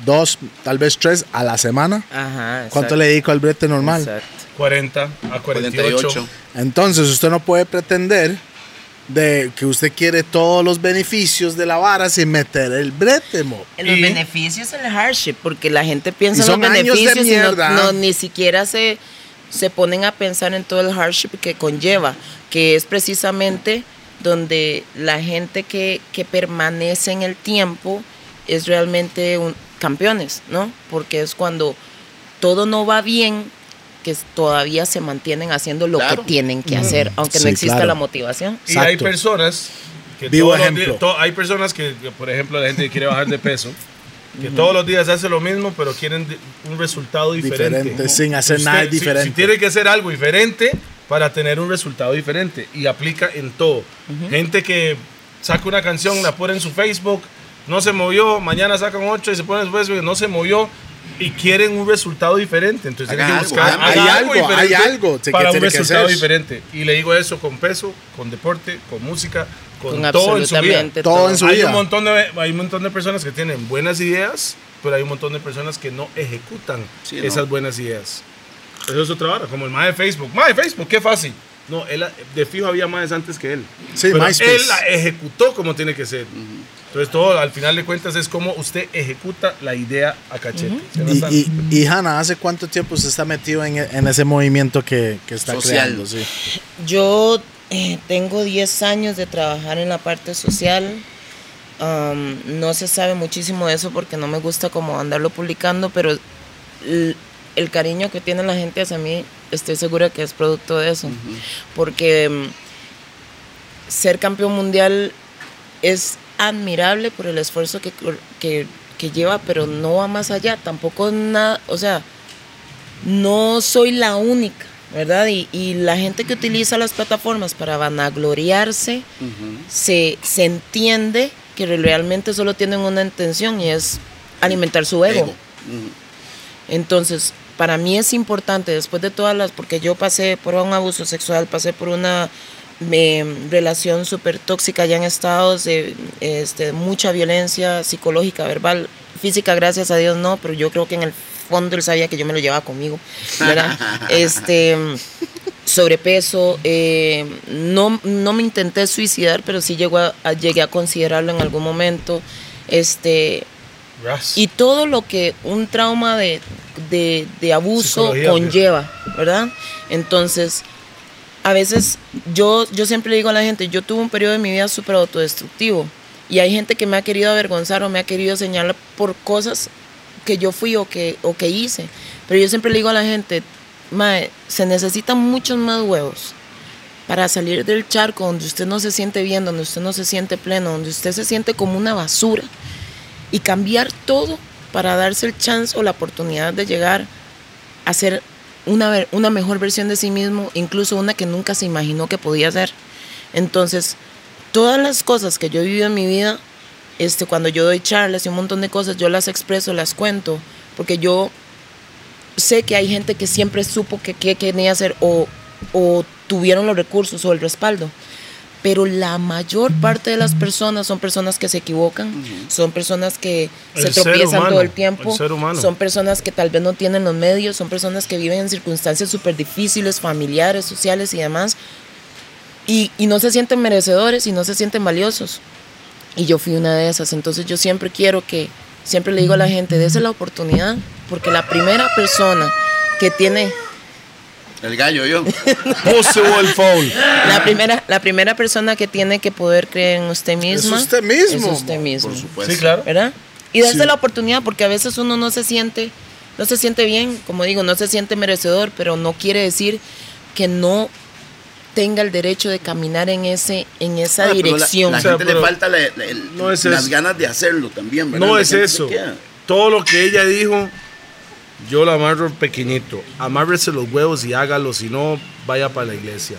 S1: ¿Dos? Tal vez tres a la semana.
S4: Ajá.
S1: ¿Cuánto
S4: exacto,
S1: le dedico al brete normal?
S4: exacto.
S2: 40 a 48.
S5: 48.
S1: Entonces usted no puede pretender de que usted quiere todos los beneficios de la vara sin meter el brete, mo.
S4: Eh, Los
S2: Y-
S4: beneficios el hardship, porque la gente
S1: Y
S4: piensa en los
S1: son años de
S4: beneficios y no,
S1: mierda.
S4: no- ni siquiera se, se ponen a pensar en todo el hardship que conlleva, que es precisamente donde la gente que, que permanece en el tiempo es realmente un, campeones, ¿no? Porque es cuando todo no va bien que s- todavía se mantienen haciendo lo
S5: Claro.
S4: que tienen que hacer, aunque
S1: Sí,
S4: no exista
S1: claro.
S4: la motivación.
S2: Y hay
S1: Exacto.
S2: personas que
S1: Vivo
S2: todos los
S1: ejemplo.
S2: días- to- hay personas que, que, por ejemplo, la gente que quiere bajar de peso, que todos los días hace lo mismo, pero quieren di- un resultado diferente.
S1: Diferente, sin hacer nada
S2: si-
S1: diferente.
S2: Si, tiene que hacer algo diferente para tener un resultado diferente y aplica en todo. Gente que saca una canción, la pone en su Facebook, no se movió, mañana sacan ocho y se pone en su Facebook, no se movió y quieren un resultado diferente. Entonces
S5: Haga
S2: tienen que
S5: algo,
S2: buscar
S5: haga
S1: Hay
S2: haga
S1: algo, hay
S2: diferente
S1: algo que
S2: para un
S1: tiene que
S2: resultado
S1: hacer.
S2: diferente. Y le digo eso con peso, con deporte, con música, con,
S4: Con
S2: todo en su vida.
S4: absolutamente
S1: Todo en su
S2: Hay
S1: vida.
S2: un, montón de, hay un montón de personas que tienen buenas ideas, pero hay un montón de personas que no ejecutan
S5: Sí, ¿no?
S2: esas buenas ideas. Eso es otra hora, como el más de Facebook. Más de Facebook, qué fácil. No, él, de fijo había más antes que él.
S1: Sí,
S2: Pero
S1: MySpace.
S2: él la ejecutó como tiene que ser. Entonces todo, al final de cuentas, es como usted ejecuta la idea a cachete. Se
S1: Y,
S2: nota.
S1: y, y, Hannah, ¿hace cuánto tiempo usted está metido en, en ese movimiento que, que está
S5: Social.
S1: creando? Sí.
S4: Yo eh, tengo 10 años de trabajar en la parte social. Am, no se sabe muchísimo de eso porque no me gusta como andarlo publicando, pero l- el cariño que tiene la gente hacia mí estoy segura que es producto de eso. Porque mm, ser campeón mundial es admirable por el esfuerzo que, cor- que- que lleva, pero no va más allá. Tampoco nada, o sea, no soy la única, ¿verdad? Y, y la gente que utiliza las plataformas para vanagloriarse se, se entiende que re- realmente solo tienen una intención y es alimentar su ego.
S5: Ego. Ujú.
S4: Entonces, para mí es importante, después de todas las, porque yo pasé por un abuso sexual, pasé por una em, relación súper tóxica ya en estados de este, mucha violencia psicológica, verbal, física, gracias a Dios no, pero yo creo que en el fondo él sabía que yo me lo llevaba conmigo, ¿verdad? este, em, sobrepeso, eh, no, no me intenté suicidar, pero sí llegó a- a- llegué a considerarlo en algún momento. Este,
S2: Ras.
S4: y todo lo que un trauma de, de- de abuso
S2: Psicología,
S4: conlleva, ¿verdad? Entonces, a veces yo, yo siempre le digo a la gente, yo tuve un periodo de mi vida súper autodestructivo y hay gente que me ha querido avergonzar o me ha querido señalar por cosas que yo fui o que, o que hice. Pero yo siempre le digo a la gente, "Mae, se necesitan muchos más huevos para salir del charco donde usted no se siente bien, donde usted no se siente pleno, donde usted se siente como una basura y cambiar todo para darse el chance o la oportunidad de llegar a ser una, ver- una mejor versión de sí mismo, incluso una que nunca se imaginó que podía ser. Entonces, todas las cosas que yo he vivido en mi vida, este, cuando yo doy charlas y un montón de cosas, yo las expreso, las cuento, porque yo sé que hay gente que siempre supo que qué quería hacer o, o tuvieron los recursos o el respaldo. Pero la mayor parte de las personas son personas que se equivocan, son personas que se
S2: El ser
S4: tropiezan
S2: humano,
S4: todo el tiempo,
S2: el ser humano.
S4: son personas que tal vez no tienen los medios, son personas que viven en circunstancias súper difíciles, familiares, sociales y demás, y, y no se sienten merecedores y no se sienten valiosos. Y yo fui una de esas. Entonces yo siempre quiero que, siempre le digo a la gente, dése la oportunidad, porque la primera persona que tiene,
S5: El
S1: [LAUGHS]
S5: gallo, yo.
S2: Possible foul.
S4: la primera, la primera persona que tiene que poder creer en usted misma.
S1: usted mismo,
S4: Es usted
S1: amor,
S4: mismo.
S5: Por supuesto.
S2: Sí, claro.
S4: ¿Verdad? Y darse
S1: Sí.
S4: la oportunidad, porque a veces uno no se siente, no se siente bien, como digo, no se siente merecedor, pero no quiere decir que no tenga el derecho de caminar en ese en esa
S5: Ah, pero la-
S4: dirección.
S5: La,
S2: O sea,
S5: gente le
S2: pero
S5: falta la- la- el-
S2: no es
S5: las
S2: eso.
S5: ganas de hacerlo también, ¿verdad?
S2: No
S5: La
S2: es
S5: gente se
S2: eso.
S5: queda.
S2: Todo lo que ella dijo, yo lo amarro pequeñito. Amárrese los huevos y hágalo. Si no, vaya para la iglesia.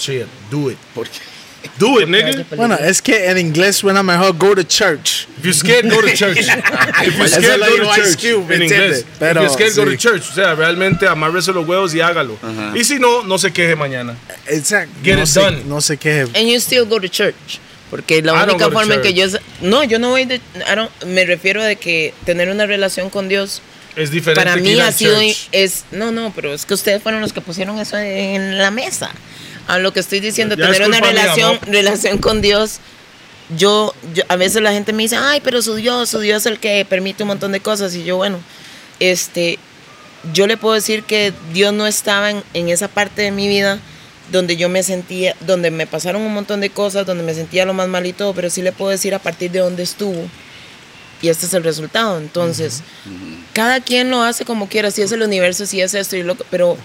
S2: Shit, do it.
S5: Porque
S2: Do it, nigga.
S1: Bueno, es que en inglés suena mejor go to church.
S2: If you're scared, go to
S1: [LAUGHS]
S2: church. If you're
S1: Eso
S2: scared,
S1: lo
S2: go
S1: dijo
S2: to
S1: Ice
S2: church.
S1: Cube, ¿me
S2: en inglés.
S1: entiende? Pero,
S2: If you're scared, go to
S1: sí.
S2: church. O sea, realmente amárrese los huevos y hágalo. Y si no, no se queje mañana.
S1: Exacto.
S2: Get
S1: no
S2: it
S1: sé,
S2: done.
S1: No sé qué.
S4: And you still go to church. Porque la
S2: I don't
S4: única
S2: go to
S4: forma en que
S2: church.
S4: yo... No, yo no voy de... I don't- me refiero a que tener una relación con Dios
S2: Es diferente.
S4: para
S2: que
S4: mí
S2: ir a
S4: ha sido
S2: church.
S4: es no no pero es que ustedes fueron los que pusieron eso en la mesa a lo que estoy diciendo
S2: Ya es
S4: tener una
S2: culpa mía,
S4: relación
S2: ¿no?
S4: relación con Dios yo, yo- a veces la gente me dice ay pero su Dios su Dios es el que permite un montón de cosas y yo bueno este yo le puedo decir que Dios no estaba en, en esa parte de mi vida donde yo me sentía, donde me pasaron un montón de cosas, donde me sentía lo más mal y todo, pero sí le puedo decir a partir de dónde estuvo. Y este es el resultado. Entonces, cada quien lo hace como quiera, si es el universo, si es esto, y lo, que- pero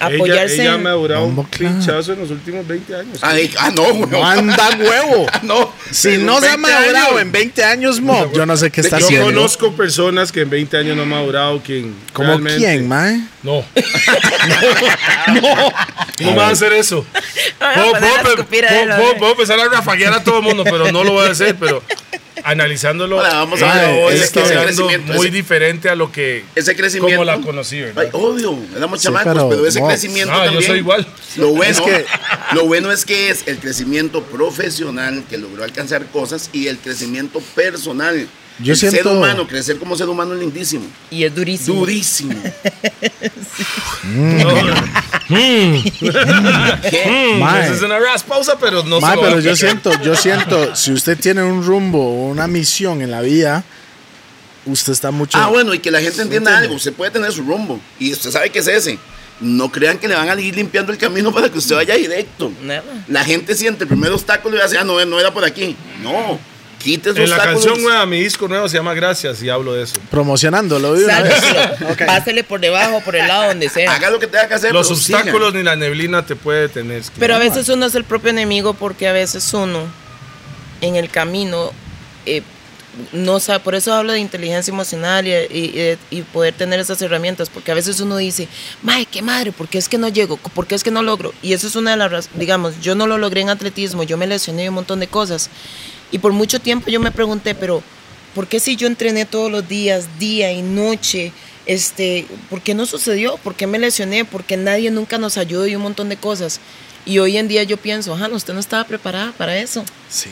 S4: apoyarse...
S2: Ella, ella
S4: en- [LAUGHS]
S2: me ha durado un
S1: Vamos, claro.
S2: pinchazo en los últimos 20 años.
S5: Ay, [LAUGHS] ah, no, güey.
S1: Manda
S5: [LAUGHS]
S1: huevo.
S5: no.
S1: Si no se ha
S5: 20
S1: madurado
S5: años.
S1: en 20 años, Mob, yo no sé qué está
S2: yo
S1: haciendo.
S2: conozco personas que en 20 años no han madurado. Quien
S1: ¿Como
S2: realmente-
S1: quién, mae?
S2: No. no. No me va a hacer
S4: [LAUGHS]
S2: eso.
S4: Ah,
S2: Puedo,
S4: poner
S2: puedo-
S4: la escupira de
S2: puedo-
S4: la-
S2: puedo- puedo empezar a rafaguear a todo el mundo, pero no lo voy a hacer. Pero analizándolo,
S5: Ahora, vamos a ver.
S1: Ay,
S2: hoy
S5: ese-
S2: está
S5: ese
S2: hablando
S5: crecimiento,
S2: muy
S5: ese-
S2: diferente a lo que.
S5: ese crecimiento.
S2: Como la conocí, ¿verdad?
S5: Ay, obvio, éramos
S1: Sí,
S5: chamacos,
S1: pero
S5: pero, ese
S1: no.
S5: crecimiento
S2: No, yo
S5: también.
S2: soy igual.
S5: Lo bueno, es
S1: que-
S5: [LAUGHS] lo bueno es que es el crecimiento profesional que logró alcanzar cosas y el crecimiento personal.
S1: Yo
S5: el ser
S1: siento-
S5: humano, crecer como ser humano es lindísimo,
S4: Y es durísimo.
S5: [LAUGHS] durísimo.
S2: No,
S5: ¿Qué?
S1: Mae.
S2: esa Mm, es una ras pausa, pero no
S1: Mae,
S2: se lo
S1: pero
S2: voy a
S1: yo
S2: quitar.
S1: siento, yo siento, si usted tiene un rumbo o una misión en la vida, usted está mucho.
S5: Ah, bueno, y que la gente entienda algo, usted puede tener su rumbo y usted sabe que es ese. No crean que le van a ir limpiando el camino para que usted vaya directo.
S4: Nada.
S5: La gente siente el primer obstáculo y va a decir, ah, no, no era por aquí. No, quite esos
S2: En la
S5: obstáculos.
S2: canción nueva, mi disco nuevo se llama Gracias y hablo de eso.
S1: Promocionándolo de una vez.
S4: Sálveselo. Pásele por debajo, por el lado, donde sea.
S5: Haga lo que tenga que hacer.
S2: Los
S5: pero siga.
S2: obstáculos ni la neblina te puede detener.
S4: Pero a veces uno es el propio enemigo porque a veces uno en el camino eh, no sabe, por eso hablo de inteligencia emocional y, y- y- y poder tener esas herramientas, porque a veces uno dice, mae, qué madre, ¿por qué es que no llego? ¿Por qué es que no logro? Y eso es una de las, raz- digamos, yo no lo logré en atletismo, yo me lesioné y un montón de cosas. Y por mucho tiempo yo me pregunté, pero ¿por qué si yo entrené todos los días, día y noche? Este, ¿Por qué no sucedió? ¿Por qué me lesioné? ¿Por qué nadie nunca nos ayudó y un montón de cosas? Y hoy en día yo pienso, ajá, usted no estaba preparada para eso.
S1: Sí.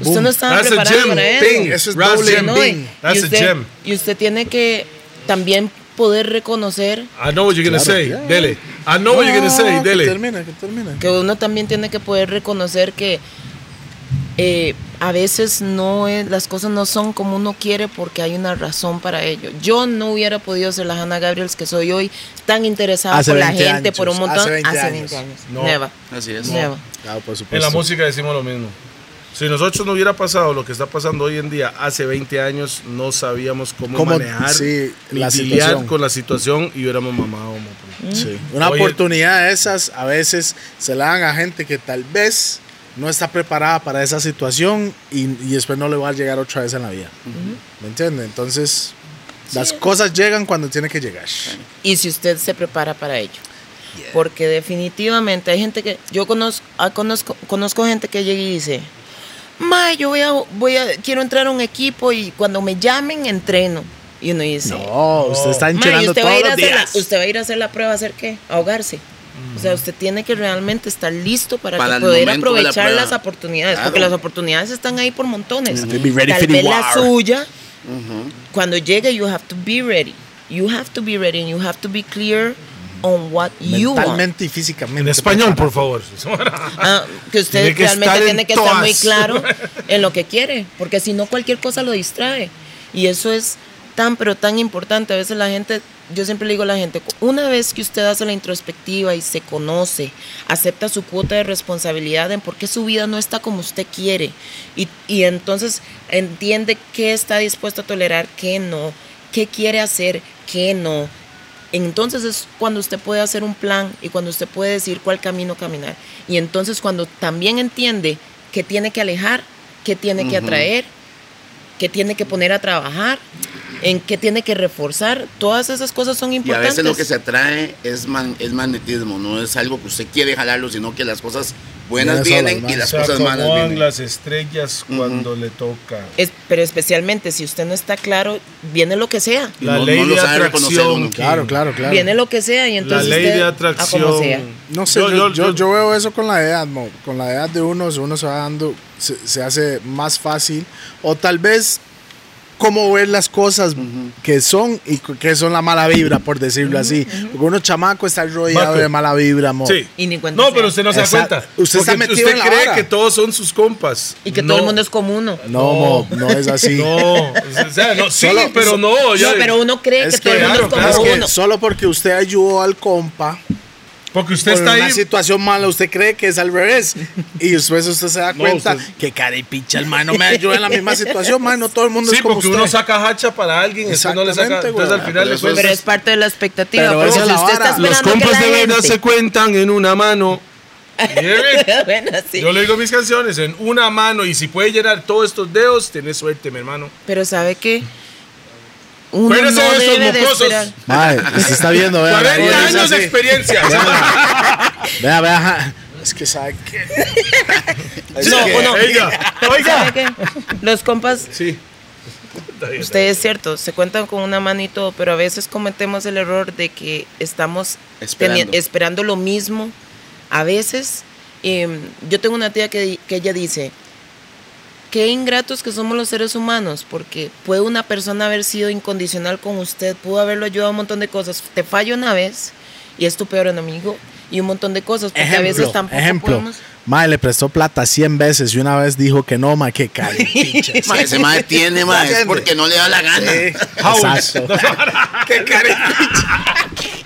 S4: Usted no estaba
S2: That's a
S4: preparada
S2: gem.
S4: para
S2: Bing.
S4: eso.
S1: Eso es
S2: Ras
S1: doble
S2: gem.
S4: No,
S1: bing.
S4: y-
S2: That's
S4: y
S2: a
S4: usted,
S2: gem.
S4: y usted tiene que también poder reconocer
S2: I know what you're gonna say.
S1: yeah.
S2: Dele. I know what you're gonna say.
S1: No, que
S2: Dele.
S1: termina, que termina.
S4: que uno también tiene que poder reconocer que eh, a veces no es, las cosas no son como uno quiere porque hay una razón para ello. Yo no hubiera podido ser la Hannah Gabriels que soy hoy, tan interesada
S1: Hace
S4: por la
S1: 20
S4: gente, por un
S1: años,
S4: montón.
S1: hace 20
S4: hace
S1: años.
S4: 20 años.
S2: No.
S4: Neva,
S5: Así es.
S4: neva.
S1: Claro, Ah, por
S2: En la
S1: supuesto.
S2: música decimos lo mismo. Si nosotros no hubiera pasado lo que está pasando hoy en día, hace 20 años no sabíamos cómo,
S1: Cómo-
S2: manejar
S1: sí,
S2: ni
S1: la
S2: lidiar
S1: situación.
S2: con la situación y hubiéramos mamado. mo, pues.
S1: Sí. Una
S2: Oye.
S1: oportunidad de esas a veces se la dan a gente que tal vez no está preparada para esa situación y, y después no le va a llegar otra vez en la vida. ¿Me entiende? Entonces, las cosas llegan cuando tienen que llegar.
S4: y si usted se prepara para ello. Porque definitivamente hay gente que yo conozco, ah, conozco, conozco gente que llega y dice, "Mae, yo voy a, voy a quiero entrar a un equipo y cuando me llamen entreno." Y uno dice,
S1: No, usted está
S4: "Mae,
S1: enchilando
S4: usted va, a
S1: todos
S4: ir a
S1: los
S4: hacer la,
S1: días.
S4: usted va a ir a hacer la prueba, ¿a ¿hacer qué? Ahogarse." O sea, usted tiene que realmente estar listo para,
S5: Para
S4: que
S5: el
S4: poder
S5: momento de la
S4: aprovechar
S5: prueba.
S4: las oportunidades,
S5: Claro.
S4: porque las oportunidades están ahí por montones.
S1: to Mm-hmm. be ready
S4: Tal
S1: for the
S4: vez la
S1: war.
S4: suya
S5: Mm-hmm.
S4: cuando llegue you have to be ready. You have to be ready and you have to be clear on what you want.
S1: Mentalmente y físicamente. pues,
S2: En español,
S1: preparada.
S2: por favor.
S4: Ah, que usted
S2: Tiene que estar
S4: realmente
S2: en
S4: tiene que estar muy
S2: todas.
S4: claro en lo que quiere, porque si no cualquier cosa lo distrae. Y eso es tan, pero tan importante. A veces la gente, yo siempre le digo a la gente, una vez que usted hace la introspectiva y se conoce, acepta su cuota de responsabilidad en por qué su vida no está como usted quiere, y, y entonces entiende qué está dispuesto a tolerar, qué no, qué quiere hacer, qué no, Entonces es cuando usted puede hacer un plan y cuando usted puede decir cuál camino caminar. Y entonces cuando también entiende que tiene que alejar, que tiene que atraer, que tiene que poner a trabajar, en qué tiene que reforzar, todas esas cosas son
S5: Y a
S4: importantes.
S5: veces lo que se atrae es, man- es magnetismo, no es algo que usted quiere jalarlo, sino que las cosas buenas
S1: Vienen solas,
S5: vienen
S1: man.
S5: y las
S2: O sea,
S5: cosas
S2: como
S5: malas
S2: van
S5: vienen.
S2: las estrellas cuando le toca.
S4: Es- pero especialmente si usted no está claro, viene lo que sea.
S5: Y
S2: La
S5: no-
S2: ley
S5: no lo
S2: de
S5: sabe reconocer
S2: atracción.
S5: uno.
S2: que-
S1: Claro, claro, claro.
S4: Viene lo que sea y
S2: La
S4: entonces
S2: ley
S4: usted,
S2: de
S4: a como sea.
S2: atracción.
S1: No sé, yo, yo, yo veo eso con la edad, mo. con la edad de uno, uno se va dando, se, se hace más fácil. O tal vez cómo ver las cosas que son y cu- que son la mala vibra, por decirlo así. Porque uno chamaco está rodeado
S2: Marco.
S1: de mala vibra, mo.
S2: Sí.
S4: Y ni cuenta
S2: no,
S4: se
S2: pero
S4: da.
S2: usted no se da
S1: Exacto.
S2: cuenta.
S1: Usted está
S2: Porque
S1: metido
S2: usted
S1: en la
S2: cree
S1: vara.
S2: que todos son sus compas.
S4: Y que todo el
S2: No,
S4: mundo es como uno.
S1: No, mo, no es así.
S2: No, o sea, no, sí,
S1: Solo-
S2: pero no.
S4: No,
S2: ya-
S4: pero uno cree
S1: Es
S4: que, todo el mundo es como
S2: claro,
S1: es que
S4: uno.
S1: solo porque usted ayudó al compa
S2: Porque usted
S1: por
S2: está
S1: una
S2: ahí.
S1: situación mala, usted cree que es al revés. Y después usted se da
S2: No,
S1: cuenta
S2: usted-
S1: que caripicha, hermano, me ayudó en la misma situación, man. No todo el mundo
S2: Sí,
S1: es como
S2: porque
S1: usted.
S2: uno saca hacha para alguien y usted no le saca.
S1: Exactamente,
S2: Entonces
S1: güey.
S2: al final
S5: Pero
S2: le
S5: eso es-
S4: Pero es parte de la expectativa.
S1: Pero
S4: porque
S1: esa es
S4: si
S1: la
S4: usted está
S1: vara.
S4: esperando que la gente-
S2: cuentan en una mano.
S4: Bueno, [LAUGHS] sí.
S2: Yo le digo mis canciones en una mano y si puede llenar todos estos dedos, tenés suerte, mi hermano.
S4: Pero sabe que uno
S2: Cuídense
S4: no
S2: de estos
S4: debe de
S2: mocosos.
S4: esperar.
S1: Mae, usted está viendo, vea.
S2: 40
S1: vea,
S2: años de
S1: vea,
S2: experiencia. [LAUGHS]
S1: Vea, vea. ajá. Es que sabe [LAUGHS] que.
S2: Sí. Oiga, oiga.
S4: ¿Sabe qué? Los compas,
S2: Sí.
S4: usted es cierto, se cuentan con una mano y todo, pero a veces cometemos el error de que estamos teni-
S5: Esperando.
S4: esperando lo mismo. A veces, eh, yo tengo una tía que, di- que ella dice, qué ingratos que somos los seres humanos, porque puede una persona haber sido incondicional con usted, pudo haberlo ayudado a un montón de cosas, te falla una vez y es tu peor enemigo y un montón de cosas, porque a veces
S1: Ejemplo,
S4: tampoco
S1: ejemplo.
S4: podemos-
S1: Mae le prestó plata 100 veces y una vez dijo que no, mae, que caripicha. [LAUGHS]
S5: Ma, ese mae tiene, ma, es porque no le da la gana.
S1: Eh, Exacto.
S2: [LAUGHS]
S5: Qué caripicho.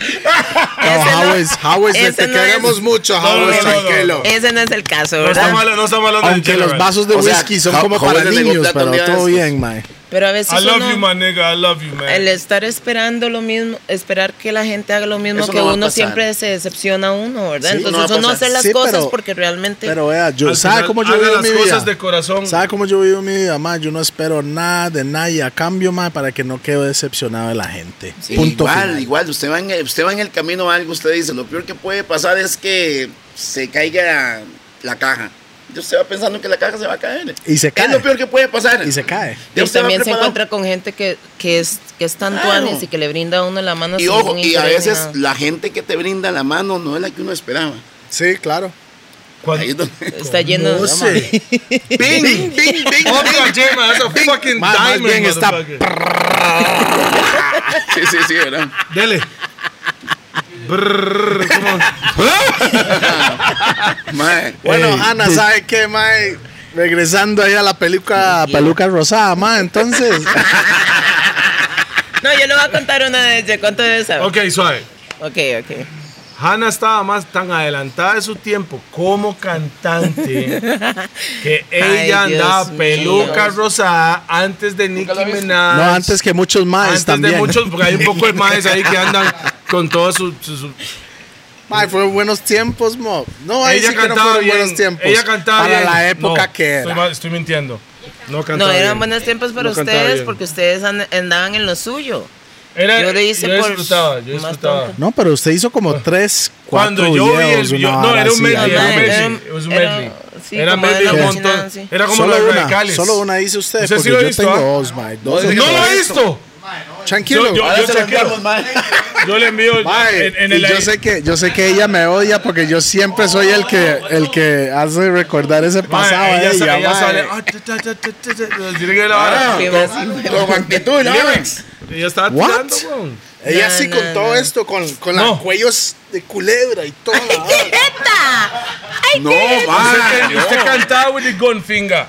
S4: Ese
S1: No,
S4: no-
S1: Howes, Howes,
S4: ese
S1: te
S4: no
S1: queremos
S4: es-
S1: mucho,
S2: no,
S1: Howes,
S2: no, no,
S1: tranquilo.
S4: Ese no es el caso,
S2: No
S4: ¿verdad?
S2: está malo, no está malo.
S1: Aunque los vasos de
S5: O sea,
S1: whisky son
S5: Ho-
S1: como
S5: Howes
S1: para
S5: le negó
S1: niños,
S5: plata un
S1: pero
S5: día de
S1: todo
S5: estos.
S1: bien, mae.
S4: Pero a veces
S2: I love
S4: uno-
S2: you, my nigga. I love you,
S4: el
S2: man.
S4: estar esperando lo mismo, esperar que la gente haga lo mismo
S5: Eso
S4: que
S5: no va a
S4: uno
S5: pasar.
S4: siempre se decepciona a uno, ¿verdad?
S5: Sí, no
S4: Entonces
S5: va a
S4: uno
S5: pasar.
S4: hace las
S1: Sí,
S4: cosas
S1: pero-
S4: porque realmente
S1: Pero vea, yo,
S2: Al
S1: ¿sabe
S2: final,
S1: cómo yo
S2: haga
S1: vivo
S2: las
S1: mi
S2: cosas
S1: vida?
S2: de corazón.
S1: ¿Sabe cómo yo vivo mi vida, mae? Yo no espero nada de nadie a cambio, mae, para que no quede decepcionado de la gente. Punto
S5: igual,
S1: final.
S5: igual. Usted va, en el, usted va en el camino a algo, usted dice, lo peor que puede pasar es que se caiga la caja. Y usted va pensando que la caja se va a caer.
S1: Y se cae.
S5: Es lo peor que puede pasar.
S1: Y se cae.
S5: Ya
S4: Y
S5: usted va
S4: también se
S5: preparado.
S4: encuentra con gente que, que es que es tan
S5: Claro.
S4: tuanis y que le brinda a uno la mano
S5: Y
S4: sin
S5: ojo,
S4: ningún
S5: y a
S4: interés ni
S5: veces
S4: nada.
S5: la gente que te brinda la mano no es la que uno esperaba.
S1: Sí, claro.
S2: Cuando-
S5: Ahí es donde- [LAUGHS]
S4: está lleno de [LAUGHS]
S1: sé.
S5: ¡Bing! ¡Bing! ¡Bing! ¡Bing!
S1: Oh.
S2: Otra yema, that's a fucking
S1: Más- más
S2: diamond,
S1: bien está-
S2: motherfucker.
S5: Sí, sí, sí, ¿verdad?
S2: Dele. Brrr, come on.
S1: [LAUGHS]
S5: Mae.
S1: Bueno, Ana, ¿sabe qué, mae? Regresando ahí a la película Peluca Rosada, mae.
S2: [LAUGHS]
S1: Entonces,
S4: No, yo le voy a contar una de ellas. ¿Cuánto debe saber?
S2: Ok, suave.
S4: Ok, ok.
S2: Hannah estaba más tan adelantada de su tiempo como cantante que ella
S4: [LAUGHS] Ay, Dios
S2: andaba
S4: mío.
S2: peluca rosada antes de Nicki Minaj.
S1: no, antes que muchos maes
S2: Antes
S1: también.
S2: de muchos, porque hay un
S1: [LAUGHS]
S2: poco de maes ahí que andan con todo su. su- su-
S1: Mae, fueron buenos tiempos, mo. No, ahí
S2: ella
S1: sí que no
S2: cantaba
S1: fueron
S2: bien.
S1: buenos tiempos.
S2: Ella cantaba
S1: Para
S2: bien.
S1: la época
S2: No,
S1: que
S2: Estoy,
S1: era.
S2: mal- estoy mintiendo. No
S4: No,
S2: cantaba.
S4: eran
S2: bien.
S4: buenos tiempos para
S2: No cantaba
S4: ustedes
S2: bien.
S4: porque ustedes an- andaban en lo suyo.
S2: Era-
S4: yo le hice
S2: yo
S4: por-
S2: disfrutaba, yo
S4: más
S2: disfrutaba.
S4: tonto.
S1: No, pero usted hizo como tres, cuatro
S2: Cuando yo vi el
S1: videos, una
S2: video, no,
S1: vara
S2: era un
S1: así,
S2: medley, era
S1: algo.
S2: un
S4: Ajá,
S2: medley,
S4: era-
S2: it was a
S4: era-
S2: medley.
S4: sí,
S2: era
S4: como
S2: medley
S4: era
S2: un
S4: una
S2: montón,
S4: cochinada, sí.
S2: era como
S1: solo
S2: los
S1: una,
S2: radicales.
S1: solo una dice usted,
S2: Usted sí
S1: porque
S2: lo
S1: yo
S2: hizo,
S1: tengo
S2: ¿ah?
S1: dos, mae. Dos,
S5: desde
S2: No
S1: entonces-
S2: lo he visto.
S1: Tranquilo.
S2: Yo- yo-
S5: Ahora se lo
S2: chequeo.
S5: enviamos, mae.
S2: Yo le envío el-
S1: Mae,
S2: en, en
S1: y
S2: el
S1: yo sé que yo sé que ella me odia porque yo siempre soy el que el que hace recordar ese
S2: Mae,
S1: pasado a
S2: ella, sa-
S1: ella.
S2: ella
S1: mae. Ah.
S2: sale. ah, ta, ta, ta, ta, ta, ta, tiene que ver la vara.
S4: Qué vacío. [LAUGHS]
S5: Ah, Con actitud, ¿no?
S2: Ella estaba
S1: What?
S2: tirando, weón.
S1: Ella
S4: No,
S1: sí
S4: no,
S1: con
S4: no.
S1: todo esto, con, con
S2: No.
S1: los cuellos de culebra y
S2: [LAUGHS]
S1: todo.
S5: Ah.
S4: [LAUGHS]
S5: No,
S1: Ah,
S5: mae.
S2: Usted, usted cantaba with the gun finger.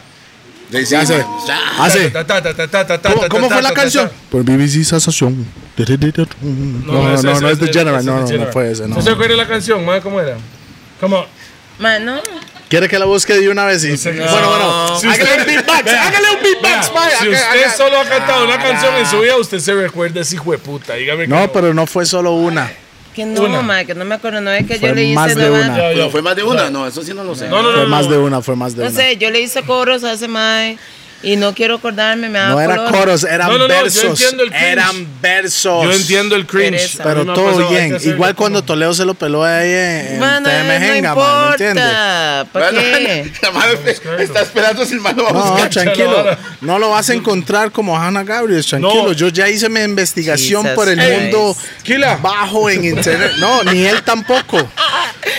S5: Sí, sí,
S1: Hace-
S5: o
S2: Ah,
S5: sea,
S1: Hace.
S2: Ta, ta, ta, ta, ta, ta, ta,
S1: Ah, ¿Cómo,
S2: ta,
S1: cómo
S2: ta,
S1: fue
S2: ta,
S1: la
S2: ta,
S1: canción?
S2: ta.
S1: Por BBC Pues Sensación.
S2: ese
S1: No, no, no, no es de General. No, no, no fue ese. No.
S2: ¿Usted acuerda la canción, mae? ¿Cómo era? Come on.
S4: Ma, no.
S1: ¿Quiere que la busque de una vez? Y...
S2: sé que-
S1: Bueno, bueno.
S2: No. Si
S1: hágale
S2: usted-
S1: un beatbox.
S2: Vea,
S1: hágale un beatbox,
S2: vea,
S1: mae,
S2: Si
S1: haga-
S2: usted
S1: haga-
S2: solo ha cantado una canción en su vida, usted se recuerda ese hijo de puta. Dígame que
S1: No, pero no fue solo una.
S4: Que no,
S2: Una.
S4: ma, que no me acuerdo. No es que
S1: Fue
S4: yo le hice.
S1: más de
S4: no, ma.
S1: una.
S2: Ya, ya.
S5: Pero fue más de una, no, eso sí no lo sé.
S2: No, no, no.
S1: Fue más de una, fue más de
S4: No
S1: una.
S4: sé, yo le hice coros hace más y no quiero acordarme. Me da
S1: No era
S4: color.
S1: coros, eran
S2: No, no, no, yo
S1: versos.
S2: entiendo el cringe.
S1: eran versos.
S2: Yo entiendo el cringe.
S4: Pereza.
S2: A
S1: Pero
S2: mí me ha
S1: todo
S2: pasado, hay
S1: bien.
S2: que hacerlo
S1: Igual cuando
S2: como-
S1: Toledo se lo peló ahí en, en
S4: Mano,
S1: TM
S4: no
S1: Jenga, man, ¿me entiendes?
S4: importa. ¿Para
S5: Bueno,
S4: qué?
S5: [LAUGHS] La madre está esperando si el malo va a [LAUGHS]
S1: No,
S5: buscar.
S1: tranquilo.
S2: ahora.
S1: No lo vas a encontrar como Hannah Gabriel, tranquilo.
S2: No.
S1: Yo ya hice mi investigación
S4: Jesus
S1: por el
S4: Christ.
S1: mundo
S2: Kila.
S1: bajo en internet. No, ni él tampoco.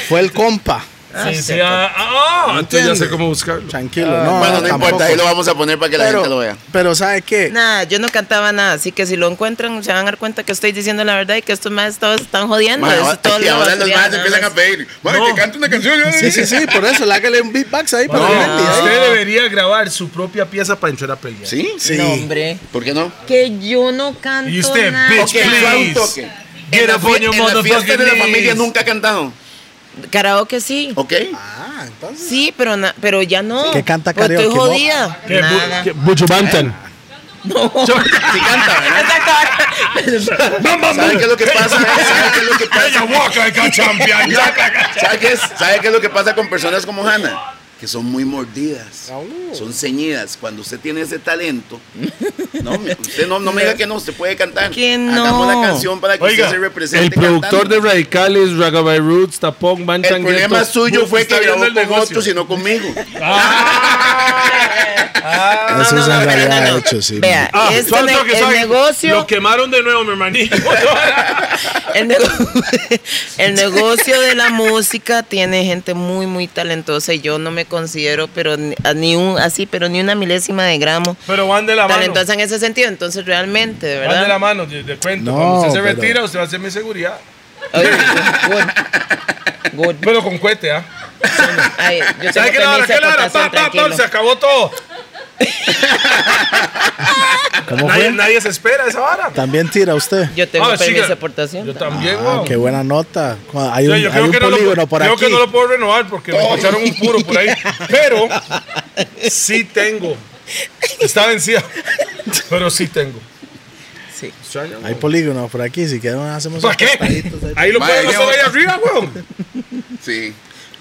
S1: Fue el compa.
S2: Sí, sí, ah, ah, ah, entonces ya
S1: Entiende.
S2: sé cómo buscarlo.
S1: Tranquilo. No,
S5: Bueno, no
S1: no, tampoco.
S5: importa, ahí lo vamos a poner para que la gente lo
S1: Pero,
S5: vea.
S1: pero ¿sabe qué?
S4: Nada, yo no cantaba nada, así que si lo encuentran se van a dar cuenta que estoy diciendo la verdad y que estos más todos están jodiendo.
S5: Mae,
S4: eso es todo
S5: y
S4: lo
S5: ahora los
S4: basura,
S5: más
S4: nada
S5: empiezan
S4: más.
S5: a pedir. Mae,
S2: No.
S5: que cante una canción. ¿eh?
S1: Sí, sí, sí, por eso, lágale un beatbox ahí para
S2: No,
S1: Mendy, ahí.
S2: usted debería grabar su propia pieza para entrar a pelear.
S5: ¿Sí?
S1: Sí.
S4: No, hombre.
S5: ¿Por qué no?
S4: Que yo no canto
S2: Y usted,
S4: nada.
S2: bitch,
S5: Ok, suave un toque.
S2: Get
S5: en la
S2: up on
S5: fie-
S2: your
S5: en la fiesta de la
S2: motherfucking
S5: familia
S2: knees.
S5: nunca ha cantado.
S4: Karaoke sí.
S5: ¿Ok?
S1: Ah, entonces.
S4: Sí, pero, na- pero ya no.
S1: Que canta
S4: Pues estoy
S1: karaoke, ¿no?
S4: jodida.
S2: ¿Qué, bu-
S4: Nada.
S2: qué- ¿Eh? Bucho Bantan. [LAUGHS]
S5: Sí canta, ¿verdad?
S4: Ah,
S5: ¿Sabe qué es lo que pasa? ¿Sabe qué es
S4: [LAUGHS]
S5: lo que pasa?
S2: Ella walk like a
S5: [LAUGHS]
S2: champion.
S5: ¿Sabe qué, es, sabe qué es lo que pasa con personas como Hannah? Que son muy mordidas, son ceñidas. Cuando usted tiene ese talento, no, me- usted no, no me diga que no, usted puede cantar.
S4: Que no.
S5: Hagamos la canción para que
S2: Oiga,
S5: usted se represente.
S2: el productor de
S5: cantando.
S2: Radicales, Ragabay Roots, Tapón, Bantan,
S5: El problema
S2: Ghetto,
S5: suyo fue
S2: está
S5: que grabó
S2: viendo
S5: con
S2: el negocio.
S5: otros y no conmigo.
S4: Ah,
S1: eso es en
S4: No, no,
S1: realidad
S4: no, no.
S1: hecho, sí.
S4: Vea,
S2: Ah,
S4: este
S2: suave
S4: ne-
S2: toque,
S4: el
S2: suave. Lo
S4: negocio,
S2: quemaron de nuevo, mi
S4: [LAUGHS]
S2: hermanito.
S4: el, nego- [LAUGHS] el negocio de la música tiene gente muy, muy talentosa y yo no me considero, pero ni, a- ni un, así, pero ni una milésima de gramo
S2: Pero van de la mano.
S4: talentosa en ese sentido. Entonces, realmente, de
S2: Van de la
S4: verdad.
S2: mano, de, de cuento.
S1: No,
S2: Cuando usted se
S1: pero-
S2: retira, usted va a hacer mi seguridad. [LAUGHS]
S4: Ay, good, good.
S2: Pero con cohete, ¿ah?
S4: Ay, yo tengo
S2: ¿Sabes qué le
S4: permiso
S2: hora?
S4: de
S2: ¿Qué le hora?
S4: aportación,
S2: Pa, pa, pa,
S4: tranquilo.
S2: se acabó todo.
S1: ¿Cómo
S2: Nadie,
S1: fue?
S2: nadie se espera esa vara.
S1: También tira usted.
S4: Yo tengo
S2: Ah,
S4: permiso
S2: chica,
S4: de aportación.
S2: Yo también,
S1: Ah,
S2: wow.
S1: qué buena nota. Hay
S2: O
S1: un,
S2: sea, yo
S1: hay
S2: creo
S1: un
S2: que, no lo,
S1: polígono por
S2: creo
S1: aquí.
S2: que no lo puedo renovar porque me echaron un puro por ahí.
S4: [LAUGHS]
S2: Pero sí tengo. Está vencida. Pero sí tengo.
S4: Sí.
S1: Hay polígono por aquí, si quieren hacemos
S2: ¿Para qué? Ahí lo pueden
S5: Madre,
S2: hacer ahí
S5: yo-
S2: arriba, weón.
S5: Sí.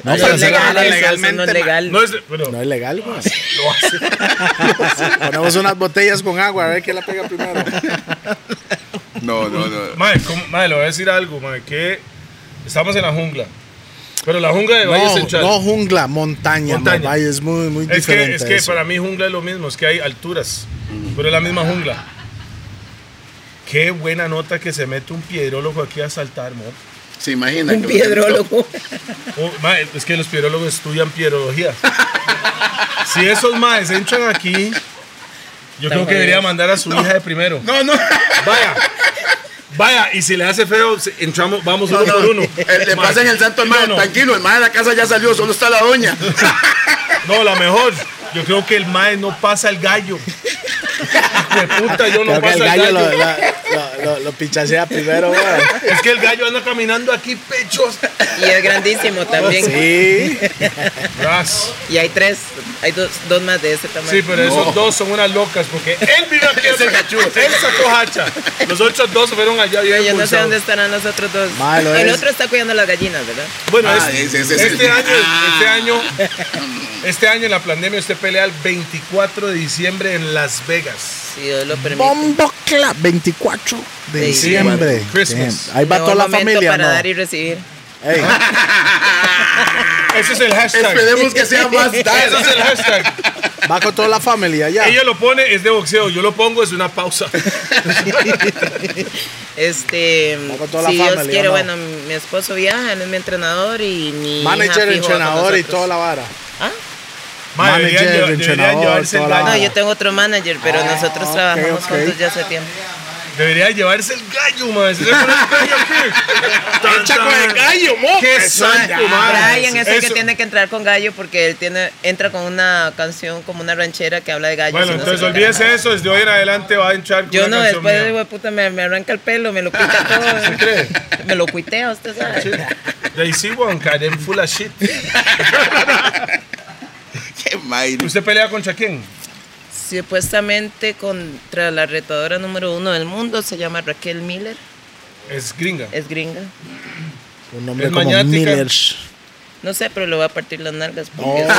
S1: No,
S4: Eso
S1: pero
S4: pues, es
S1: se la
S4: legal,
S1: jala
S4: eso,
S1: legalmente,
S4: eso no es
S1: man.
S4: legal.
S2: No es. Pero,
S1: No es legal, pues. güey. Ponemos unas botellas con agua, a ver quién la pega
S2: [LAUGHS]
S1: primero.
S5: No, no, no.
S2: Mae, ¿cómo- mae, le voy a decir algo, mae, que estamos en la jungla. Pero la jungla de Valle
S1: No,
S2: Central.
S1: no jungla, montaña.
S2: Montaña.
S1: man, vaya, es muy, muy
S2: es que,
S1: diferente.
S2: es que
S1: eso.
S2: para mí jungla es lo mismo, es que hay alturas, pero es la misma jungla. Qué buena nota que se mete un piedrólogo aquí a saltar, mo.
S5: Se imagina.
S4: Un
S5: que- [LAUGHS]
S4: piedrólogo.
S2: Oh, mae, es que los piedrólogos estudian piedrología. si esos maes entran aquí, yo creo que debería mandar a su hija de primero.
S5: No, no.
S2: Vaya, vaya, y si le hace feo, se- entramos, vamos uno por uno.
S5: Eh, Le
S2: Mae,
S5: pasan el santo hermano.
S2: no, no.
S5: Tranquilo, el madre de la casa ya salió, solo está
S2: [LAUGHS]
S5: la doña.
S2: No, la mejor. Yo creo que el mae no pasa el gallo. De puta, yo no
S1: Creo que el
S2: paso
S1: gallo lo, la- lo, lo- lo pichasea primero, güey.
S2: Es que el gallo anda caminando aquí pechos.
S4: Y
S2: [LAUGHS]
S4: es
S2: Oh,
S4: grandísimo también.
S1: Sí.
S2: Ras.
S4: Y hay tres, hay dos, dos más de ese tamaño.
S2: Sí, pero esos dos son unas locas porque él vino aquí a Zacachú. [LAUGHS] Él sacó hacha. Los otros dos fueron allá bien
S4: Yo no sé
S2: impulsados.
S4: dónde estarán los otros dos.
S1: Malo
S4: el
S1: es.
S4: otro está cuidando las gallinas, ¿verdad?
S2: Bueno,
S5: Ah,
S2: este,
S5: ese- ese es el-
S2: este año, este
S5: Ah.
S2: año, este año en la pandemia usted pelea el 24 de diciembre en Las Vegas.
S4: Si Dios lo permite.
S1: Bombo clap, 24 de
S4: Sí.
S1: diciembre.
S2: Christmas.
S1: Damn. Ahí va
S4: Nuevo
S1: toda la
S4: momento
S1: familia,
S4: Para
S1: ¿no?
S4: dar y recibir.
S1: Ey,
S2: Ese es el hashtag.
S5: Esperemos que sea más
S2: Ese es [LAUGHS]
S5: tarde.
S2: el hashtag.
S1: va con toda la familia ya.
S2: Ella lo pone, es de boxeo. Yo lo pongo, es una
S1: [LAUGHS]
S2: pausa.
S4: Este,
S1: Con toda la
S4: si Dios
S1: familia,
S4: quiere,
S1: ¿no?
S4: bueno, mi esposo viaja, él es mi entrenador y mi
S1: Manager,
S4: hija fijo va con
S1: entrenador y
S4: nosotros.
S1: toda la vara.
S4: ¿Ah?
S2: Mae,
S1: Manager,
S2: deberían llevar- deberían
S1: entrenador,
S2: llevarse el
S1: toda la
S2: gallo.
S4: No, yo tengo otro manager, pero nosotros trabajamos
S1: Ah, ok.
S4: juntos ya hace tiempo.
S8: mae.
S2: Debería llevarse el gallo, mae. Se le pone el gallo aquí. Tan,
S1: Chaco de
S2: tan.
S1: gallo, mo.
S2: Qué
S1: Eso
S2: santo,
S1: ya.
S2: mae. Ah,
S4: Brian es el que
S2: eso-
S4: tiene que entrar con gallo porque él tiene entra con una canción como una ranchera que habla de gallo.
S2: Bueno, entonces olvídese eso. Desde hoy en adelante va a entrar con
S4: Yo
S2: una
S4: no,
S2: canción
S4: después
S2: mía.
S4: de puta me, me arranca el pelo,
S2: [LAUGHS]
S4: me lo quita todo.
S2: ¿Usted cree?
S4: Me lo cuitea, usted sabe.
S2: Sí. [LAUGHS] They see one, Karen, full of shit.
S5: Qué maíz.
S2: ¿Usted pelea contra quién?
S4: Supuestamente contra la retadora número uno del mundo, se llama Raquel Miller,
S2: Es gringa.
S4: es gringa.
S1: Un nombre
S2: Es
S1: como
S2: maniática.
S1: Miller.
S4: No sé, pero le va a partir las nalgas. porque-
S1: La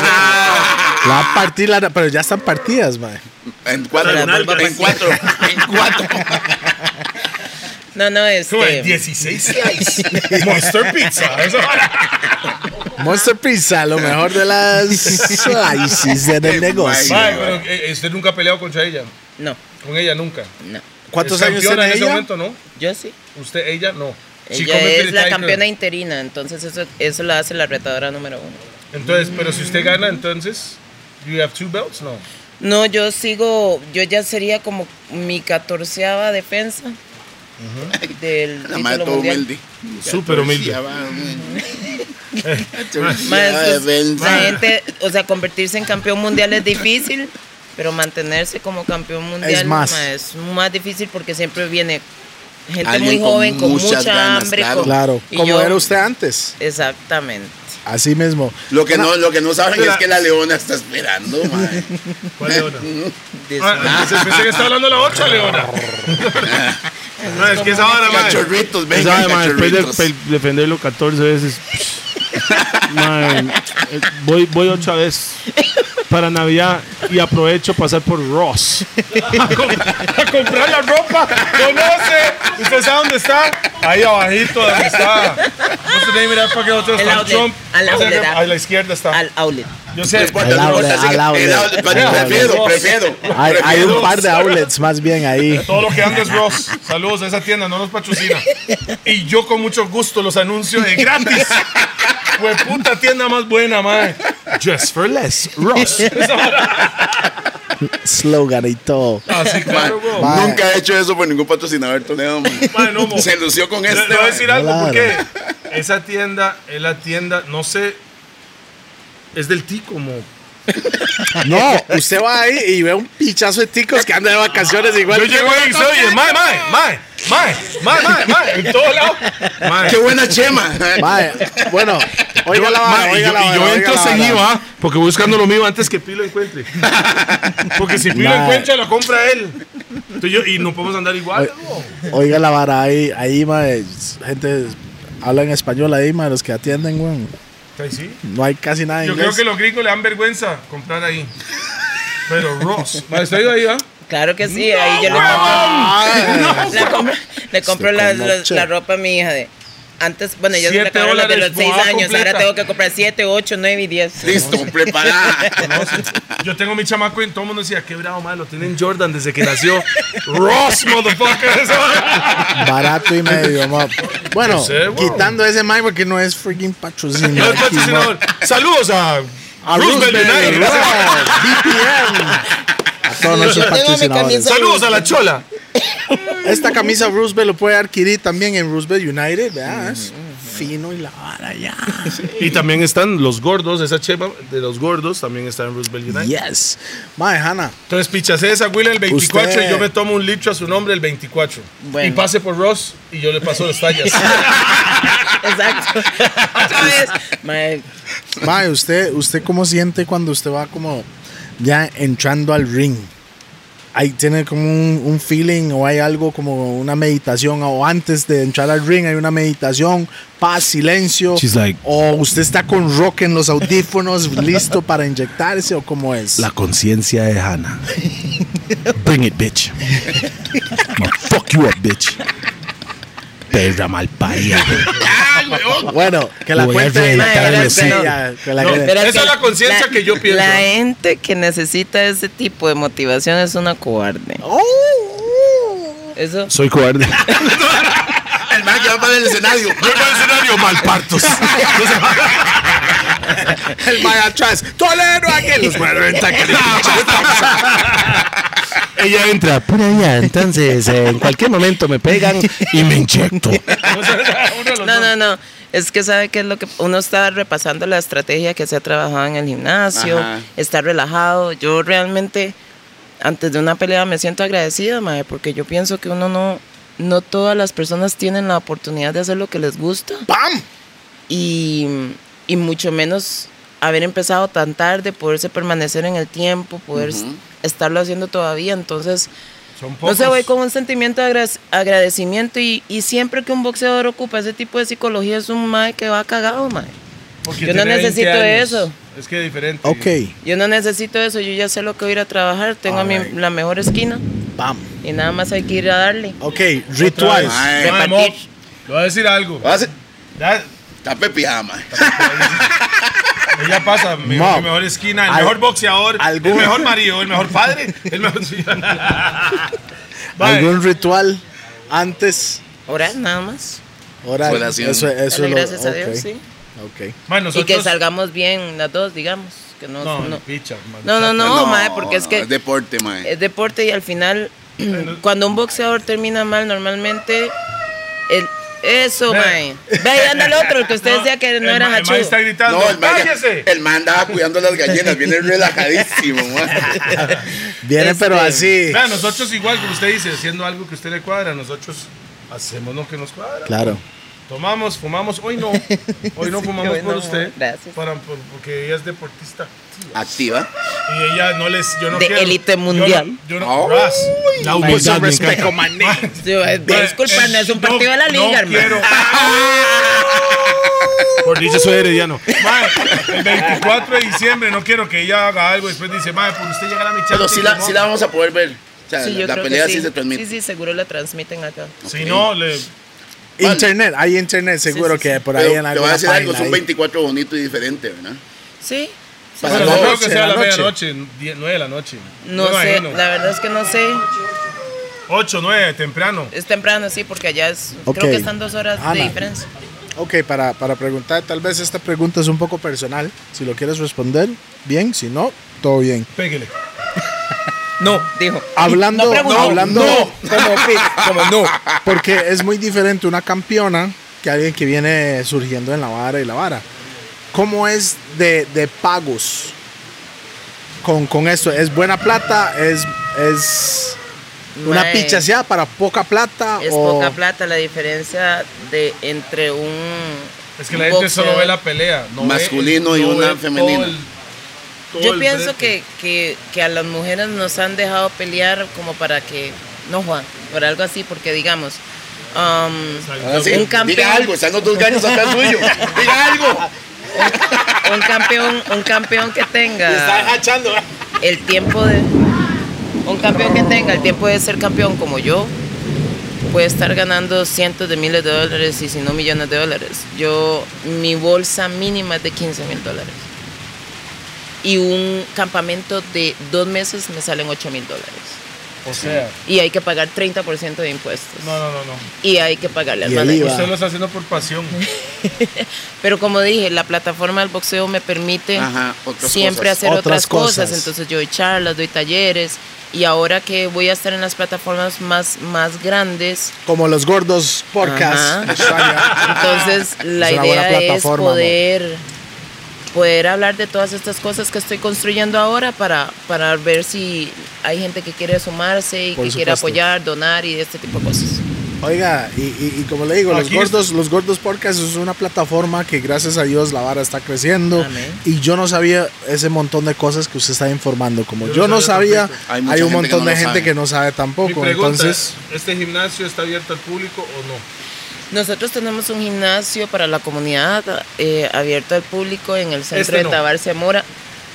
S1: va a partir, la- pero ya están partidas, mae.
S5: En cuatro.
S4: Para la vulva
S5: En cuatro. [LAUGHS] En cuatro.
S4: No, no, este.
S2: Como de 16
S4: [LAUGHS]
S2: slices. Monster Pizza. Eso.
S1: Monster Pizza, lo mejor de las slices en el negocio.
S2: Mae, pero, eh, usted nunca ha peleado contra ella.
S4: No,
S2: Con ella nunca.
S4: no.
S1: ¿Cuántos
S2: Es
S1: años
S2: campeona
S1: tiene
S2: en ese
S1: ella?
S2: momento, no?
S4: Yo sí.
S2: Usted, ella, no. She
S4: Ella
S2: committed
S4: es la
S2: title.
S4: campeona interina, entonces eso, eso la hace la retadora número uno.
S2: Entonces, pero si usted gana, entonces, you have two belts, no.
S4: No, yo sigo, yo ya sería como mi catorceava defensa del
S5: La madre
S4: título
S5: todo
S4: mundial.
S5: humilde.
S2: Súper humilde.
S5: Ya va, güey.
S4: Mae,
S5: Ya,
S4: entonces,
S5: defensa.
S4: la gente, o sea, convertirse en campeón mundial es difícil, pero mantenerse como campeón mundial mae, es
S1: más.
S4: más, difícil porque siempre viene gente
S5: Alguien
S4: muy
S5: con
S4: joven, con
S5: muchas
S4: mucha
S5: ganas,
S4: hambre.
S5: claro.
S4: con-
S1: Claro,
S4: y
S1: como
S4: yo-
S1: era usted antes.
S4: Exactamente.
S1: Así mismo.
S5: Lo que no, lo que no saben
S2: Espera.
S5: es que la leona está [LAUGHS] esperando, mae.
S2: ¿Cuál Leona? Ah, se pensé que estaba hablando la otra Leona. no, es que esa hora, mae.
S5: Cachorritos,
S9: Pues,
S5: venga,
S9: sabe, mae, después de
S5: cachorritos.
S9: pe- defenderlo 14 veces, mae, eh, voy, voy otra vez para Navidad y aprovecho pasar por Ross.
S2: [LAUGHS] A comprar la ropa. Conoce. ¿Usted sabe dónde está? Ahí abajito, donde está. Usted tiene que mirar para que otros
S4: El
S2: están
S4: outlet,
S2: Trump.
S4: al
S2: O sea,
S4: outlet,
S2: que
S4: ah.
S2: A la izquierda está.
S4: Al outlet.
S2: Yo sé.
S5: No importa, no
S1: Al
S5: importa,
S1: outlet,
S5: sí que-
S1: al outlet.
S5: el outlet, pero
S2: Al
S5: Prefiero,
S2: outlet.
S5: prefiero.
S1: Hay, hay
S5: prefiero.
S1: un par de outlets más bien ahí.
S2: Todo lo que anda es Ross. Saludos a esa tienda, no nos patrocina. Y yo con mucho gusto los anuncio de gratis. Fue puta tienda más buena, mae.
S9: Just for less, Ross.
S1: [LAUGHS] Slogan y todo.
S2: Así claro, bro.
S1: Mae.
S5: Nunca he hecho eso por ningún patrocinador Toledo, mae.
S2: Mae, no, mo.
S5: Se lució con
S2: Le,
S5: este.
S2: le voy a decir algo
S1: Claro.
S2: porque esa tienda es la tienda, no sé, es del tico, mo.
S1: No, usted va ahí y ve un pichazo de ticos que anda de vacaciones igual.
S2: Yo llego ahí y soy, mae, mae, mae, mae,
S1: [LAUGHS]
S2: mae, mae, mae, en todo lado. Mae.
S5: Qué buena chema.
S1: Mae, bueno, oiga
S2: Yo-
S1: la vara,
S2: mae, y
S1: oiga
S2: yo-
S1: la
S2: y
S1: vara,
S2: yo
S1: oiga
S2: entro
S1: la vara.
S2: seguido, ¿ah? Porque buscando lo mío antes que
S1: [LAUGHS]
S2: Pilo encuentre. Porque si Pilo
S1: Mae.
S2: encuentra, lo compra él. Entonces yo- y no podemos andar igual, mo.
S1: Oiga la vara, ahí, ahí, mae, gente habla en español ahí, mae, los que atienden, weón.
S2: Ahí sí.
S1: No hay casi nada en
S2: Yo
S1: inglés.
S2: creo que los gringos le dan vergüenza comprar ahí. Pero Ross. Mae, ¿está ido ahí, ah?
S4: Claro que sí, ahí yo le
S1: [LAUGHS]
S4: compro, le compro, le compro la,
S1: con
S4: la-
S1: noche.
S4: la ropa a mi hija de. Antes, bueno, yo se
S2: Siete
S4: la acabo de
S2: dólares,
S4: los 6
S2: bobada
S4: años,
S2: completa.
S4: ahora tengo que comprar 7, 8, 9
S2: [LAUGHS]
S4: y 10.
S5: Listo, preparada.
S2: Yo tengo mi chamaco y todo el mundo decía, qué bravo, madre, lo tienen Jordan desde que nació. Ross, motherfucker.
S1: Barato y medio, mae. Bueno,
S2: sé, weón.
S1: quitando ese mae porque no es freaking patrocinio.
S2: No es
S1: aquí, mae.
S2: patrocinador. Saludos a,
S1: A
S2: Roosevelt United.
S1: weón, BPM. A todos nuestros patrocinadores.
S2: Saludos a la Chola.
S1: Esta camisa Roosevelt lo puede adquirir también en Roosevelt United, ¿verdad? Es fino y la vara ya.
S2: Y también están los gordos, esa chema de los gordos también está en Roosevelt United.
S1: Yes. Mae, Hannah,
S2: Entonces pichase esa Will el 24
S1: Usted-
S2: y yo me tomo un litro a su nombre el 24.
S4: Bueno.
S2: Y pase por Ross y yo le paso las
S4: [LAUGHS]
S2: tallas.
S4: Exacto. Otra vez. [LAUGHS] Mae,
S1: mae, usted, usted cómo siente cuando usted va como ya entrando al ring. Ahí tiene como un, un feeling o hay algo como una meditación o antes de entrar al ring hay una meditación, paz, silencio.
S9: She's like-
S1: o usted está con rock en los audífonos [LAUGHS] listo para inyectarse o cómo es.
S9: La conciencia de Hannah. Bring it, bitch. I'ma fuck you up, bitch. Perra malparida.
S1: bueno, que la
S9: Voy a
S1: cuente
S9: reventar
S1: ella,
S9: el hocico.
S1: ella, que la
S2: No,
S1: que-
S4: pero
S2: Esa es la conciencia que yo pienso.
S4: La gente que necesita ese tipo de motivación es una cobarde. Eso.
S9: Soy cobarde.
S5: El mae que va para el escenario.
S9: Yo no escenario malpartos.
S1: El mae atrás. Tolero aquel. Los mae ven
S6: Ella entra, por allá, entonces eh, en cualquier momento me pegan y me inyecto.
S4: No, no, no. Es que sabe que es lo que uno está repasando la estrategia que se ha trabajado en el gimnasio,
S5: Ajá.
S4: está relajado. Yo realmente antes de una pelea me siento agradecida, mae, porque yo pienso que uno no no todas las personas tienen la oportunidad de hacer lo que les gusta
S1: ¡Pam!
S4: y, y mucho menos haber empezado tan tarde, poderse permanecer en el tiempo, poder estarlo haciendo todavía. Entonces,
S2: Son
S4: no
S2: pocos.
S4: sé, voy con un sentimiento de agra- agradecimiento y, y siempre que un boxeador ocupa ese tipo de psicología es un mae que va cagado, mae.
S2: Porque
S4: Yo no
S2: tiene 20
S4: necesito
S2: años.
S4: eso.
S2: Es que es diferente.
S1: Ok.
S4: Yo no necesito eso, yo ya sé lo que voy a ir a trabajar, tengo mi- la mejor esquina
S1: ¡Pam!
S4: y nada más hay que ir a darle.
S1: Ok,
S2: Otra vez.
S1: rituales.
S5: Mae,
S2: Mae,
S4: Repartir.
S2: Mob, Le voy a decir algo.
S5: va a ser-
S2: Ya,
S5: Tape pijama.
S2: ella pasa. Mi,
S1: Mob.
S2: mi mejor esquina, el
S1: Al-
S2: mejor boxeador,
S1: algún-
S2: el mejor marido, el mejor padre, el mejor.
S1: [LAUGHS]
S2: Sí. Mae,
S1: ¿Algún ritual antes?
S4: Orar nada más.
S1: Oral.
S5: Oración.
S1: Eso, eso
S4: Darle
S1: lo-
S4: gracias a
S1: ok,
S4: Dios, sí.
S1: ok.
S2: mae,
S4: Y que
S2: nosotros-
S4: salgamos bien las dos, digamos. Que no,
S2: No,
S4: no-
S2: ni picha, mae.
S4: no, no, no, mae, porque es
S5: no,
S4: que
S5: deporte, mae.
S4: es eh, deporte y al final, cuando un boxeador termina mal, normalmente. el- eso,
S2: Ve.
S4: mae. Ve ahí anda el otro, el que usted
S2: No,
S4: decía que no
S2: el
S4: era
S2: mae- El mae está
S4: hachu.
S2: gritando.
S5: el man,
S2: ¡Cállese!
S5: el man andaba cuidando las gallinas, viene relajadísimo,
S4: [LAUGHS]
S5: mae.
S1: Viene,
S4: Este-
S1: pero así.
S2: Vea, nosotros igual, como usted dice, haciendo algo que a usted le cuadra, nosotros hacemos lo que nos cuadra.
S1: Claro.
S2: Tomamos, fumamos,
S1: [LAUGHS]
S2: hoy no. Hoy no
S4: Sí,
S2: fumamos
S4: hoy
S2: por
S4: no,
S2: usted.
S4: gracias.
S2: para- por- porque ella es deportista.
S5: Activa.
S2: Y ella no les. Yo no
S4: De
S2: quiero-
S4: élite
S2: yo no-
S4: mundial.
S2: Yo no.
S1: Ah.
S5: Oh.
S2: Ras.
S9: La humildad me encanta.
S4: Sí, eh, Disculpa,
S2: Eh,
S4: no es un
S2: no-
S4: partido de la liga,
S2: no
S4: hermano.
S2: quiero.
S9: Por dicho, soy herediano.
S2: Mae, el 24 de diciembre no quiero que ella haga algo. Después dice, mae, porque usted llegará a mi chat.
S5: Pero sí la,
S2: no,
S5: sí la vamos a poder ver. O sea,
S4: Sí, yo
S5: la
S4: creo que
S5: pelea
S4: sí.
S5: sí se transmite.
S4: Sí, sí, seguro la transmiten acá.
S2: Si no, le.
S5: Vale.
S1: Internet, hay internet seguro
S4: Sí, sí,
S1: que
S4: sí.
S1: por ahí
S5: Pero
S1: en
S5: te
S1: alguna
S5: voy a decir algo,
S1: página.
S5: son
S1: ahí.
S5: 24 bonito y diferente, ¿verdad?
S4: Sí. sí,
S2: Pero
S4: sí.
S5: Para la
S2: no creo
S1: noche,
S2: que sea a
S1: la
S2: la
S1: noche.
S2: medianoche, 10, 9 de la noche.
S4: No
S2: me
S4: sé,
S2: imagino.
S4: la verdad es que no sé.
S2: 8, 9, temprano.
S4: Es temprano, sí, porque allá es.
S1: Ok.
S4: Creo que están dos horas
S1: Ana.
S4: de diferencia.
S1: Ok, para, para preguntar, tal vez esta pregunta es un poco personal. Si lo quieres responder, bien. Si no, todo bien.
S2: Pégale.
S4: No, dijo.
S1: Hablando,
S4: No pregunto.
S1: hablando
S4: No.
S1: Como, pi- como no, [LAUGHS] porque es muy diferente una campeona que alguien que viene surgiendo en la vara y la vara. ¿Cómo es de, de pagos con, con esto? ¿Es buena plata? ¿Es, es una
S4: Mae.
S1: picha sea para poca plata?
S4: Pues Es
S1: o
S4: poca plata la diferencia de entre un.
S2: Es que la gente solo
S4: boxeador-
S2: ve la pelea. no ve-
S5: Masculino y
S2: no
S5: una
S2: ve todo
S5: femenina.
S2: el- todo
S4: Yo
S2: el
S4: pienso
S2: brete.
S4: que, que, que a las mujeres nos han dejado pelear como para que. No, Juan, por algo así, porque digamos. um, am,
S5: Ahora sí,
S4: un campeón.
S5: Diga algo, están los dos gallos atrás suyo. Diga algo.
S4: un campeón un campeón que tenga
S1: hachando.
S4: el tiempo de un campeón que tenga el tiempo de ser campeón como yo puede estar ganando cientos de miles de dólares y si no millones de dólares yo mi bolsa mínima es de 15 mil dólares y un campamento de dos meses me salen 8 mil dólares
S2: O sea,
S4: y hay que pagar 30% de impuestos
S2: no, no, no. no.
S4: y hay que pagarle al
S1: Y el
S4: manager.
S1: IVA.
S2: Usted lo está haciendo por pasión.
S4: Pero como dije, la plataforma del boxeo me permite
S5: Ajá, otras
S4: siempre
S5: cosas.
S4: hacer otras,
S1: Otras
S4: cosas.
S1: cosas.
S4: Entonces yo doy charlas, doy talleres y ahora que voy a estar en las plataformas más, más grandes,
S1: Como los gordos
S4: Ajá.
S1: podcast.
S4: [LAUGHS] entonces la
S1: Ah, Es una buena
S4: idea es
S1: plataforma,
S4: poder, poder hablar de todas estas cosas que estoy construyendo ahora para, para ver si hay gente que quiere sumarse y
S1: Por
S4: que quiere
S1: supuesto.
S4: apoyar, donar y este tipo de cosas.
S1: Oiga, y, y- y como le digo, los
S2: Aquí es-
S1: gordos, los gordos podcast es una plataforma que gracias a Dios la vara está creciendo.
S4: Amén.
S1: Y yo no sabía ese montón de cosas que usted está informando. Como yo,
S2: Yo
S1: no
S2: no
S1: sabía,
S2: sabía tampoco.
S5: Hay
S1: hay,
S5: mucha
S1: un
S5: gente que
S1: montón
S5: no
S1: de
S5: lo
S1: gente
S5: sabe.
S1: que no sabe
S2: Mi
S1: tampoco.
S2: pregunta
S1: Entonces,
S2: es, ¿este gimnasio está abierto al público o no?
S4: Nosotros tenemos un gimnasio para la comunidad eh, abierto al público en el centro
S2: Este
S4: de
S2: no.
S4: Tabarce Mora.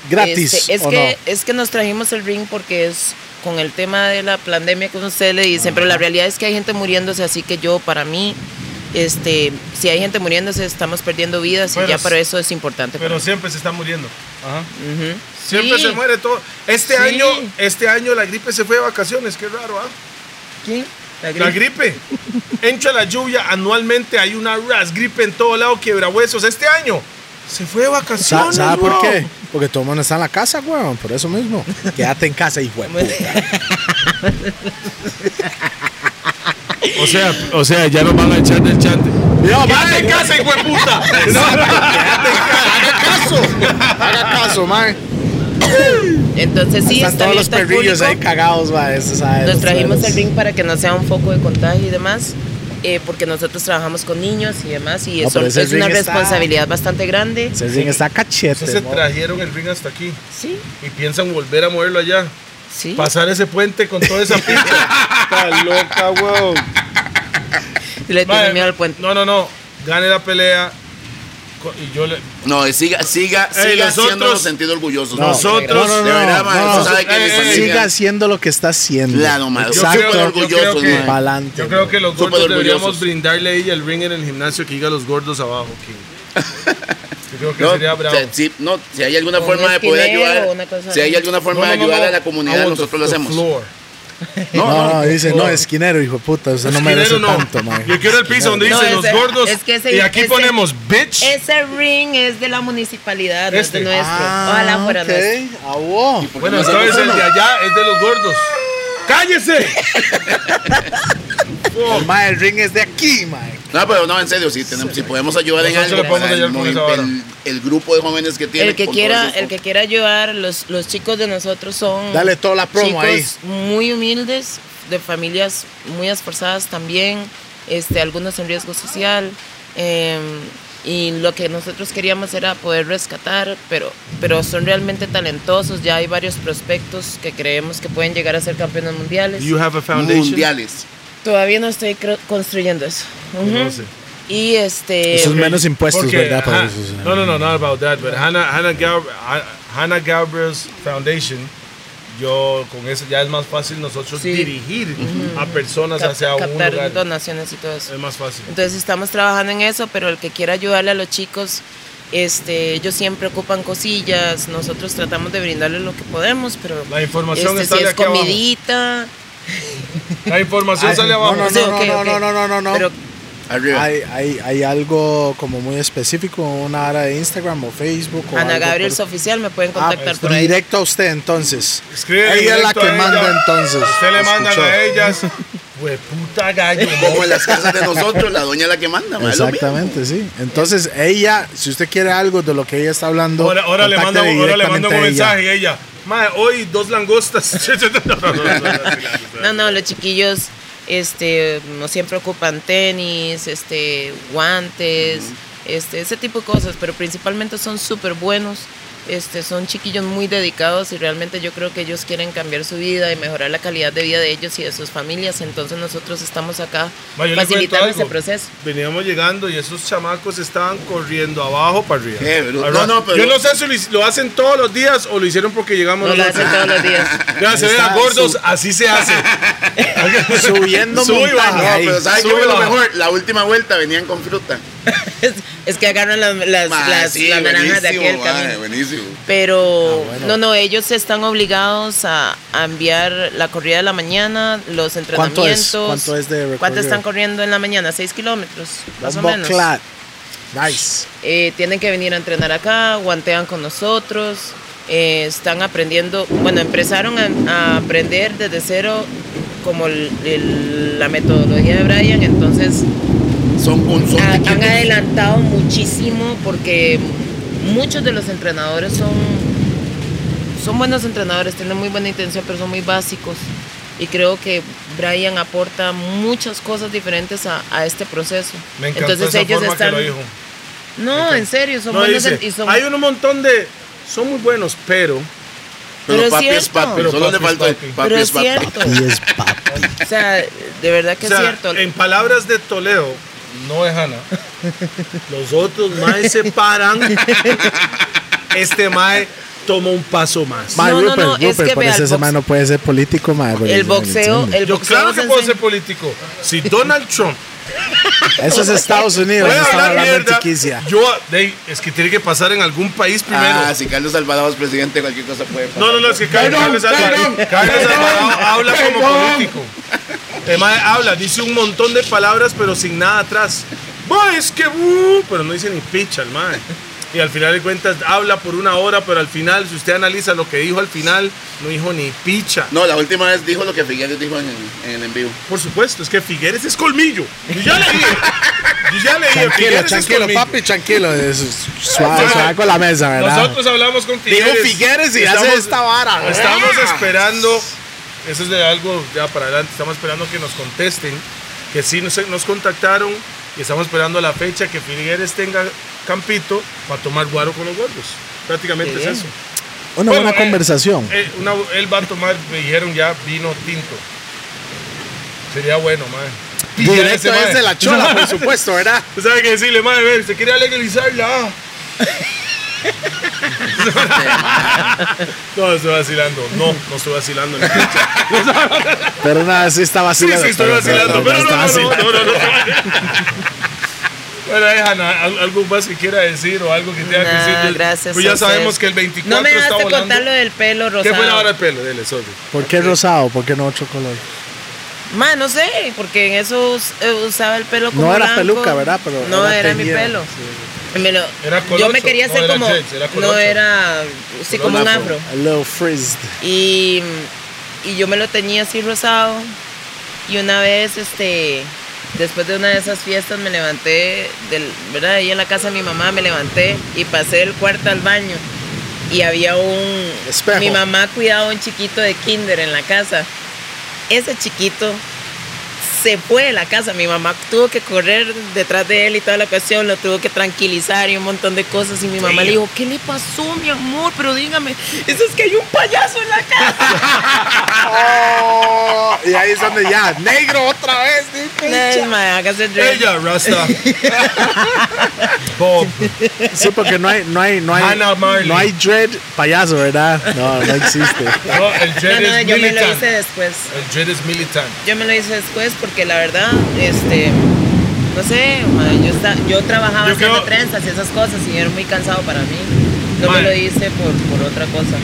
S1: gratis.
S4: Este, es,
S1: ¿o
S4: que,
S1: no?
S4: es que nos trajimos el ring porque es con el tema de la pandemia que usted le dice, pero la realidad es que hay gente muriéndose, así que yo para mí, este, si hay gente muriéndose, estamos perdiendo vidas
S2: Pero
S4: y ya
S2: s-
S4: para eso es importante. para
S2: Pero
S4: mí.
S2: siempre se está muriendo. Ajá.
S4: Ujú.
S2: Siempre
S4: Sí.
S2: se muere todo. Este
S4: Sí.
S2: año, este año la gripe se fue de vacaciones, qué raro, ¿ah?
S4: ¿Quién? La
S2: La gripe.
S4: gripe.
S2: Entra la lluvia anualmente, hay una ras gripe en todo lado, quiebra huesos. Este año Se fue de
S1: ¿Sabes
S2: vacaciones.
S1: por
S2: bro.
S1: qué? Porque todo el mundo está en la casa, weón. Por eso
S4: [LAUGHS]
S1: mismo. Quédate en casa, hijo de puta.
S9: O sea, o sea, ya nos van a echar del chat.
S1: Yo,
S2: ¡Quédate en casa, hijo de puta!
S1: haga caso. Haga caso, man.
S4: Entonces sí,
S1: Están
S4: está
S1: todos los
S4: abierto al
S1: perrillos ahí
S4: público.
S1: cagados, man. Eso, ¿sabes?
S4: Nos trajimos
S1: Eso
S4: el
S1: es-
S4: ring para que no sea un foco de contagio y demás, eh, porque nosotros trabajamos con niños y demás, y
S1: No,
S4: eso
S1: Ah, pero ese
S4: es una
S1: ring está-
S4: responsabilidad bastante grande.
S1: Ese ring está cachete,
S2: Entonces se
S1: mo.
S2: trajeron el ring hasta aquí
S4: Sí,
S2: y piensan volver a moverlo allá.
S4: sí.
S2: Pasar ese puente con toda esa pista.
S9: Está loca, weón.
S4: Le tiene
S2: Mae,
S4: miedo al puente.
S2: No, no, no. Gane la pelea. co- Y yo le.
S5: No, eh, siga, siga,
S2: Ey,
S5: siga
S2: nosotros-
S5: haciéndonos sentir orgullosos.
S1: No,
S2: Nosotros-
S1: no, no,
S5: de verdad,
S1: no,
S5: ma,
S1: no,
S5: eso sabe que
S2: ey,
S5: mis
S2: ey,
S5: amigas-
S1: Siga haciendo lo que está haciendo.
S5: Claro, ma,
S2: Yo creo,
S5: súper
S2: yo creo
S5: orgullosos,
S2: que-
S5: ma.
S1: Pa'lante.
S2: Yo creo que los
S5: Súper
S2: gordos deberíamos
S5: orgullosos.
S2: brindarle ahí el ring en el gimnasio que diga los gordos abajo.
S5: [LAUGHS]
S2: King. Yo creo que
S5: No,
S2: sería bravo.
S5: o sea, sí, no, si hay alguna
S4: Un
S5: forma de poder
S4: esquinero o una
S5: ayudar,
S4: cosa
S5: si hay
S4: así.
S5: alguna
S2: No,
S5: forma
S2: no,
S5: de
S2: no,
S5: ayudar
S2: no.
S5: a la
S2: I
S5: comunidad,
S2: want
S5: nosotros
S2: the
S5: lo hacemos.
S2: floor.
S1: No, no, dice, no, esquinero, hijo de puta. Usted no merece
S2: Oh. Esquinero no.
S1: tanto, man.
S2: Yo quiero el piso donde
S4: No,
S2: dice los
S4: ese-
S2: gordos.
S4: es que ese-
S2: y aquí
S4: ese-
S2: ponemos bitch.
S4: Ese ring es de la municipalidad, no
S2: Este.
S4: es de nuestro. Ojalá fuera nuestro.
S1: Ah, Ok, ah, wow.
S2: Bueno, entonces el de allá es de los gordos. ¡Cállese!
S1: El ma, el ring es de aquí, man.
S5: No, pero no, en serio, si, tenemos, si podemos ayudar en
S2: Nosotros
S5: algo,
S2: le podemos
S5: para el,
S2: ayudar con esa
S5: movi-
S2: vara.
S5: el- el grupo de jóvenes que tiene.
S4: El que
S5: con
S4: quiera,
S5: todos esos-
S4: el que quiera ayudar, los, los chicos de nosotros son
S1: Dale toda la promo
S4: Mm. chicos
S1: ahí.
S4: muy humildes, de familias muy esforzadas también, este, algunos en riesgo social. eh, y lo que nosotros queríamos era poder rescatar, pero, pero son realmente talentosos. Ya hay varios prospectos que creemos que pueden llegar a ser campeones mundiales.
S9: You have a foundation.
S5: mundiales.
S4: Todavía no estoy cro- construyendo eso. Ujú.
S2: Conoce.
S4: Y este.
S1: Eso es menos impuestos,
S2: Porque,
S1: ¿verdad? Para
S2: ajá,
S1: eso, sí.
S2: no, no, no, not about that. But Hannah, Hannah, Gab- Ha- Hannah Gabriel's Foundation, yo con eso ya es más fácil nosotros
S4: Sí.
S2: dirigir a personas
S4: cap-
S2: hacia un
S4: captar
S2: lugar.
S4: donaciones y todo eso.
S2: Es más fácil.
S4: Entonces estamos trabajando en eso, pero el que quiera ayudarle a los chicos, este, ellos siempre ocupan cosillas, nosotros tratamos de brindarles lo que podemos, pero
S2: La información
S4: este,
S2: está
S4: si
S2: de
S4: es
S2: aquí abajo.
S4: comidita,
S2: La información
S1: Ay,
S2: sale
S1: no,
S2: abajo.
S1: Ah, no,
S4: Sí,
S1: no,
S4: ok,
S1: no,
S4: ok.
S1: no, no, no, no, no.
S4: pero
S5: Arriba.
S1: Hay, hay, hay algo como muy específico, una área de Instagram o Facebook. O
S4: Ana
S1: algo
S4: Gabriel
S1: por-
S4: oficial me pueden
S1: Ah,
S4: contactar por ahí.
S1: directo a usted entonces.
S2: Escribe
S1: ella es la
S2: directo
S1: que
S2: a
S1: manda
S2: ella.
S1: entonces.
S2: Usted le mandan
S1: Escuchó.
S2: a ellas. Hue puta gallo.
S5: Como en las casas de nosotros, la doña es la que manda, ma, es lo mismo.
S1: Exactamente, sí. Entonces ella, si usted quiere algo de lo que ella está hablando,
S2: Ahora, ahora le manda,
S1: contáctele
S2: ahora le manda
S1: directamente
S2: un
S1: a ella.
S2: mensaje a ella. Mae, hoy dos langostas. No, no, no, no, no.
S4: No, no, los chiquillos este, no siempre ocupan tenis, este, guantes, este, ese tipo de cosas, pero principalmente son súper buenos. Este, son chiquillos muy dedicados y realmente yo creo que ellos quieren cambiar su vida y mejorar la calidad de vida de ellos y de sus familias. Entonces nosotros estamos acá
S2: Ma, yo le
S4: facilitando
S2: cuento
S4: ese
S2: algo.
S4: proceso.
S2: Veníamos llegando y esos chamacos estaban corriendo abajo para arriba.
S5: Qué bruto.
S2: Arra-
S5: No, no, pero-
S2: Yo no sé si lo hic- lo hacen todos los días o lo hicieron porque llegamos
S4: Nos lo
S2: nosotros.
S4: hacen todos los
S5: [LAUGHS]
S4: días.
S2: Ya se ven a gordos, así se
S4: [LAUGHS]
S2: hace.
S1: Subiendo
S2: Sube y baja.
S1: montaña.
S5: No,
S1: ahí.
S5: pero ¿sabes qué
S2: sube
S5: fue lo
S2: abajo.
S5: mejor? La última vuelta venían con fruta.
S4: Es, es que agarran las, las,
S5: Ma,
S4: las-
S5: sí,
S4: las naranjas de
S5: buenísimo,
S4: aquel
S5: ma,
S4: camino.
S5: buenísimo.
S1: Ah,
S4: Pero no, no, ellos están obligados a, a enviar la corrida de la mañana, los entrenamientos.
S1: ¿Cuánto es? ¿Cuánto es de recorrido?
S4: ¿Cuánto están corriendo en la mañana? ¿Seis kilómetros? Más o
S1: Bombo
S4: menos.
S1: clat. Nice.
S4: Eh, tienen que venir a entrenar acá, guantean con nosotros, eh, están aprendiendo, bueno, empezaron a, a aprender desde cero como el- el- la metodología de Brian, entonces
S5: Son con son
S4: ha- Ah, han
S5: pequeños.
S4: adelantado muchísimo porque muchos de los entrenadores son, son buenos entrenadores, tienen muy buena intención, pero son muy básicos. Y creo que Brian aporta muchas cosas diferentes a, a este proceso.
S2: Me encantó esa forma que lo dijo.
S4: No, en serio, son
S2: No,
S4: buenos
S2: dice,
S4: en- y son
S2: hay un montón de... Son muy buenos, pero...
S4: Pero
S5: Pero
S4: es
S5: papi es
S4: cierto.
S5: papi.
S2: Pero
S5: Solo le
S2: papi es
S5: faltó el
S2: papi.
S5: papi
S4: Pero
S5: es
S4: es
S5: papi.
S4: cierto.
S1: Y es papi.
S4: O sea, de verdad que
S2: O sea,
S4: es cierto.
S2: En palabras de Toledo, no de
S4: [LAUGHS]
S2: Hanna, los otros maes se paran. Este mae toma un paso más.
S1: Ma,
S4: No, no,
S1: Rupert,
S4: no, es
S1: Rupert,
S4: que
S1: por
S4: vea,
S1: eso
S4: el
S1: ese
S4: box-
S1: man no puede ser político, ma, porque
S4: el
S1: eso no lo
S4: boxeo,
S1: entiende.
S4: el
S2: Yo
S4: boxeo
S2: claro
S4: nos
S2: que puedo
S4: enseña-
S2: ser político. Si Donald Trump
S1: Eso es Estados Unidos,
S2: puede
S1: no estaba
S2: hablar
S1: hablando de
S2: mierda,
S1: chiquicia.
S2: yo, de- es que tiene que pasar en algún país primero.
S5: Ah, si Carlos Alvarado es presidente, cualquier cosa puede pasar.
S2: No, no, no, es que Carlos, Carlos Alvarado, Carlos Alvarado habla como político. Además, habla, dice un montón de palabras, pero sin nada atrás. Ma, es que, uh, pero no dice ni picha el mae. y al final de cuentas habla por una hora, pero al final, si usted analiza lo que dijo al final, no dijo ni picha.
S5: No, la última vez dijo lo que Figueres dijo en, en el en vivo.
S2: Por supuesto, es que Figueres es colmillo. Yo ya leí. Yo ya leí.
S1: Tranquilo,
S2: Figueres es
S1: tranquilo,
S2: colmillo.
S1: papi, tranquilo. Es Suave, suave con la mesa, ¿verdad?
S2: Nosotros hablamos con
S1: Dijo
S2: Figueres.
S1: Figueres y hace
S2: Estamos-
S1: esta vara.
S2: Estamos
S1: ¡Eh!
S2: esperando, eso es de algo ya para adelante, estamos esperando que nos contesten, que sí nos, nos contactaron y estamos esperando la fecha que Figueres tenga campito para tomar guaro con los gordos. Prácticamente
S4: Qué
S2: es
S4: bien.
S2: eso.
S1: Una
S2: Bueno,
S1: buena
S2: eh,
S1: conversación.
S2: Eh, una- él va a tomar, me dijeron ya, vino tinto. Sería bueno, madre.
S1: Directo es de la chola,
S2: [LAUGHS]
S1: por supuesto, ¿verdad?
S2: ¿Usted sabe qué decirle, madre? Ver, se quiere legalizarla. ah. [LAUGHS] no, estoy vacilando. No, no estoy vacilando. ni picha.
S1: Pero nada, sí está
S2: Sí,
S1: vacilando.
S2: sí, estoy vacilando, pero no,
S1: está
S2: no, no,
S1: vacilando.
S2: no, no, no. [LAUGHS] Bueno, eh, Hanna, al- algo más que quiera decir o algo que tenga que
S4: Nah,
S2: decir. Yo-
S4: gracias
S2: Pues ya
S4: a usted.
S2: sabemos que el 24
S4: No me
S2: está
S4: dejaste
S2: volando.
S4: contar lo del pelo rosado.
S2: ¿Qué fue la hora del pelo? Dele, sorry.
S1: ¿Por qué rosado? ¿Por qué no otro color?
S4: Ma, no sé, porque en eso us- eh, usaba el pelo como
S1: No era
S4: blanco.
S1: peluca, ¿verdad? Pero
S4: no,
S1: era
S4: era mi
S1: teñida,
S4: pelo. Me lo-
S2: Era colocho,
S4: yo me quería
S2: no
S4: hacer
S2: era
S4: como...
S2: dreads, era
S4: no
S2: colocho.
S4: era... Sí, como un afro.
S1: A little frizzed.
S4: Y, y yo me lo tenía así rosado. Y una vez, este, después de una de esas fiestas, me levanté, del, ¿verdad? Ahí en la casa de mi mamá me levanté y pasé el cuarto al baño. Y había un...
S1: Espejo.
S4: Mi mamá cuidaba un chiquito de kinder en la casa. Ese chiquito se fue de la casa. Mi mamá tuvo que correr detrás de él y toda la cuestión, lo tuvo que tranquilizar y un montón de cosas. Y mi mamá le dijo, ¿qué le pasó, mi amor? Pero dígame, eso es que hay un payaso en la casa.
S2: Ah,
S1: Oh, y ahí es donde ya, negro otra vez. ni
S4: Ay,
S1: pincha.
S4: mae, hágase el drink.
S2: Ella,
S4: [LAUGHS]
S2: Rasta. Bob.
S1: Sí, porque no hay, no hay, no hay,
S2: Hannah Marley.
S1: no hay dread payaso, ¿verdad? No, no existe.
S2: No, el
S4: No,
S2: Jed
S4: no,
S2: es
S4: yo me lo
S2: militant.
S4: hice después.
S2: El Jed es militant.
S4: Yo me lo hice después porque la verdad, este, no sé, mae, yo, esta- yo trabajaba
S2: Yo
S4: haciendo
S2: creo-
S4: trenzas y esas cosas y era muy cansado para mí. No
S2: Mae.
S4: me lo hice por, por otra cosa,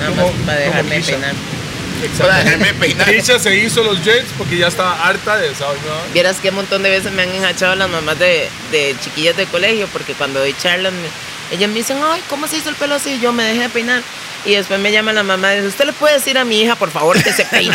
S4: nada más
S2: Como-
S4: para
S2: como
S4: dejarme
S2: Kisha.
S4: peinar.
S5: Para dejarme peinar.
S2: Tisha se hizo los Jets porque ya estaba harta de esa. ¿no?
S4: Vieras qué montón de veces me han enganchado las mamás de, de chiquillas de colegio, porque cuando doy charlas, me- ellas me dicen, ay, ¿cómo se hizo el pelo así? Y Yo me dejé de peinar. Y después me llama la mamá y dice, ¿usted le puede decir a mi hija, por favor, que se peine?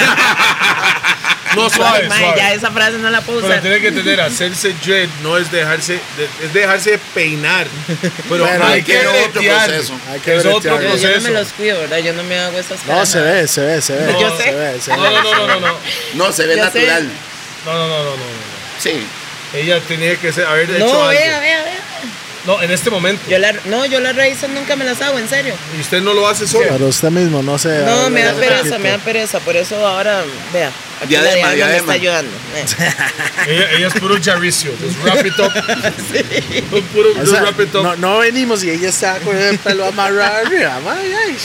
S2: No, [LAUGHS] suave,
S4: Mae,
S2: suave.
S4: Ya esa frase no la puedo
S2: Pero
S4: usar.
S2: tiene que entender, hacerse dread no es dejarse, de- es dejarse
S4: [LAUGHS]
S2: peinar. Pero,
S1: Pero
S2: hay
S1: hay
S2: que
S5: que ver otro
S2: bretear.
S5: proceso.
S1: Hay que
S2: es otro
S1: bretear.
S4: Pero yo no me
S2: proceso.
S4: los cuido, ¿verdad? Yo no me hago esas cosas.
S1: No, se ve, se ve, se ve.
S2: No,
S4: Yo sé.
S1: Se ve, se
S2: No,
S1: ve.
S2: no, no, no, no, no,
S5: No, se ve
S4: Ya sé.
S5: natural.
S2: no, no, no, no, no.
S5: Sí.
S2: Ella tenía que ser, haber hecho
S4: No, vea,
S2: algo.
S4: vea, vea.
S2: No, en este momento.
S4: Yo la, no, yo las raíces nunca me las hago, en serio.
S2: Y usted no lo hace solo.
S1: Pero usted mismo no se
S4: No, me da
S1: un
S4: pereza,
S1: poquito.
S4: me da pereza. Por eso ahora, vea. Aquí
S5: Diadema,
S4: la Diana me
S5: diadema.
S4: está ayudando. eh.
S2: Ella, ella es puro jarricio. Just wrap it
S4: [LAUGHS]
S2: up. Un puro
S1: O
S2: just
S1: sea,
S2: wrap it up.
S1: no, no venimos y ella está con el pelo amarrado arriba. madre, ay.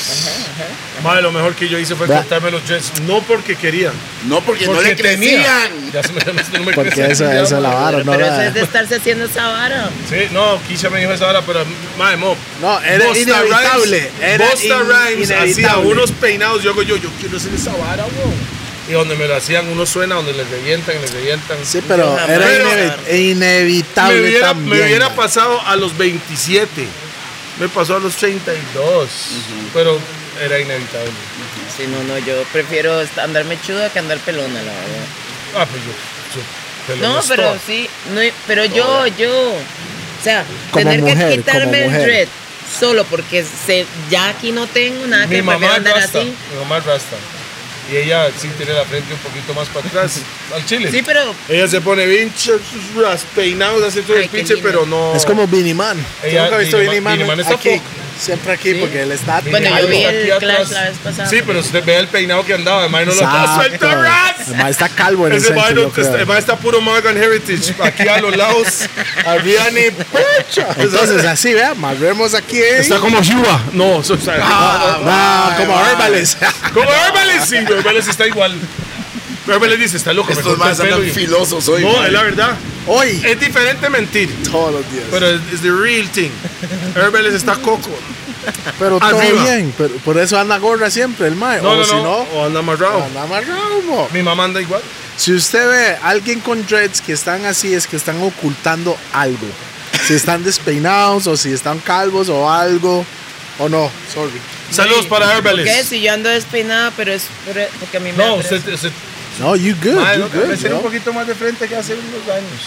S2: Madre, lo mejor que yo hice fue
S1: Vea.
S2: cortarme los jets. No porque quería.
S5: No, porque, no
S2: porque
S5: le
S2: tenía.
S5: crecían.
S2: Ya se me, [LAUGHS] no me
S1: Porque
S2: crece.
S1: eso, eso la vara, no
S4: Pero eso
S1: la-
S4: es de estarse haciendo esa vara.
S2: Sí, no, Kisha me dijo esa hora, pero madre, mo.
S1: No, era
S2: Busta
S1: inevitable,
S2: Rhymes-
S1: era
S2: Busta
S1: in-
S2: Rhymes hacía
S1: inevitable.
S2: unos peinados. Yo hago yo, yo quiero hacer esa vara, weón. Y donde me lo hacían, uno suena, donde les revientan, les revientan.
S1: Sí, pero
S4: Pero-
S1: era inevi-
S2: me
S1: inevitable
S2: hubiera, me
S1: también.
S2: hubiera
S1: madre.
S2: pasado a los 27. Me pasó a los 32. Pero era inevitable.
S4: Sí, no, no, yo prefiero est- andarme chuda que andar pelona, la verdad.
S2: Ah, pues yo. yo te lo
S4: No,
S2: mostró.
S4: pero sí, no, pero yo, yo, o sea,
S1: Como
S4: tener
S1: mujer,
S4: que quitarme
S1: como
S4: el
S1: mujer.
S4: dread solo porque se, ya aquí no tengo nada
S2: Mi
S4: que prefiero
S2: mamá es
S4: andar
S2: rasta.
S4: así.
S2: Mi mamá es rasta. Y ella sí tiene la frente un poquito más para
S4: [LAUGHS]
S2: atrás. al chile.
S4: Sí, pero
S2: Ella se pone bien ch- ch- las peinados, hace todo el
S4: Ay, qué
S2: pinche,
S4: lindo.
S2: pero no.
S1: Es como Vinny Man. ¿Tú
S2: Ella-
S1: nunca has visto
S2: Vinny
S1: Vinny
S2: Man-
S1: Man?
S2: Vinny Man está
S1: aquí,
S2: poco.
S1: siempre aquí, porque él está.
S4: Bueno, yo
S2: Algo
S4: vi el
S2: aquí atrás.
S4: Clash la vez pasada.
S2: Sí, pero usted ve el peinado que andaba, además no lo está
S1: Exacto.
S2: suelto, Ras.
S1: El man está calvo en el
S2: Ese
S1: centro,
S2: man no-
S1: yo creo.
S2: este man está puro Morgan Heritage. Aquí a
S1: [LAUGHS]
S2: los lados, [LAUGHS] arriba ni pecha.
S1: Entonces, así, vea, marremos aquí. ¿eh?
S9: Está como Yuba.
S2: no, eso está.
S1: Ah, como herbales. [LAUGHS]
S2: Como Herbales, sí, Herbales está igual. Herbales dice: Está loco, me
S5: Estos
S2: cortó
S5: más
S2: el pelo
S5: andan
S2: y-
S5: filosos hoy.
S2: No,
S5: man.
S2: es la verdad.
S1: Hoy,
S2: Es diferente mentir,
S1: todos los días.
S2: pero es es the real thing. Herbales está coco.
S1: Pero todo
S2: Arriba.
S1: bien, pero por eso anda gorra siempre el mae.
S2: No,
S1: o
S2: no,
S1: si
S2: no.
S1: no, Ah.
S2: O anda amarrado.
S1: anda amarrado. mo.
S2: Mi mamá anda igual.
S1: Si usted ve a alguien con dreads que están así, es que están ocultando algo. si están despeinados o si están calvos o algo. O no, sorry.
S2: Saludos para Herbalist.
S4: ¿Qué? Si yo ando despeinada, pero es por- e-, porque a mí me da
S2: No,
S4: pereza.
S2: usted, usted
S1: No, you good,
S2: Mae,
S1: you
S2: no,
S1: good,
S2: debe ser
S1: bro.
S2: un poquito más de frente que hace unos años.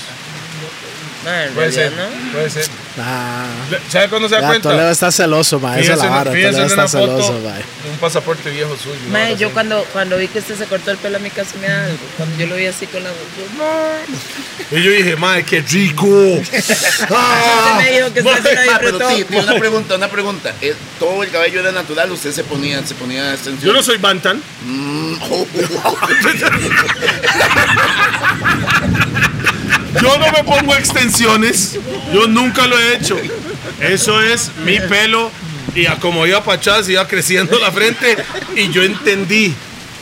S4: Ma, en
S2: Puede ser,
S4: realidad, ¿no?
S2: puede ser.
S1: Nah.
S2: Le- ¿Sabe cuándo se da
S1: Ya, Toledo
S2: cuenta?
S1: está celoso, mae. Esa es la
S2: en-
S1: vara.
S2: fíjese
S1: Toledo
S2: en
S1: está
S2: una foto
S1: celoso, mae.
S2: de un pasaporte viejo suyo.
S4: Ma,
S2: ahora
S4: yo
S2: sí.
S4: cuando, cuando vi que usted se cortó el pelo a mí casi me da algo. Cuando yo lo vi así con la yo, ma.
S2: Y yo dije, madre, qué
S1: [LAUGHS]
S2: rico.
S4: Usted me dijo que usted se la
S5: Ah, pero
S4: disfrutó.
S5: tío, tío, una pregunta, una pregunta. Eh, Todo el cabello era natural, usted se ponía, se ponía extensión. Mm, oh,
S2: Yo no soy Bantan. [LAUGHS]
S9: Yo no me pongo extensiones. Yo nunca lo he hecho.
S2: Eso es mi pelo. Y a como iba para atrás, iba creciendo la frente. Y yo entendí.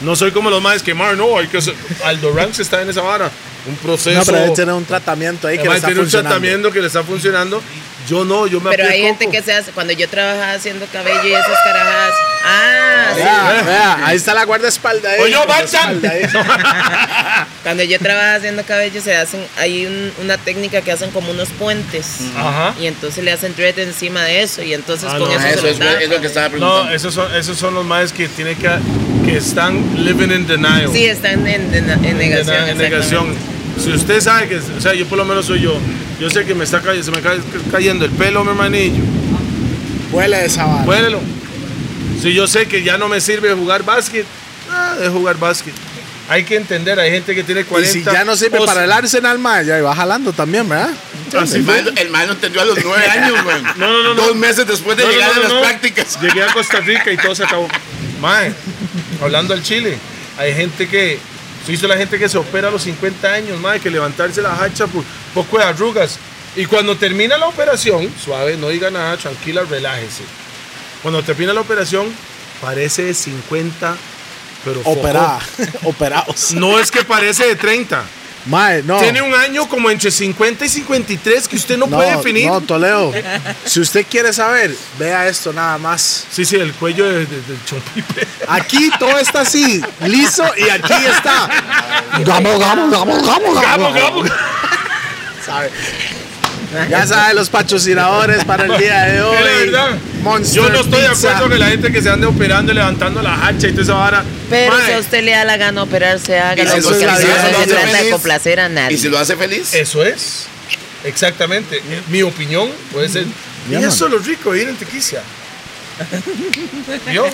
S2: No soy como los más que Mar, no. Hay que hacer- Aldo Ranks está en esa vara. Un proceso.
S1: No, pero debe tener un tratamiento ahí que le
S2: Además,
S1: está
S2: tiene un
S1: funcionando.
S2: tratamiento que le está funcionando. Yo no, yo me
S4: Pero
S2: aplico.
S4: hay gente que se hace, cuando yo trabajaba haciendo cabello y esas carajadas. Ah, sí.
S1: Vea,
S2: eh.
S1: vea, ahí está la eh. guardaespaldas. ahí,
S2: Oye, Bantan.
S1: guardaespaldas, ahí.
S4: Cuando yo trabajaba haciendo cabello, se hacen, hay un- una técnica que hacen como unos puentes.
S2: Ajá.
S4: Y entonces le hacen dread encima de eso. Y entonces
S2: Ah,
S4: con
S2: no,
S4: eso
S5: Ah,
S4: se
S5: eso
S4: lo
S5: es,
S4: tapan.
S5: es lo que estaba preguntando.
S2: No, esos son, esos son los más que tienen que, que están living in denial.
S4: Sí, están en, en- en negación.
S2: En- en
S4: exactamente.
S2: negación. Si usted sabe que, o sea, yo por lo menos soy yo. Yo sé que me está cayendo, se me cae- cayendo el pelo, mi hermanillo.
S1: Huele esa vara.
S2: Vuélelo. Si yo sé que ya no me sirve jugar básquet, ah, de jugar básquet. Hay que entender, hay gente que tiene
S1: y
S2: 40.
S1: si ya no sirve
S2: o
S1: para el Arsenal, mae, ya va jalando también, ¿verdad?
S5: el, man, el man lo entendió a los nueve
S2: [LAUGHS]
S5: años, güey.
S2: eh, No, no, no, no.
S5: Dos meses después de
S2: No, no,
S5: llegar
S2: no,
S5: a las
S2: no.
S5: prácticas.
S2: [LAUGHS] Llegué a Costa Rica y todo se acabó. Mae, hablando al Chile, hay gente que. Se hizo la gente que se opera a los 50 años, mae, que levantarse la hacha por poco de arrugas. Y cuando termina la operación, suave, no diga nada, tranquila, relájese. Cuando termina la operación, parece de 50, pero fofó. [LAUGHS]
S1: Operada. Operados.
S2: No es que parece de 30.
S1: Mae, no.
S2: Tiene un año como entre 50 y 53 que usted no,
S1: no,
S2: puede definir.
S1: No, Toledo. Si usted quiere saber, vea esto nada más.
S2: Sí, sí, el cuello de- de- del chompipe.
S1: Aquí todo está así, liso, y aquí está. Gamo, gamo, gamo, gamo, gamo. Sabe. Ya saben los patrocinadores para el día de
S2: Es la
S1: hoy.
S2: verdad.
S1: Monster
S2: Yo no estoy de
S1: Pizza.
S2: acuerdo que la gente que se ande operando y levantando la hacha y toda esa vara.
S4: Pero
S2: Mae,
S4: si a usted le da la gana operarse, hágalo.
S5: si lo-
S4: Porque
S1: si
S4: al
S1: lo
S4: final
S1: hace
S4: no se
S5: feliz-
S4: trata de complacer a nadie.
S5: Y si lo hace feliz,
S2: Eso es. Exactamente. Eh, Mi opinión puede ser.
S1: Ya,
S2: y eso es lo rico de ir en Tequicia. ¿Vio?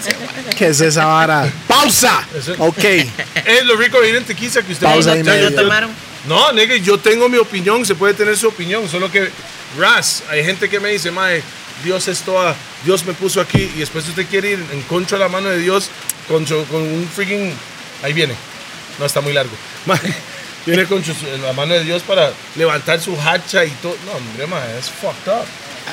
S1: ¿Qué es esa vara? ¡Pausa!
S2: Eso-
S1: Ok.
S2: Es lo rico de ir en Tequicia que usted
S1: Pausa
S2: no-
S1: y
S2: ya-
S1: media.
S4: ¿Lo
S2: ya-
S4: tomaron?
S2: No, nigga, yo tengo mi opinión, se puede tener su opinión, solo que, Ras, hay gente que me dice, mae, Dios es toda, Dios me puso aquí, y después usted quiere ir en contra de la mano de Dios con, su- con un freaking, ahí viene, no, está muy largo, [LAUGHS] Mae, viene con su- la mano de Dios para levantar su hacha y todo, no, hombre, mae, es fucked up.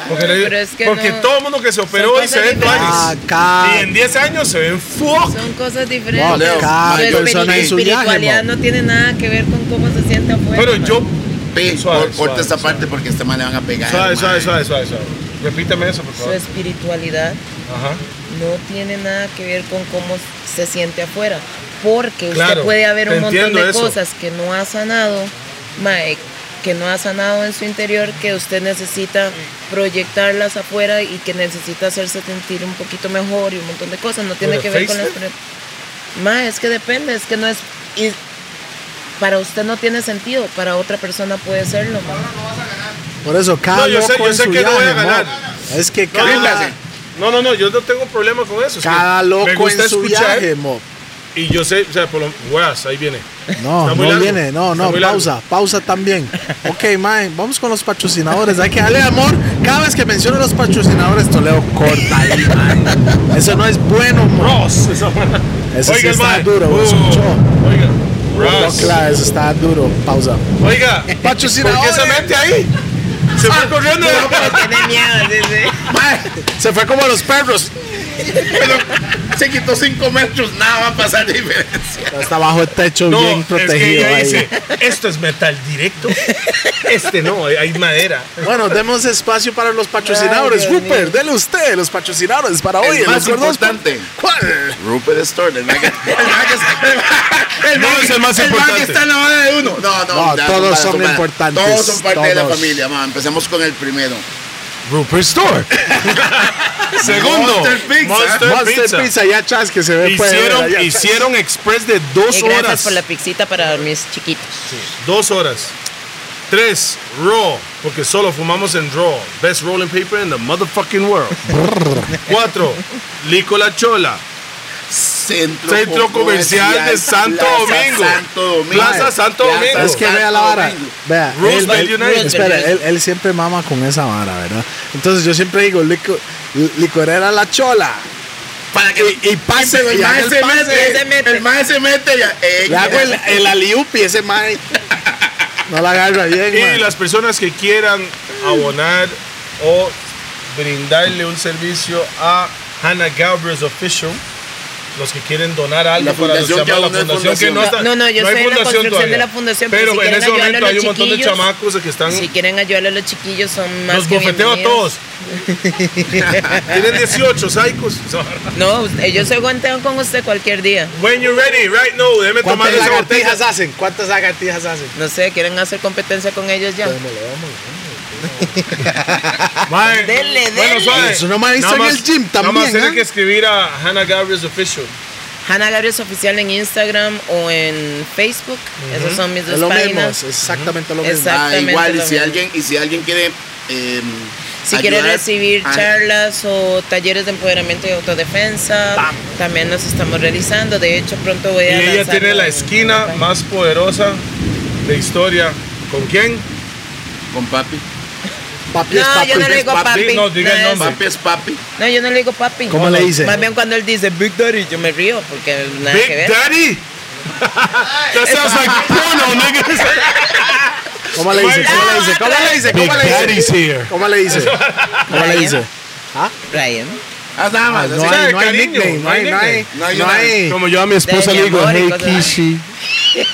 S2: Porque, le-
S4: pero es que
S2: porque
S4: no-
S2: todo el mundo que se operó
S4: son
S2: hoy se
S4: cosas
S2: ve
S1: Ah,
S2: tuanis.
S1: Acá.
S2: Y en 10 años se ven fuck.
S4: Son cosas diferentes.
S1: Wow, Leo, cada
S4: su espiri-
S1: persona en su viaje,
S4: espiritualidad
S1: mo.
S4: no tiene nada que ver con cómo se sienta afuera.
S2: Pero
S4: man.
S2: yo...
S5: ve,
S2: Suave,
S5: cor- corta
S2: suave,
S5: esta
S2: suave.
S5: parte porque a este man le van a pegar.
S2: Suave, suave,
S5: man.
S2: suave, suave, suave. Repítame eso, por
S4: Su
S2: favor.
S4: espiritualidad
S2: Ajá.
S4: no tiene nada que ver con cómo se siente afuera. Porque usted
S2: Claro,
S4: puede haber
S2: te
S4: un montón
S2: entiendo
S4: de
S2: eso.
S4: cosas que no ha sanado, mae, que no ha sanado en su interior, que usted necesita proyectarlas afuera y que necesita hacerse sentir un poquito mejor y un montón de cosas. No tiene
S2: Pero
S4: que ver con las...
S2: face
S4: pre- Mae, es que depende, es que no es... y para usted no tiene sentido, para otra persona puede serlo. mae.
S1: Por eso, cada
S2: No, yo sé-
S1: loco
S2: yo
S1: en
S2: sé
S1: su
S2: que no voy a
S1: viaje,
S2: ganar.
S1: mo. Es que
S2: No,
S1: cada,
S2: No, no, no, yo no tengo problema con eso. es que
S1: cada
S2: me
S1: loco
S2: gusta
S1: en su
S2: escuchar
S1: viaje, mo.
S2: Y yo sé, o sea, por lo weas, ahí viene.
S1: No,
S2: Está muy
S1: no
S2: largo.
S1: viene, no,
S2: Está
S1: no,
S2: muy
S1: pausa,
S2: largo.
S1: pausa también. Ok, man, vamos con los patrocinadores. Hay que darle amor. Cada vez que menciono los patrocinadores, Toledo corta ahí, man. Eso no es bueno, mo.
S2: Ross, [LAUGHS] esa buena.
S1: Eso sí
S2: el
S1: está
S2: mae.
S1: duro,
S2: Uh,
S1: escuchó.
S2: Oiga,
S1: No,
S2: Ross.
S1: claro, eso está duro. Pausa.
S2: Oiga, ¿por qué
S1: Patrocinadores.
S2: se [LAUGHS] mete ahí?
S1: Ah,
S2: Se fue corriendo.
S4: Tiene miedo, sí, sí.
S1: Mae, se fue como los perros.
S5: Pero se quitó 5 metros, nada va a pasar [LAUGHS] diferencia.
S1: Está bajo el techo
S2: No,
S1: bien
S2: es que
S1: protegido.
S2: ella
S1: ahí.
S2: dice, esto es metal directo, este no, hay madera.
S10: Bueno, demos espacio para los patrocinadores.
S4: Ay, Dios mío.
S10: Rupert, dele usted los patrocinadores para
S5: El
S10: hoy. en
S5: más
S10: los gordos.
S5: importante.
S10: ¿Cuál?
S5: Rupert Storm, el man que, el man que está- el man
S2: No, es el más
S5: que- el man que
S2: importante.
S5: está en la banda de uno. No, no,
S1: No,
S5: ya,
S1: todos
S5: para,
S1: son
S5: para.
S1: importantes,
S5: Todos son parte de la
S1: todos.
S5: familia, man. Empecemos con el primero.
S1: Rupert Store.
S2: Segundo,
S5: Monster Pizza.
S1: Monster Pizza. allá atrás que se ve. puede ver
S2: Hicieron,
S1: allá atrás.
S2: hicieron express de dos
S4: Eh, gracias
S2: horas.
S4: por la pixita para mis chiquitos.
S2: Dos horas. Tres, Raw, porque solo fumamos en Raw. Best rolling paper in the motherfucking
S4: [LAUGHS]
S2: world. Cuatro, Licola Chola.
S5: Centro,
S2: Centro comercial de Santo
S5: Plaza
S2: Domingo.
S5: Santo Domingo.
S2: Plaza Santo
S5: Plaza
S2: Domingo.
S1: Es que vea la
S5: Santo
S1: vara.
S5: Domingo.
S1: Vea, él,
S2: Roosevelt
S1: él-
S2: United.
S1: espera, él, él siempre mama con esa vara, ¿verdad? Entonces yo siempre digo, lico- licorera la chola.
S5: Para que
S1: Y pase,
S5: el
S1: y haga
S5: mae
S1: el
S5: se
S1: pase.
S5: mete,
S4: Se mete.
S5: el mae se mete ya. Eh,
S1: Le hago el, el aliupi ese mae. No la agarra bien,
S2: Y
S1: mae.
S2: las personas que quieran abonar o brindarle un servicio a Hannah Gabriel's Official, los que quieren donar algo
S5: La
S2: para los
S5: fundación que
S2: llamados,
S5: aún no es
S2: que no,
S5: fundación.
S2: está-
S4: No, no, yo
S2: hay
S4: estoy en la
S2: fundación
S4: construcción
S2: todavía.
S4: de la fundación, pero
S2: Pero,
S4: si
S2: en
S4: quieren
S2: ese
S4: ayudar a
S2: momento
S4: los
S2: hay un montón de
S4: chiquillos,
S2: chamacos que están.
S4: Si quieren ayudar a los chiquillos, son más
S2: los
S4: que
S2: bofeteo a
S4: bienvenidos. [LAUGHS]
S2: todos. Tienen 18 psychos.
S4: [LAUGHS] No, eh, yo se aguanteo con usted cualquier día.
S2: When you're ready, right now, déme tomar
S1: ¿Cuántas
S2: esa botella.
S1: lagartijas hacen? ¿Cuántas lagartijas hacen?
S4: No sé, ¿quieren hacer competencia con ellos ya?
S2: Mae,
S4: Dele, dele.
S2: Bueno, suave.
S1: Eso nomás hizo
S2: Nada
S1: en el gym
S2: nada más
S1: también,
S2: tiene
S1: ¿eh?
S2: que escribir a Hannah Gabriel's Official.
S4: Hanna Gabriels Oficial en Instagram o en Facebook. Esas son mis
S1: Es
S4: dos
S1: lo mismo,
S4: páginas.
S1: es exactamente lo mismo.
S4: Exacto.
S5: Ah,
S4: Exactamente
S5: igual, y
S4: lo
S5: si
S4: mismo.
S5: alguien, y si alguien quiere. eh,
S4: Si quieren
S5: ayudar
S4: recibir
S5: a-
S4: charlas o talleres de empoderamiento y autodefensa, también nos estamos realizando. De hecho, pronto voy
S2: Y
S4: a.
S2: ella
S4: lanzar
S2: tiene la
S4: un-
S2: esquina más poderosa de historia. ¿Con quién?
S5: Con papi.
S1: Papi es
S4: No,
S1: papi.
S4: yo no le digo
S5: papi.
S4: papi.
S2: No, diga el
S4: es-
S2: nombre.
S5: Papi es papi.
S4: No, yo no le digo papi.
S1: ¿Cómo le dice?
S4: Más bien cuando él dice Big Daddy, yo me río porque nada que
S2: Big
S4: ver.
S2: Daddy. That sounds like porno, nigga.
S1: ¿Cómo le dice? ¿Cómo le dice? ¿Cómo le dice? ¿Cómo le dice?
S9: here.
S1: ¿Cómo le dice? [LAUGHS] ¿Cómo le dice?
S4: Brian.
S5: Ah, nada más.
S1: No
S5: así.
S1: hay, no hay
S2: cariño,
S1: nickname, no hay, no hay,
S5: no hay
S1: no
S5: una-
S1: hay.
S9: Como yo a mi esposa
S4: mi
S9: le digo,
S4: amor y
S9: hey
S4: cosas así".
S9: Kishi.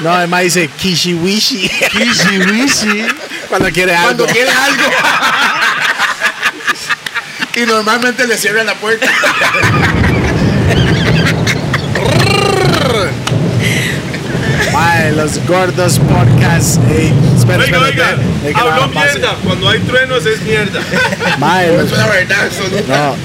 S1: No, además dice Kishiwishi. Kishiwishi. [LAUGHS] Cuando quiere algo.
S5: Cuando quiere algo.
S1: [LAUGHS]
S5: y normalmente le cierran la puerta.
S1: Mae, los gordos podcast. Ey, espera, espera.
S2: Oiga, oiga.
S1: de- de que la
S2: Habló
S1: vara pase.
S2: mierda. Cuando hay truenos es
S1: [LAUGHS]
S2: mierda.
S1: Mae,
S5: Es
S1: los,
S5: una pues, verdad absoluta.
S1: no,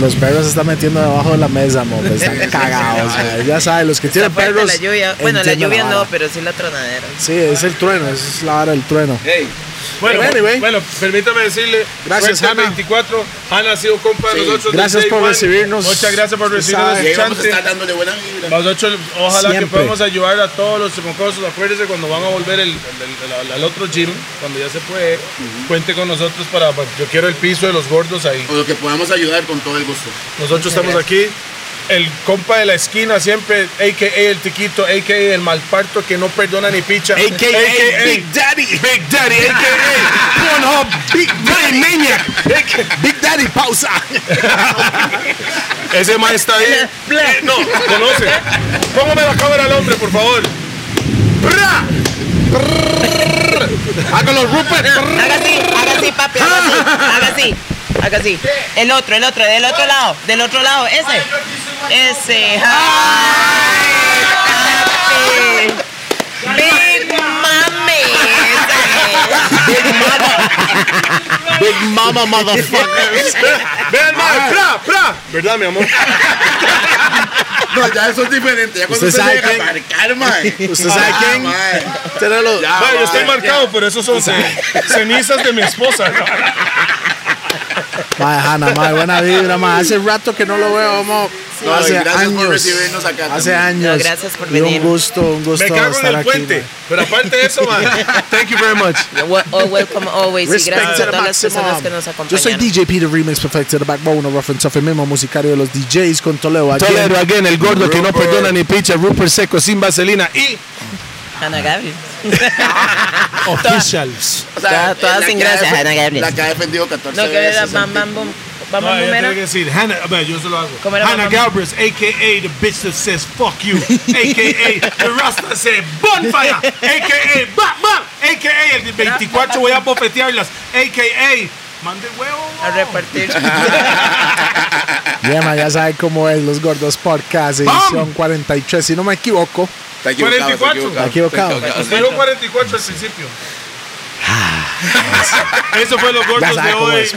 S1: los perros se están metiendo debajo de la mesa, mo. pues, Están cagados, mae. Ya saben, los que tienen
S4: Fuerte
S1: perros.
S4: la lluvia. Bueno, la
S1: entienden
S4: lluvia
S1: vara.
S4: no, pero sí la tronadera.
S1: Sí, es el trueno, es la hora del trueno.
S5: Hey,
S2: Bueno,
S1: Bueno, anyway.
S2: bueno, permítame decirle,
S1: Gracias,
S2: Fuerte
S1: Hannah.
S2: 24, Hanna ha sido compa de
S5: Sí.
S2: nosotros.
S1: Gracias
S2: desde
S1: por
S2: Iguan.
S1: recibirnos.
S2: Muchas gracias por
S5: y
S2: recibirnos.
S5: ahí vamos a
S2: Chante.
S5: estar dándole buena vibra.
S2: Nosotros, ojalá que
S1: Siempre.
S2: podamos ayudar a todos los mocosos. Acuérdense cuando van a volver el- el- el- al- al otro gym, cuando ya se puede, cuente con nosotros para. para- Yo quiero el piso de los gordos ahí.
S5: O lo que podamos ayudar con todo el gusto.
S2: Nosotros estamos aquí. El compa de la esquina siempre, a.k.a. el tiquito, a.k.a. el malparto que no perdona ni picha.
S1: AKA, Big Daddy. Big Daddy, AKA. Pornhub, Big Daddy Maniac. Big Daddy, pausa.
S2: Ese man está ahí. Eh, no, conoce. Póngame la cámara al hombre, por favor.
S1: Bra. Hágalo, Rupert.
S4: Haga así, haga así, papi, haga así, haga así, haga así. El otro, el otro, del otro lado, del otro lado, ese. Ese. Ay, papi. Big mami. ese. Big mama.
S1: Big Mama Motherfucker.
S2: Vean, man, pra, pra. ¿Verdad,
S1: [LAUGHS]
S2: mi amor?
S5: No, ya eso es diferente. Ya cuando
S1: Usted
S5: usted se
S1: sabe
S5: deja
S1: quién-
S5: marcar, mae.
S1: [LAUGHS] ¿Usted sabe
S5: Ah,
S1: quién?
S5: mae.
S1: Usted lo-
S5: Ya,
S2: Bueno, yo estoy
S5: mae.
S2: marcado, pero esos son ce- cenizas de
S1: [LAUGHS]
S2: mi esposa.
S1: Mae, Hanna, mae, buena vibra, mae. Hace rato que no lo veo, mo.
S5: No, y
S1: hace
S5: gracias por
S1: años.
S5: recibirnos acá
S1: Hace
S5: también.
S1: años.
S4: No, gracias por
S1: Y
S4: venir.
S1: Un gusto, un gusto
S2: Me cago
S1: estar
S2: en el
S1: aquí,
S2: puente.
S1: mae.
S2: Pero aparte de eso,
S1: [LAUGHS]
S2: man. Thank you very much.
S4: Well, oh, welcome always. Y
S1: Respect
S4: gracias
S1: to
S4: a
S1: the
S4: todas las personas
S1: maximum.
S4: que nos
S1: Yo soy DJ
S4: acompañaron.
S1: Peter Remix Perfecto de Backbone, Rough and Tough, el mismo musicario de los DJs con Toledo. aquí.
S9: Toledo again, el gordo que no
S5: Rupert.
S9: perdona ni picha, Rupert seco sin vaselina y
S4: Ana Gabriel.
S9: officials.
S5: O sea,
S4: Todas- todas
S5: la
S4: sin
S5: que ha
S4: gracias,
S5: defen-
S4: Ana Gabriel.
S5: La que ha defendido 14
S4: No, que
S5: veces.
S4: era bam,
S5: antes.
S4: bam, bum. Vamos
S2: No,
S4: al
S2: ella
S4: número.
S2: tiene que decir, Hannah, a ver, yo se lo hago.
S4: ¿Cómo era,
S2: Hannah
S4: mamá?
S2: Galbraith, a.k.a. the bitch that says fuck
S9: [LAUGHS]
S2: you, a.k.a. the rasta said bonfire, a.k.a. bam, bam, a.k.a. el de 24 voy a bofetearlas, a.k.a. mande huevo.
S4: A repartir.
S1: [LAUGHS] Yeah, man, ya sabe cómo es los gordos podcast, edición 43, si no me equivoco.
S5: Está equivocado, está
S2: 44.
S5: equivocado.
S1: Equivocado.
S5: Está
S2: Usted 44 al principio.
S9: Ah.
S2: Eso fue los
S1: Ya
S2: gordos
S1: sabe
S2: de
S1: cómo
S2: hoy.
S1: es.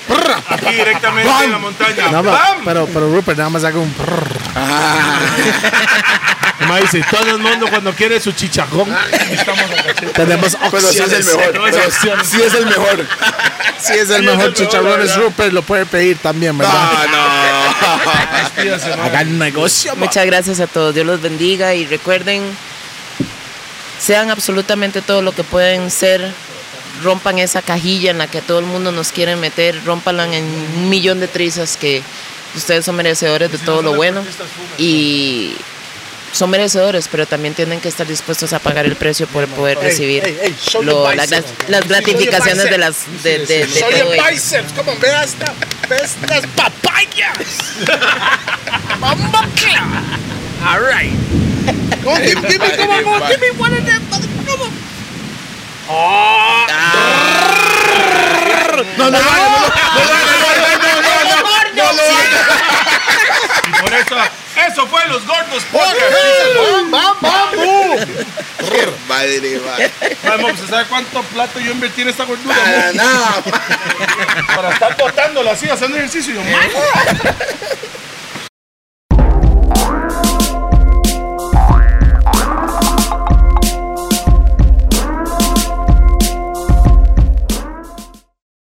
S2: Aquí directamente en la montaña.
S1: No, pero,
S2: ¡Bam!
S1: pero, pero Rupert nada más haga un prrr.
S9: Ma dice, todo el mundo cuando quiere su chicharrón.
S1: Tenemos
S5: Pero sí es el
S1: opciones.
S5: mejor.
S2: no es
S5: pero sí es el mejor.
S1: Si es el mejor
S2: mejor,
S1: chicharrón,
S2: la
S1: es
S2: verdad.
S1: Rupert, lo puede pedir también, ¿verdad?
S5: No, no. [LAUGHS]
S1: Hagan un negocio, man.
S4: Muchas gracias a todos. Dios los bendiga y recuerden, sean absolutamente todo lo que pueden ser. Rompan esa cajilla en la que todo el mundo nos quiere meter. Rómpanla en un millón de trizas que ustedes son merecedores de todo lo bueno. Y son merecedores, pero también tienen que estar dispuestos a pagar el precio por poder recibir
S1: ey, ey, show
S4: lo-
S1: your
S4: las,
S1: bicep.
S4: las gratificaciones de las de, de- de
S1: Soy
S4: todo
S1: el
S4: ello.
S1: biceps, como ve hasta ve estas papayas. Mamá cla. All right. Go, give, give me, come on, go, give me one of them. motherfucker, Come on.
S2: Y por eso, eso fue los gordos.
S5: Madre mía.
S2: Vamos, ¿se sabe cuánto plato yo invertí en esta gordura?
S5: Para
S2: mo?
S5: nada.
S2: Para estar botándola así, haciendo ejercicio. Yo, "Ma".